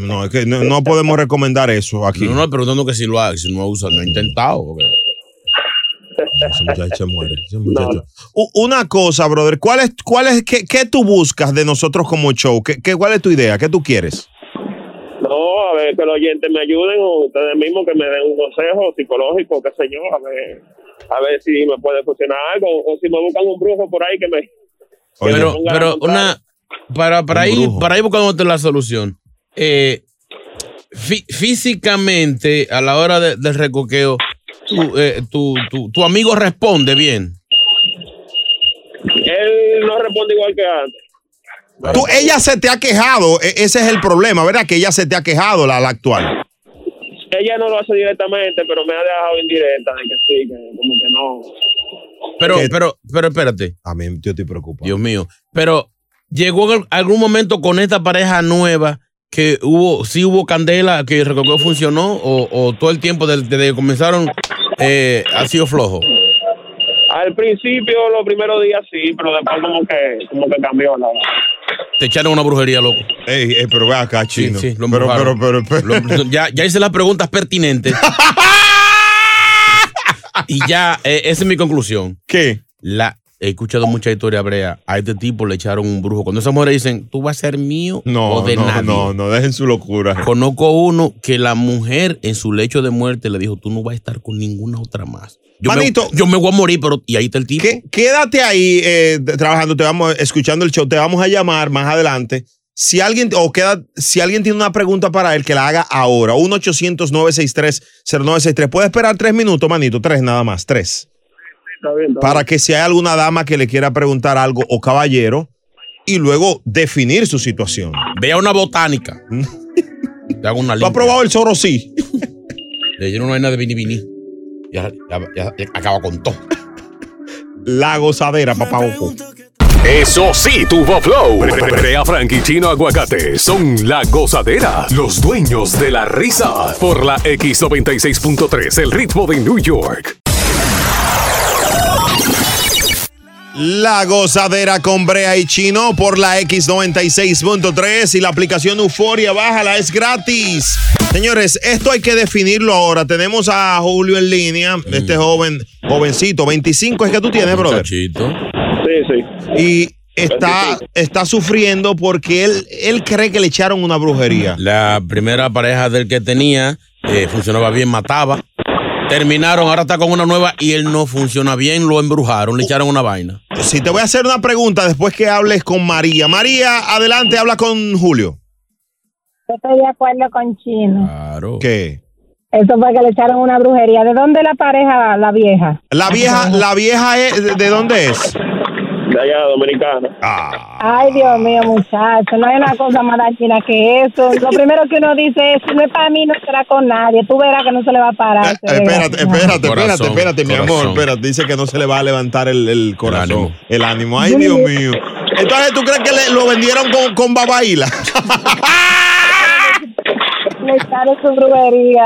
[SPEAKER 1] no, es que no, no podemos recomendar eso aquí.
[SPEAKER 5] No, no, preguntando que si lo ha, si no usa, no ha intentado. porque-
[SPEAKER 1] Ese muchacho muere, ese muchacho. U- Una cosa, brother, ¿cuál es, cuál es, qué, qué tú buscas de nosotros como show? ¿Qué, qué- cuál es tu idea? ¿Qué tú quieres?
[SPEAKER 25] No, a ver, que los oyentes me ayuden o ustedes mismos que me den un consejo psicológico, qué sé yo, a ver, a ver si me puede funcionar algo o si me buscan un brujo por ahí que me...
[SPEAKER 5] pero, pero una, para, para, ir, para ir buscándote la solución, eh, fí- físicamente, a la hora de- del recoqueo, tu, eh, tu- tu- tu amigo responde bien.
[SPEAKER 25] Él no responde igual que antes.
[SPEAKER 1] Tú, ella se te ha quejado, e- ese es el problema, ¿verdad? Que ella se te ha quejado, la, la actual.
[SPEAKER 25] Ella no lo hace directamente, pero me ha dejado indirecta de que sí, que como que no.
[SPEAKER 5] Pero, pero, pero espérate.
[SPEAKER 1] A mí yo estoy preocupado.
[SPEAKER 5] Dios mío. Pero llegó al- algún momento con esta pareja nueva que hubo, sí hubo candela, que el recoqueo funcionó, o, o todo el tiempo del- desde que comenzaron eh, ha sido flojo.
[SPEAKER 25] Al principio, los primeros días sí, pero después como que, como que cambió la
[SPEAKER 5] Te echaron una brujería, loco.
[SPEAKER 1] Ey, ey, pero ve acá, chino.
[SPEAKER 5] Sí, lo
[SPEAKER 1] Pero-
[SPEAKER 5] embrujaron.
[SPEAKER 1] pero- pero- pero-
[SPEAKER 5] Lo- ya, ya hice las preguntas pertinentes. y ya, eh, esa es mi conclusión.
[SPEAKER 1] ¿Qué?
[SPEAKER 5] La, he escuchado mucha historia, Brea. A este tipo le echaron un brujo. Cuando esas mujeres dicen, tú vas a ser mío
[SPEAKER 1] No,
[SPEAKER 5] o de
[SPEAKER 1] no,
[SPEAKER 5] nadie.
[SPEAKER 1] no, no, dejen su locura.
[SPEAKER 5] Conozco uno que la mujer en su lecho de muerte le dijo, tú no vas a estar con ninguna otra más. Yo
[SPEAKER 1] Manito.
[SPEAKER 5] me, yo me voy a morir, pero y ahí está el tipo.
[SPEAKER 1] Quédate ahí eh, t- trabajando, te vamos, escuchando el show, te vamos a llamar más adelante. Si alguien, o queda, si alguien tiene una pregunta para él, que la haga ahora. 1-800-963-0963. Puede esperar tres minutos, manito, tres nada más, tres.
[SPEAKER 25] Está bien, está
[SPEAKER 1] Para que si hay alguna dama que le quiera preguntar algo o caballero, y luego definir su situación.
[SPEAKER 5] Vea una botánica. Te hago una
[SPEAKER 1] ¿Lo ha
[SPEAKER 5] limpia.
[SPEAKER 1] probado el Zoro? Sí.
[SPEAKER 5] Le dieron una vaina de vini vini. Ya, ya, ya- ya acaba con todo.
[SPEAKER 1] La gozadera, papá Ojo.
[SPEAKER 2] Eso sí, tuvo flow. Brea Frank y Chino Aguacate son la gozadera, los dueños de la risa. Por la X96.3, el ritmo de New York.
[SPEAKER 1] La gozadera con Brea y Chino por la X96.3 y la aplicación Euforia, bájala, es gratis. Señores, esto hay que definirlo ahora. Tenemos a Julio en línea, este joven, jovencito, 25 es que tú tienes, brother.
[SPEAKER 25] Sí,
[SPEAKER 1] sí. Y está, está sufriendo porque él, él cree que le echaron una brujería.
[SPEAKER 5] La primera pareja del que tenía eh, funcionaba bien, mataba. Terminaron, ahora está con una nueva y él no funciona bien, lo embrujaron, le echaron una vaina.
[SPEAKER 1] Si te voy a hacer una pregunta después que hables con María. María, adelante, habla con Julio.
[SPEAKER 16] Yo estoy de acuerdo con Chino.
[SPEAKER 1] Ah. ¿Qué?
[SPEAKER 16] Eso fue que le echaron una brujería. ¿De dónde la pareja, la vieja?
[SPEAKER 1] La vieja, la vieja es, ¿de- ¿de dónde es?
[SPEAKER 25] De allá, dominicana.
[SPEAKER 1] Ah.
[SPEAKER 16] Ay, Dios mío, muchacho, no hay una cosa más dañina que eso. Lo primero que uno dice es, no es para mí, no será con nadie. Tú verás que no se le va a parar. se verá.
[SPEAKER 1] Espérate, espérate, espérate,
[SPEAKER 5] Corazón,
[SPEAKER 1] espérate, mi
[SPEAKER 5] corazón.
[SPEAKER 1] amor. Espérate, dice que no se le va a levantar el, el corazón, el ánimo. Ay,
[SPEAKER 16] Sí.
[SPEAKER 1] Dios mío. Entonces, ¿tú crees que le- lo vendieron con, con babaíla?
[SPEAKER 16] Le echaron su brujería.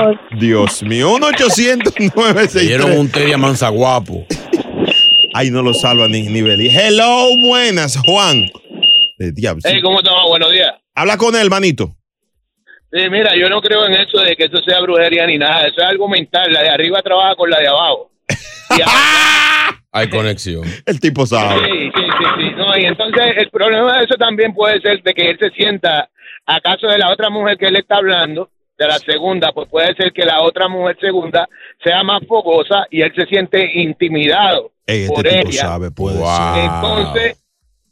[SPEAKER 16] No.
[SPEAKER 1] Dios mío, 1 800
[SPEAKER 5] Le dieron
[SPEAKER 1] 963
[SPEAKER 5] un té de amansa guapo.
[SPEAKER 1] Ay, no lo salva ni, ni Beli. Hello, buenas, Juan. Eh, diablo, sí.
[SPEAKER 17] Hey, ¿cómo estamos? Buenos días.
[SPEAKER 1] Habla con él, manito.
[SPEAKER 17] Sí, mira, yo no creo en eso de que eso sea brujería ni nada. Eso es algo mental. La de arriba trabaja con la de abajo.
[SPEAKER 5] Hay conexión.
[SPEAKER 1] El tipo sabe.
[SPEAKER 17] Sí, sí, sí, sí. No, y entonces el problema de eso también puede ser de que él se sienta, acaso de la otra mujer que él está hablando, de la segunda, pues puede ser que la otra mujer segunda sea más fogosa y él se siente intimidado
[SPEAKER 1] Ey, este
[SPEAKER 17] por
[SPEAKER 1] tipo
[SPEAKER 17] ella.
[SPEAKER 1] sabe, puede ser.
[SPEAKER 17] Entonces,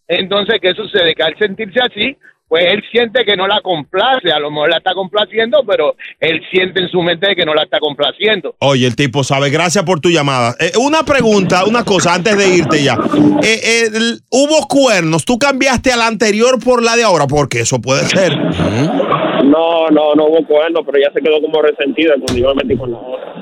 [SPEAKER 17] entonces, ¿qué sucede? Que al sentirse así, pues él siente que no la complace. A lo mejor la está complaciendo, pero él siente en su mente que no la está complaciendo.
[SPEAKER 1] Oye, el tipo sabe. Gracias por tu llamada. Eh, una pregunta, una cosa antes de irte ya. Eh, eh, el- Hubo cuernos. ¿Tú cambiaste a la anterior por la de ahora? Porque eso puede ser.
[SPEAKER 25] No, no, no hubo cuerno, pero ya se quedó como resentida cuando yo me metí con la otra.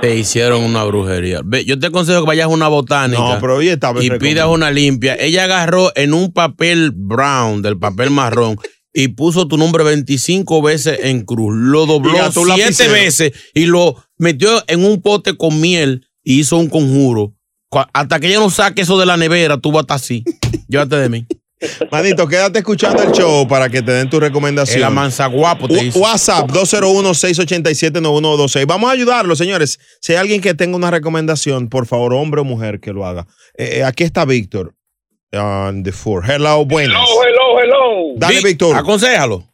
[SPEAKER 5] Te hicieron una brujería. Ve, yo te aconsejo que vayas a una botánica
[SPEAKER 1] No, pero oye, está
[SPEAKER 5] y pidas una limpia. Ella agarró en un papel brown, del papel marrón, y puso tu nombre 25 veces en cruz. Lo
[SPEAKER 1] Y
[SPEAKER 5] dobló
[SPEAKER 1] gastó un
[SPEAKER 5] siete
[SPEAKER 1] lapicero.
[SPEAKER 5] veces y lo metió en un pote con miel y hizo un conjuro. Cua- Hasta que ella no saque eso de la nevera, tú vas a estar así. Llévate de mí.
[SPEAKER 1] Manito, quédate escuchando el show para que te den tu recomendación.
[SPEAKER 5] El amansaguapo te
[SPEAKER 1] Wa-
[SPEAKER 5] hizo.
[SPEAKER 1] WhatsApp 201-687-9126. Vamos a ayudarlo, señores. Si hay alguien que tenga una recomendación, por favor, hombre o mujer, que lo haga. Eh, eh, aquí está Víctor. On the four. Hello, buenas.
[SPEAKER 18] hello, hello.
[SPEAKER 1] Dale, Víctor.
[SPEAKER 5] Aconsejalo.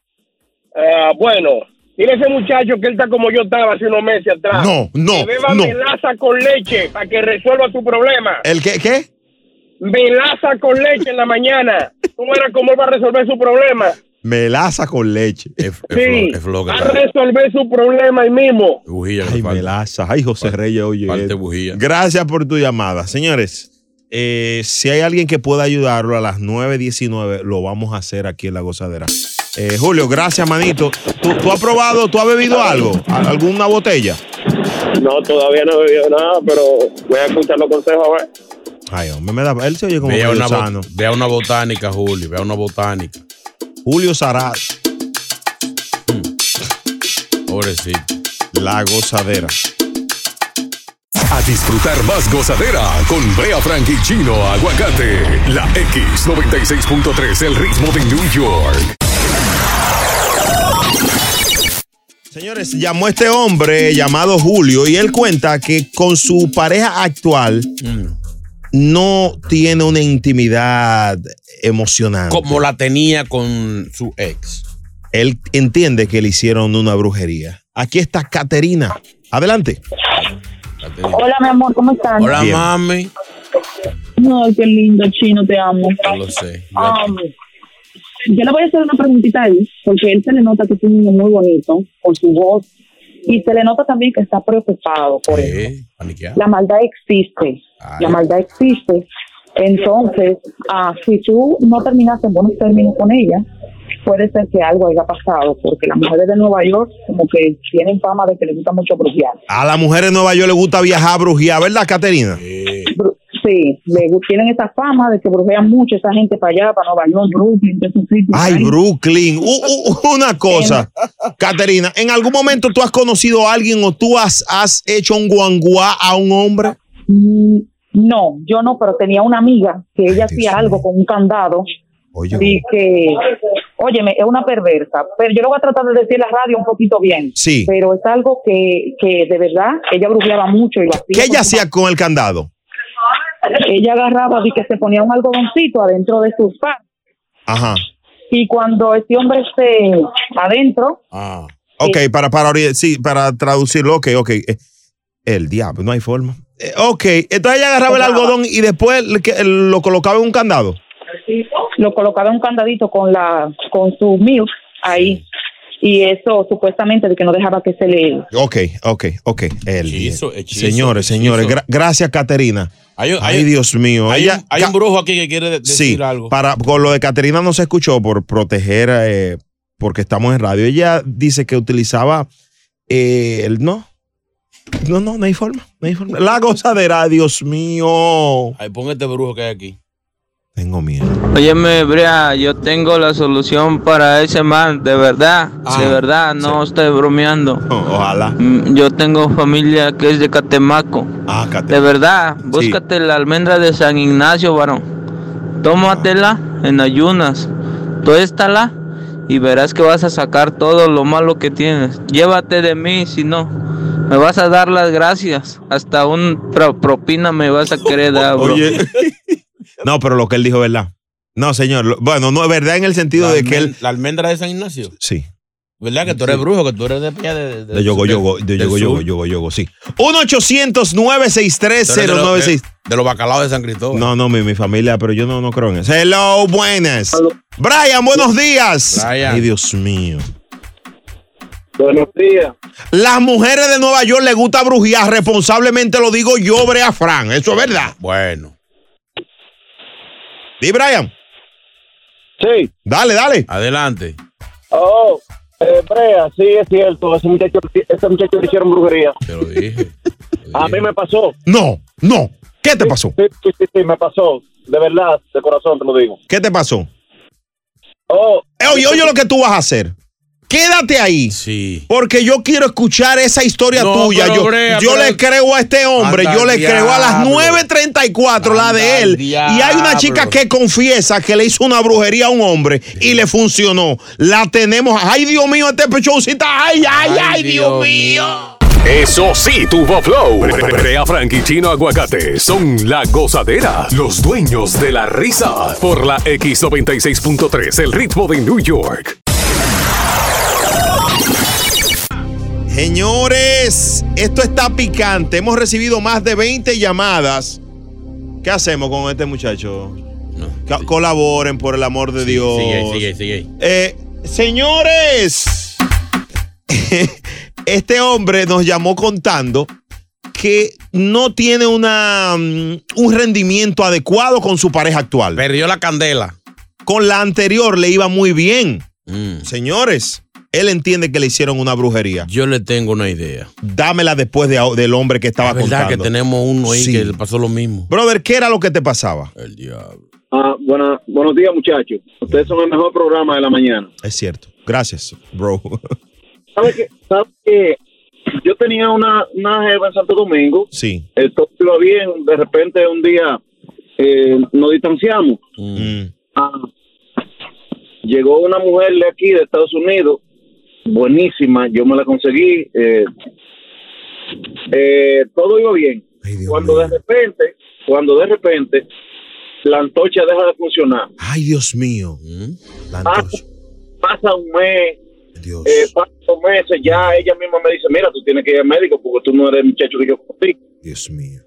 [SPEAKER 18] Ah, bueno, mire ese muchacho que él está como yo estaba hace unos meses atrás.
[SPEAKER 1] No, no,
[SPEAKER 18] Que beba
[SPEAKER 1] no.
[SPEAKER 18] melaza con leche para que resuelva su problema.
[SPEAKER 1] ¿El qué? ¿Qué?
[SPEAKER 18] Melaza con leche en la mañana. Tú verás cómo él va a resolver su problema.
[SPEAKER 1] Melaza con leche.
[SPEAKER 18] Sí, va
[SPEAKER 6] Ah,
[SPEAKER 18] a resolver su problema ahí mismo.
[SPEAKER 1] Ay, melaza. Ay, José Reyes, oye. esto. Gracias por tu llamada. Señores, eh, si hay alguien que pueda ayudarlo a las 9.19, lo vamos a hacer aquí en La Gozadera. Eh, Julio, gracias, manito. ¿Tú, tú has probado, tú has bebido algo? ¿Al- ¿Alguna botella?
[SPEAKER 25] No, todavía no he bebido nada, pero voy a escuchar los consejos a ver.
[SPEAKER 1] Ay, hombre, me da, él se oye como
[SPEAKER 5] Ve a,
[SPEAKER 1] medio
[SPEAKER 5] una bot-
[SPEAKER 1] sano.
[SPEAKER 5] ve a una botánica, Julio. Ve a una botánica.
[SPEAKER 1] Julio Sarat.
[SPEAKER 5] Hmm. Pobrecito.
[SPEAKER 1] La gozadera.
[SPEAKER 2] A disfrutar más gozadera con Brea Frank y Chino Aguacate. La X96.3, el ritmo de New York.
[SPEAKER 1] Señores, llamó este hombre llamado Julio y él cuenta que con su pareja actual
[SPEAKER 5] Mm.
[SPEAKER 1] no tiene una intimidad emocionante.
[SPEAKER 5] Como la tenía con su ex.
[SPEAKER 1] Él entiende que le hicieron una brujería. Aquí está Caterina. Adelante.
[SPEAKER 19] Hola, mi amor, ¿cómo estás?
[SPEAKER 5] Hola, mami.
[SPEAKER 19] Ay, qué lindo, chino, te amo.
[SPEAKER 5] No lo sé.
[SPEAKER 19] Am, Um, yo le voy a hacer una preguntita a él, porque él se le nota que es un niño muy bonito, con su voz, y se le nota también que está preocupado por él.
[SPEAKER 5] Eh, paniqueado.
[SPEAKER 19] La maldad existe, la maldad existe. Entonces, ah, si tú no terminaste en buenos términos con ella, puede ser que algo haya pasado, porque las mujeres de Nueva York como que tienen fama de que les gusta mucho brujear.
[SPEAKER 1] A la mujer en Nueva York le gusta viajar, brujear, ¿verdad, Caterina?
[SPEAKER 19] Bru- Sí, le gu- tienen esa fama de que brujean mucho esa gente para allá, para Nueva York, Brooklyn, de esos sitios.
[SPEAKER 1] Ay, Brooklyn. U- u- una cosa, Caterina, ¿en algún momento tú has conocido a alguien o tú has, has hecho un guanguá a un hombre?
[SPEAKER 19] Mm, No, yo no, pero tenía una amiga que ella hacía algo con un candado. Y que, óyeme, es una perversa, pero yo lo voy a tratar de decir en la radio un poquito bien.
[SPEAKER 1] Sí.
[SPEAKER 19] Pero es algo que, que de verdad, ella brujeaba mucho y lo hacía
[SPEAKER 1] ¿Qué
[SPEAKER 19] con
[SPEAKER 1] ella hacía con el candado?
[SPEAKER 19] ella agarraba y que se ponía un algodoncito adentro de sus partes
[SPEAKER 1] Ajá.
[SPEAKER 19] y cuando este hombre se adentro
[SPEAKER 5] Ah.
[SPEAKER 1] Ok, para, para, ori- sí, para traducirlo, ok, ok. Eh, El diablo, no hay forma. Eh, ok, entonces ella agarraba el algodón y después le- que- lo colocaba en un candado.
[SPEAKER 19] lo colocaba en un candadito con la con su milk ahí y eso supuestamente de que no dejaba que se le
[SPEAKER 1] Ok, ok, ok. El
[SPEAKER 5] Hechizo,
[SPEAKER 1] diablo.
[SPEAKER 5] hechizo,
[SPEAKER 1] señores,
[SPEAKER 5] hechizo.
[SPEAKER 1] señores, gra- gracias, Caterina.
[SPEAKER 5] Hay un-
[SPEAKER 1] Ay,
[SPEAKER 5] hay-
[SPEAKER 1] Dios mío.
[SPEAKER 5] Hay,
[SPEAKER 1] ella,
[SPEAKER 5] un, hay un brujo aquí que quiere de- decir
[SPEAKER 1] sí,
[SPEAKER 5] algo.
[SPEAKER 1] Para, con lo de Caterina no se escuchó por proteger, eh, porque estamos en radio. Ella dice que utilizaba eh, el no. No, no, no hay forma. No hay forma. La gozadera, Dios mío.
[SPEAKER 5] Ay, pon este brujo que hay aquí.
[SPEAKER 20] Óyeme, Brea, yo tengo la solución para ese mal, de verdad, de verdad, no estoy bromeando.
[SPEAKER 1] Ah,
[SPEAKER 20] Mm,
[SPEAKER 1] Ojalá.
[SPEAKER 20] Yo tengo familia que es de Catemaco.
[SPEAKER 1] Ah,
[SPEAKER 20] De verdad, búscate la almendra de San Ignacio, varón. Tómatela en ayunas, tuéstala y verás que vas a sacar todo lo malo que tienes. Llévate de mí, si no, me vas a dar las gracias. Hasta un pro- propina me vas a querer dar, bro.
[SPEAKER 1] Oye. No, pero lo que él dijo, ¿verdad? No, señor. lo- bueno, no es verdad en el sentido de que él.
[SPEAKER 5] La almendra de San Ignacio.
[SPEAKER 1] Sí.
[SPEAKER 5] ¿Verdad que tú eres brujo, que tú eres de allá de,
[SPEAKER 1] De yogo, yogo, de
[SPEAKER 5] del
[SPEAKER 1] yogo,
[SPEAKER 5] sur?
[SPEAKER 1] yogo, yogo, yogo, sí. 1 800 963
[SPEAKER 5] Tú eres de los-
[SPEAKER 1] 096
[SPEAKER 5] De, de los bacalaos de San Cristóbal.
[SPEAKER 1] No, no, mi, mi familia, pero yo no, no creo en eso. Hello, buenas. Brian, buenos días.
[SPEAKER 5] Brian.
[SPEAKER 1] Ay, Dios mío.
[SPEAKER 24] Buenos días.
[SPEAKER 1] Las mujeres de Nueva York les gusta brujear, responsablemente lo digo yo, Brea Fran. Eso es verdad.
[SPEAKER 5] Bueno.
[SPEAKER 1] Di, Brian.
[SPEAKER 24] Sí.
[SPEAKER 1] Dale, dale.
[SPEAKER 5] Adelante.
[SPEAKER 24] Oh, eh, Brea, sí, es cierto. Ese muchacho, ese muchacho le hicieron brujería.
[SPEAKER 5] Te lo dije.
[SPEAKER 24] A mí me pasó.
[SPEAKER 1] No, no. ¿Qué te pasó?
[SPEAKER 24] Sí, sí, sí, sí, me pasó. De verdad, de corazón te lo digo.
[SPEAKER 1] ¿Qué te pasó?
[SPEAKER 24] Oh,
[SPEAKER 1] Eh, Oye, oye lo que tú vas a hacer. Quédate ahí.
[SPEAKER 5] Sí.
[SPEAKER 1] Porque yo quiero escuchar esa historia
[SPEAKER 5] No,
[SPEAKER 1] tuya.
[SPEAKER 5] pero,
[SPEAKER 1] Yo,
[SPEAKER 5] Brea,
[SPEAKER 1] yo
[SPEAKER 5] pero-
[SPEAKER 1] le creo a este hombre.
[SPEAKER 5] Anda
[SPEAKER 1] yo le
[SPEAKER 5] al
[SPEAKER 1] creo a las
[SPEAKER 5] diablo.
[SPEAKER 1] 9.34, la de él. Y hay una chica que confiesa que le hizo una brujería a un hombre y le funcionó. La tenemos. Ay, Dios mío, este pechocita. Ay, ay, ay, Dios, mío.
[SPEAKER 2] Eso sí, tuvo flow. Brea Frank y Chino Aguacate son la gozadera, los dueños de la risa. Por la X96.3, el ritmo de New York.
[SPEAKER 1] Señores, esto está picante. Hemos recibido más de 20 llamadas. ¿Qué hacemos con este muchacho? Co- Colaboren, por el amor de Dios.
[SPEAKER 5] Sigue, ahí, sigue, ahí, sigue. ahí.
[SPEAKER 1] Eh, señores, este hombre nos llamó contando que no tiene una, mm, un rendimiento adecuado con su pareja actual.
[SPEAKER 5] Perdió la candela.
[SPEAKER 1] Con la anterior le iba muy bien.
[SPEAKER 5] Mm.
[SPEAKER 1] Señores, él entiende que le hicieron una brujería.
[SPEAKER 5] Yo le tengo una idea.
[SPEAKER 1] Dámela después de, del hombre que estaba
[SPEAKER 5] Es verdad
[SPEAKER 1] contando.
[SPEAKER 5] que tenemos uno ahí
[SPEAKER 1] Sí.
[SPEAKER 5] que le pasó lo mismo.
[SPEAKER 1] Brother, ¿qué era lo que te pasaba?
[SPEAKER 24] Ah, buena- buenos días, muchachos. Ustedes son el mejor programa de la mañana.
[SPEAKER 1] Es cierto. Gracias, bro.
[SPEAKER 24] ¿Sabe que, sabe que
[SPEAKER 6] yo tenía una, una jeva en Santo Domingo.
[SPEAKER 1] Sí.
[SPEAKER 6] El todo iba bien. De repente, un día eh, nos distanciamos. Ah, llegó una mujer de aquí, de Estados Unidos, buenísima. Yo me la conseguí. eh, eh, todo iba bien. cuando de repente, cuando de repente, la antorcha deja de funcionar.
[SPEAKER 1] Ay, Dios mío. La
[SPEAKER 6] Pasa, pasa un mes, eh, pasa dos meses, ya ella misma me dice, mira, tú tienes que ir al médico porque tú no eres el muchacho que yo conocí.
[SPEAKER 1] Dios mío.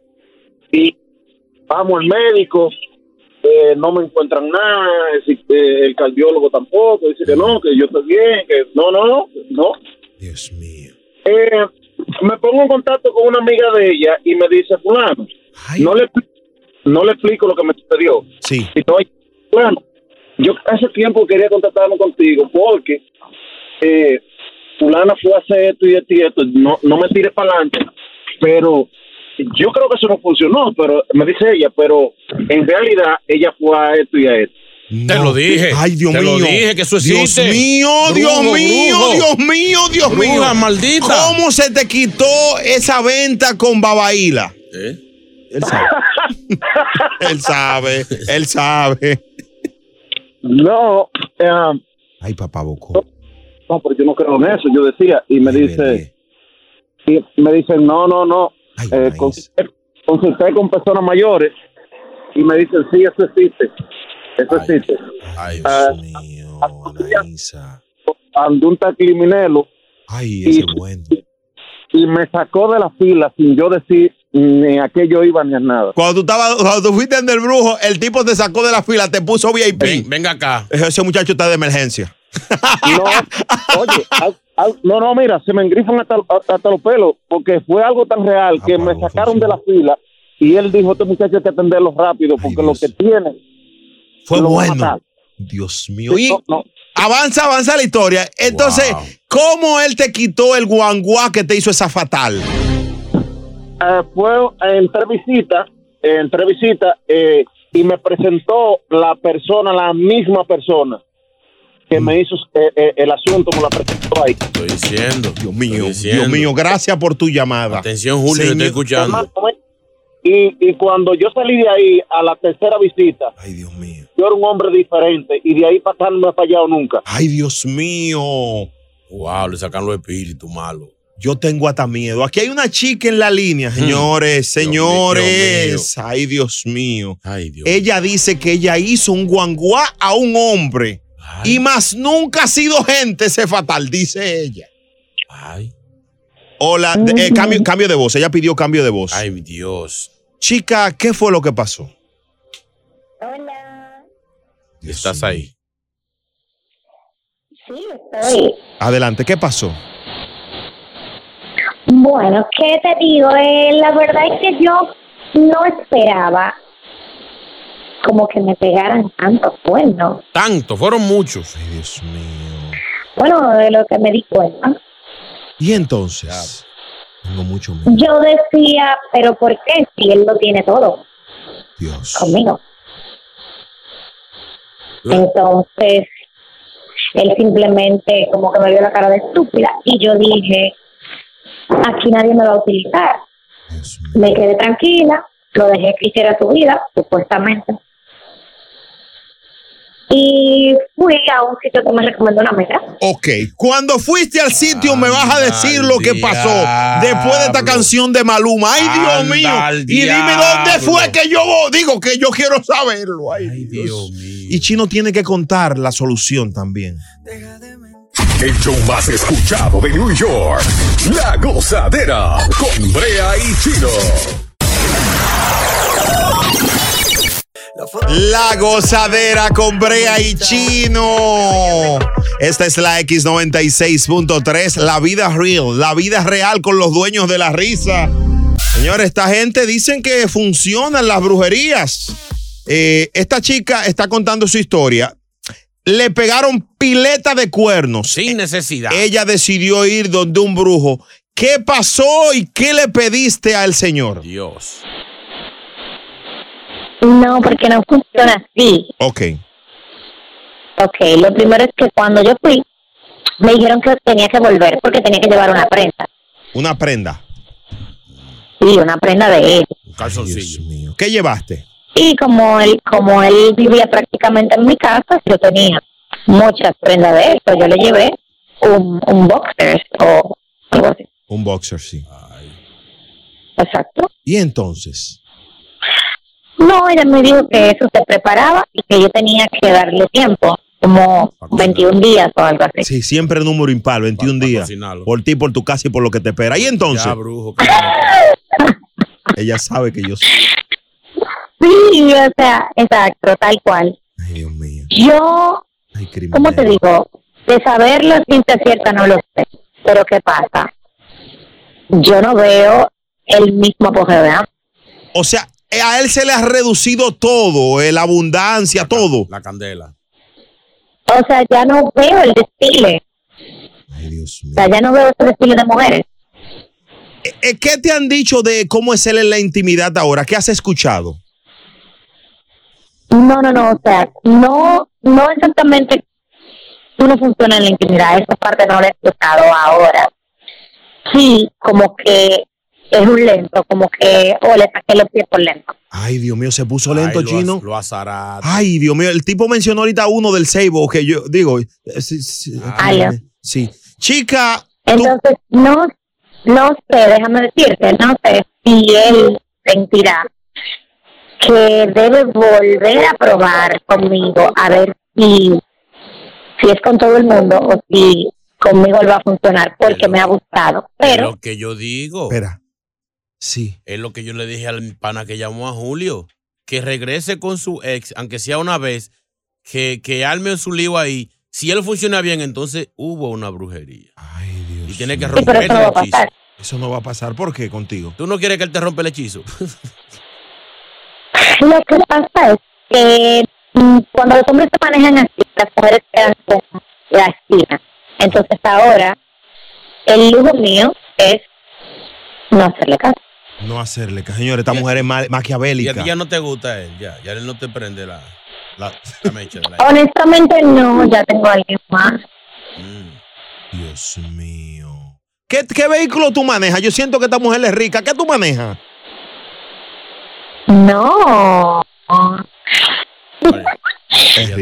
[SPEAKER 6] Y vamos al médico, eh, no me encuentran nada, es decir, eh, el cardiólogo tampoco, dice que no, que yo estoy bien, que no, no, no, no. Dios mío. Eh, me pongo en contacto con una amiga de ella y me dice, fulano, no le, no le explico lo que me sucedió.
[SPEAKER 1] Sí.
[SPEAKER 6] Y no, fulano, yo hace tiempo quería contactarme contigo porque eh, fulana fue a hacer esto y esto y esto, no, no me tires para adelante, pero yo creo que eso no funcionó, pero me dice ella, pero en realidad ella fue a esto y a esto.
[SPEAKER 5] Te lo dije.
[SPEAKER 1] Ay, Dios
[SPEAKER 5] Te lo
[SPEAKER 1] mío.
[SPEAKER 5] dije que eso
[SPEAKER 1] Dios
[SPEAKER 5] existe.
[SPEAKER 1] mío, Dios
[SPEAKER 5] Brujo,
[SPEAKER 1] mío,
[SPEAKER 5] brujo.
[SPEAKER 1] Dios mío, Dios mío.
[SPEAKER 5] Bruja, maldita.
[SPEAKER 1] ¿Cómo se te quitó esa venta con Babaila?
[SPEAKER 6] ¿Eh?
[SPEAKER 1] Él sabe. él sabe, él sabe.
[SPEAKER 6] No, eh,
[SPEAKER 1] Ay, papá Bocó.
[SPEAKER 6] no, pero yo no creo en eso, yo decía, y me dice, y me dicen, no, no, no, eh, consulté, consulté con personas mayores, y me dicen, sí, eso existe, eso existe. Ah, Andó un taquiminelo.
[SPEAKER 1] Ay,
[SPEAKER 6] ese bueno. Y me sacó de la fila sin yo decir ni a qué yo iba ni a nada.
[SPEAKER 1] Cuando tú, estabas, cuando tú fuiste en el brujo, el tipo te sacó de la fila, te puso VIP.
[SPEAKER 5] venga acá.
[SPEAKER 1] Ese muchacho está de emergencia.
[SPEAKER 6] No, oye, al- al- no, no, mira, se me engrifan hasta, hasta los pelos porque fue algo tan real que me sacaron de la fila y él dijo, este muchacho hay que atenderlo rápido porque lo que tiene
[SPEAKER 1] Fue
[SPEAKER 6] lo va a
[SPEAKER 1] bueno.
[SPEAKER 6] matar".
[SPEAKER 1] Dios mío. Y avanza, avanza la historia. Entonces,
[SPEAKER 6] Wow.
[SPEAKER 1] ¿cómo él te quitó el guanguá que te hizo esa fatal?
[SPEAKER 6] Eh, fue en tres visitas, en tres visitas, eh, y me presentó la persona, la misma persona que me hizo eh, eh, el asunto, me la presentó ahí.
[SPEAKER 5] Estoy diciendo.
[SPEAKER 1] Dios mío,
[SPEAKER 5] diciendo.
[SPEAKER 1] Dios mío, gracias por tu llamada.
[SPEAKER 5] Atención, Julio, te estoy escuchando.
[SPEAKER 6] Y, y cuando yo salí de ahí a la tercera visita, yo era un hombre diferente y de ahí para acá no me ha fallado nunca.
[SPEAKER 1] Ay, Dios mío.
[SPEAKER 5] Wow, le sacan los espíritus malos.
[SPEAKER 1] Yo tengo hasta miedo. Aquí hay una chica en la línea, señores, señores. Ay, Hmm. Dios mío. ella dice que ella hizo un guanguá a un hombre y más nunca ha sido gente ese fatal, dice ella. Hola, de- eh, cambio, cambio de voz. Ella pidió cambio de voz.
[SPEAKER 5] Ay, mi Dios.
[SPEAKER 1] Chica, ¿qué fue lo que pasó?
[SPEAKER 5] Estás ahí.
[SPEAKER 1] Adelante, ¿qué pasó?
[SPEAKER 21] Bueno, ¿qué te digo? Eh, la verdad es que yo no esperaba como que me pegaran tanto pues, cuernos.
[SPEAKER 5] Tanto, fueron muchos.
[SPEAKER 1] Ay, Dios mío.
[SPEAKER 21] Bueno, de lo que me di cuenta.
[SPEAKER 1] Y entonces,
[SPEAKER 21] Yo decía, pero ¿por qué si él lo tiene todo? Conmigo. Entonces, él simplemente como que me vio la cara de estúpida y yo dije, aquí nadie me va a utilizar. Me quedé tranquila, lo dejé que hiciera su vida, supuestamente. Y fui a un sitio que me recomendó una amiga.
[SPEAKER 1] ok. Cuando fuiste al sitio, me vas a decir lo que pasó después de esta canción de Maluma. Ay, Dios
[SPEAKER 5] Anda
[SPEAKER 1] mío.
[SPEAKER 5] al
[SPEAKER 1] Y dime dónde fue que yo voy. digo que yo quiero saberlo. Ay,
[SPEAKER 5] Dios.
[SPEAKER 1] Y Chino tiene que contar la solución también.
[SPEAKER 2] El show más escuchado de New York. La gozadera con Brea y Chino.
[SPEAKER 1] La gozadera con Brea y Chino. Esta es la X96.3, la vida real, la vida real con los dueños de la risa. Señores, esta gente dicen que funcionan las brujerías. Eh, esta chica está contando su historia. Le pegaron pileta de cuernos. Eh,
[SPEAKER 5] Sin necesidad.
[SPEAKER 1] Ella decidió ir donde un brujo. ¿Qué pasó y qué le pediste al señor?
[SPEAKER 5] Dios.
[SPEAKER 21] No, porque no funciona así.
[SPEAKER 1] Ok.
[SPEAKER 21] Ok, lo primero es que cuando yo fui, me dijeron que tenía que volver porque tenía que llevar una prensa.
[SPEAKER 1] Una prenda.
[SPEAKER 21] Sí, una prenda de él.
[SPEAKER 1] Calzoncillo. ¿Qué llevaste?
[SPEAKER 21] Y como él, como él vivía prácticamente en mi casa, yo tenía muchas prendas de él, pero yo le llevé un, un boxer o algo así.
[SPEAKER 1] Un boxer, sí.
[SPEAKER 21] Exacto.
[SPEAKER 1] ¿Y entonces?
[SPEAKER 21] No, ella me dijo que eso se preparaba y que yo tenía que darle tiempo, como 21 días o algo así.
[SPEAKER 1] Sí, siempre número impar, 21 días. Por ti, por tu casa y por lo que te espera. ¿Y entonces?
[SPEAKER 5] Ya,
[SPEAKER 1] Ella sabe que yo soy.
[SPEAKER 21] Sí, o sea, exacto, tal cual. Yo, ¿cómo te digo? De saberlo ciencia cierta no lo sé, pero ¿qué pasa? Yo no veo el mismo apogeo, ¿verdad?
[SPEAKER 1] O sea, a él se le ha reducido todo, eh, la abundancia, todo.
[SPEAKER 5] La candela.
[SPEAKER 21] O sea, ya no veo el desfile. O sea, ya no veo ese desfile de mujeres.
[SPEAKER 1] Eh, eh, ¿Qué te han dicho de cómo es él en la intimidad ahora? ¿Qué has escuchado?
[SPEAKER 21] No, no, no, o sea, no, no exactamente uno funciona en la intimidad, esa parte no la he explicado ahora. Sí, como que es un lento, como que, o le saqué los pies por lento.
[SPEAKER 1] Ay, Dios mío, se puso lento,
[SPEAKER 5] Ay, lo
[SPEAKER 1] Chino.
[SPEAKER 5] az- Lo azarado.
[SPEAKER 1] Ay, Dios mío, el tipo mencionó ahorita uno del Seibo, que yo digo, eh, sí, sí,
[SPEAKER 21] Aló.
[SPEAKER 1] sí. Chica.
[SPEAKER 21] Entonces, no, no sé, déjame decirte, no sé si él sentirá que debe volver a probar conmigo a ver si, si es con todo el mundo o si conmigo él va a funcionar porque me ha gustado. Pero
[SPEAKER 5] Es lo que yo digo.
[SPEAKER 1] Espera. Sí.
[SPEAKER 5] Es lo que yo le dije al pana que llamó a Julio. Que regrese con su ex, aunque sea una vez, que, que arme su lío ahí. Si él funciona bien, entonces hubo una brujería. Y tiene que romper el hechizo.
[SPEAKER 1] Eso no va a pasar. ¿Por qué contigo?
[SPEAKER 5] ¿Tú no quieres que él te rompa el hechizo?
[SPEAKER 21] lo que pasa es que mm, cuando los hombres se manejan así, las mujeres quedan con la esquina. Entonces ahora, el lujo mío es no hacerle caso.
[SPEAKER 1] No hacerle caso. Señores, esta mujer es ma-
[SPEAKER 5] y a
[SPEAKER 1] maquiavélica.
[SPEAKER 5] ti ya no te gusta él, ya. Ya él no te prende la, la, la mecha de la
[SPEAKER 21] Honestamente no, ya tengo a alguien más.
[SPEAKER 1] Dios mío. ¿Qué, qué vehículo tú manejas? Yo siento que esta mujer es rica. ¿Qué tú manejas?
[SPEAKER 21] No.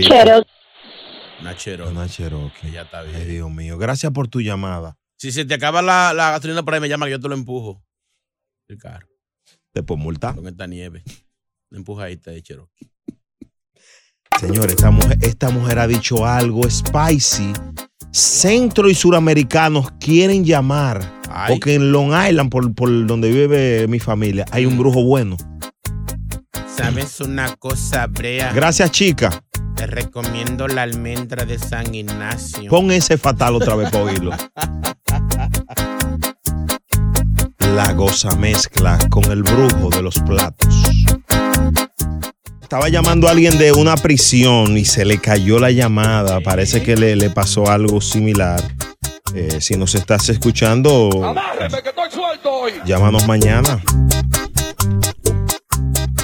[SPEAKER 21] Pero
[SPEAKER 5] Una Cherokee.
[SPEAKER 1] Una Cherokee.
[SPEAKER 5] Ya está bien.
[SPEAKER 1] Ay, Dios mío. Gracias por tu llamada.
[SPEAKER 5] Si se te acaba la, la gasolina por ahí, me llama que yo te lo empujo. El carro.
[SPEAKER 1] Te puedo multar.
[SPEAKER 5] Con esta nieve. Una empujadita de Cherokee.
[SPEAKER 1] Señores, esta mujer, esta mujer ha dicho algo spicy. Centro y suramericanos quieren llamar. Porque en Long Island, por, por donde vive mi familia, hay un brujo bueno.
[SPEAKER 5] ¿Sabes una cosa, Brea?
[SPEAKER 1] Gracias, chica.
[SPEAKER 5] Te recomiendo la almendra de San Ignacio.
[SPEAKER 1] Pon ese fatal otra vez para oírlo. La goza mezcla con el brujo de los platos. Estaba llamando a alguien de una prisión y se le cayó la llamada. Parece que le, le pasó algo similar. Eh, si nos estás escuchando, llámanos mañana.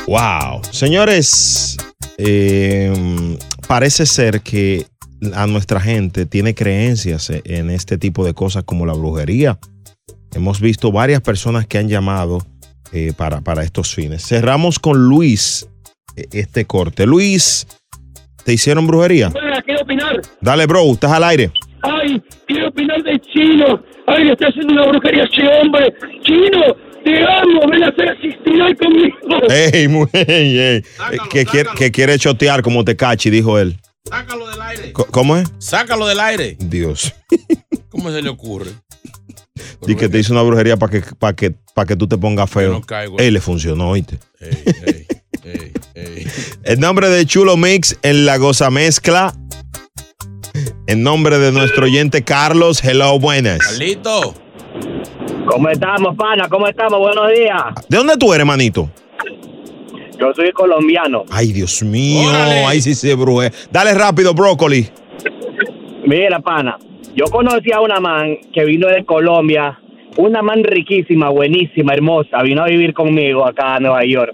[SPEAKER 1] Wow. Señores, eh, parece ser que a nuestra gente tiene creencias eh, en este tipo de cosas como la brujería. Hemos visto varias personas que han llamado eh, para, para estos fines. Cerramos con Luis eh, este corte. Luis, ¿te hicieron brujería?
[SPEAKER 18] Bueno, Ah, quiero opinar.
[SPEAKER 1] Dale, bro, estás al aire.
[SPEAKER 18] Ay, quiero opinar de Chino. Ay, le está haciendo una brujería a ese hombre. Chino, te amo. Ven a hacer asistir conmigo.
[SPEAKER 1] Ey, mu- ey, ey. que, quiere, que quiere chotear como te cachi, dijo él. Sácalo del aire. ¿Cómo es?
[SPEAKER 5] Sácalo del aire.
[SPEAKER 1] Dios.
[SPEAKER 5] ¿Cómo se le ocurre?
[SPEAKER 1] Y que te hizo una brujería para que, para que, para que tú te pongas feo.
[SPEAKER 5] no caigo.
[SPEAKER 1] Ey, le funcionó, oíste.
[SPEAKER 5] Ey, ey.
[SPEAKER 1] En nombre de Chulo Mix en La Goza Mezcla. En nombre de nuestro oyente Carlos, hello, buenas.
[SPEAKER 5] Carlito.
[SPEAKER 3] ¿Cómo estamos, pana? ¿Cómo estamos? Buenos días.
[SPEAKER 1] ¿De dónde tú eres, manito?
[SPEAKER 3] Yo soy colombiano.
[SPEAKER 1] Ay, Dios mío, ahí sí se bruje. Dale rápido, brócoli.
[SPEAKER 3] Mira, pana, yo conocí a una man que vino de Colombia, una man riquísima, buenísima, hermosa, vino a vivir conmigo acá a Nueva York.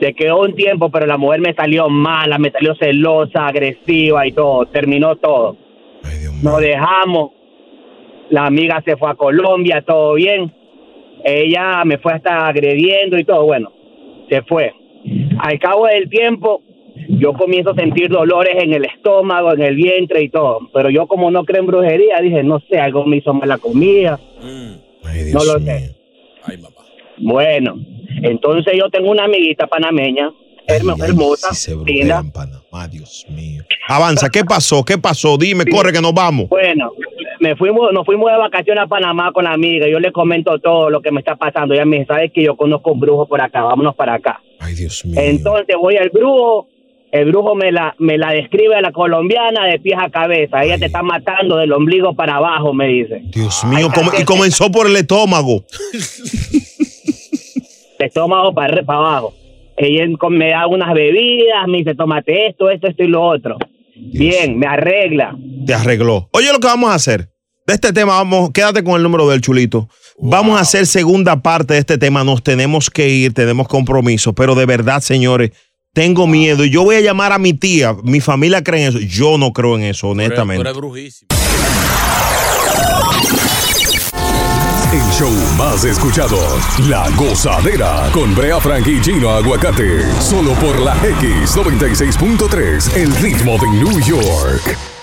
[SPEAKER 3] Se quedó un tiempo, pero la mujer me salió mala, me salió celosa, agresiva y todo, terminó todo. Nos dejamos. la amiga se fue a Colombia, todo bien. Ella me fue hasta agrediendo y todo, bueno, se fue. Al cabo del tiempo, yo comienzo a sentir dolores en el estómago, en el vientre y todo. Pero yo como no creo en brujería, dije, no sé, algo me hizo mala comida. no lo sé. Bueno, entonces yo tengo una amiguita panameña, hermo- hermosa, linda.
[SPEAKER 1] Avanza, ¿qué pasó? ¿Qué pasó? Dime, corre que nos vamos.
[SPEAKER 3] Bueno, me fuimos, nos fuimos de vacaciones a Panamá con la amiga. Yo le comento todo lo que me está pasando. Ella me dice, sabes que yo conozco un brujo por acá, vámonos para acá.
[SPEAKER 1] Ay, Dios
[SPEAKER 3] Entonces voy al brujo, el brujo me la, me la describe a la colombiana de pies a cabeza. Ella te está matando del ombligo para abajo, me dice.
[SPEAKER 1] Dios mío, como- y comenzó por el estómago.
[SPEAKER 3] Te estómago para, arri- para abajo. Ella en- con- me da unas bebidas, me dice, tómate esto, esto, esto y lo otro. Bien, me arregla.
[SPEAKER 1] Te arregló. Oye, lo que vamos a hacer. De este tema, vamos, quédate con el número del chulito. Vamos a hacer segunda parte de este tema. Nos tenemos que ir, tenemos compromiso. Pero de verdad, señores, tengo miedo. Yo voy a llamar a mi tía. Mi familia cree en eso. Yo no creo en eso, honestamente.
[SPEAKER 2] El show más escuchado, La Gozadera, con Brea Frank y Gino Aguacate, solo por la X96.3, el ritmo de New York.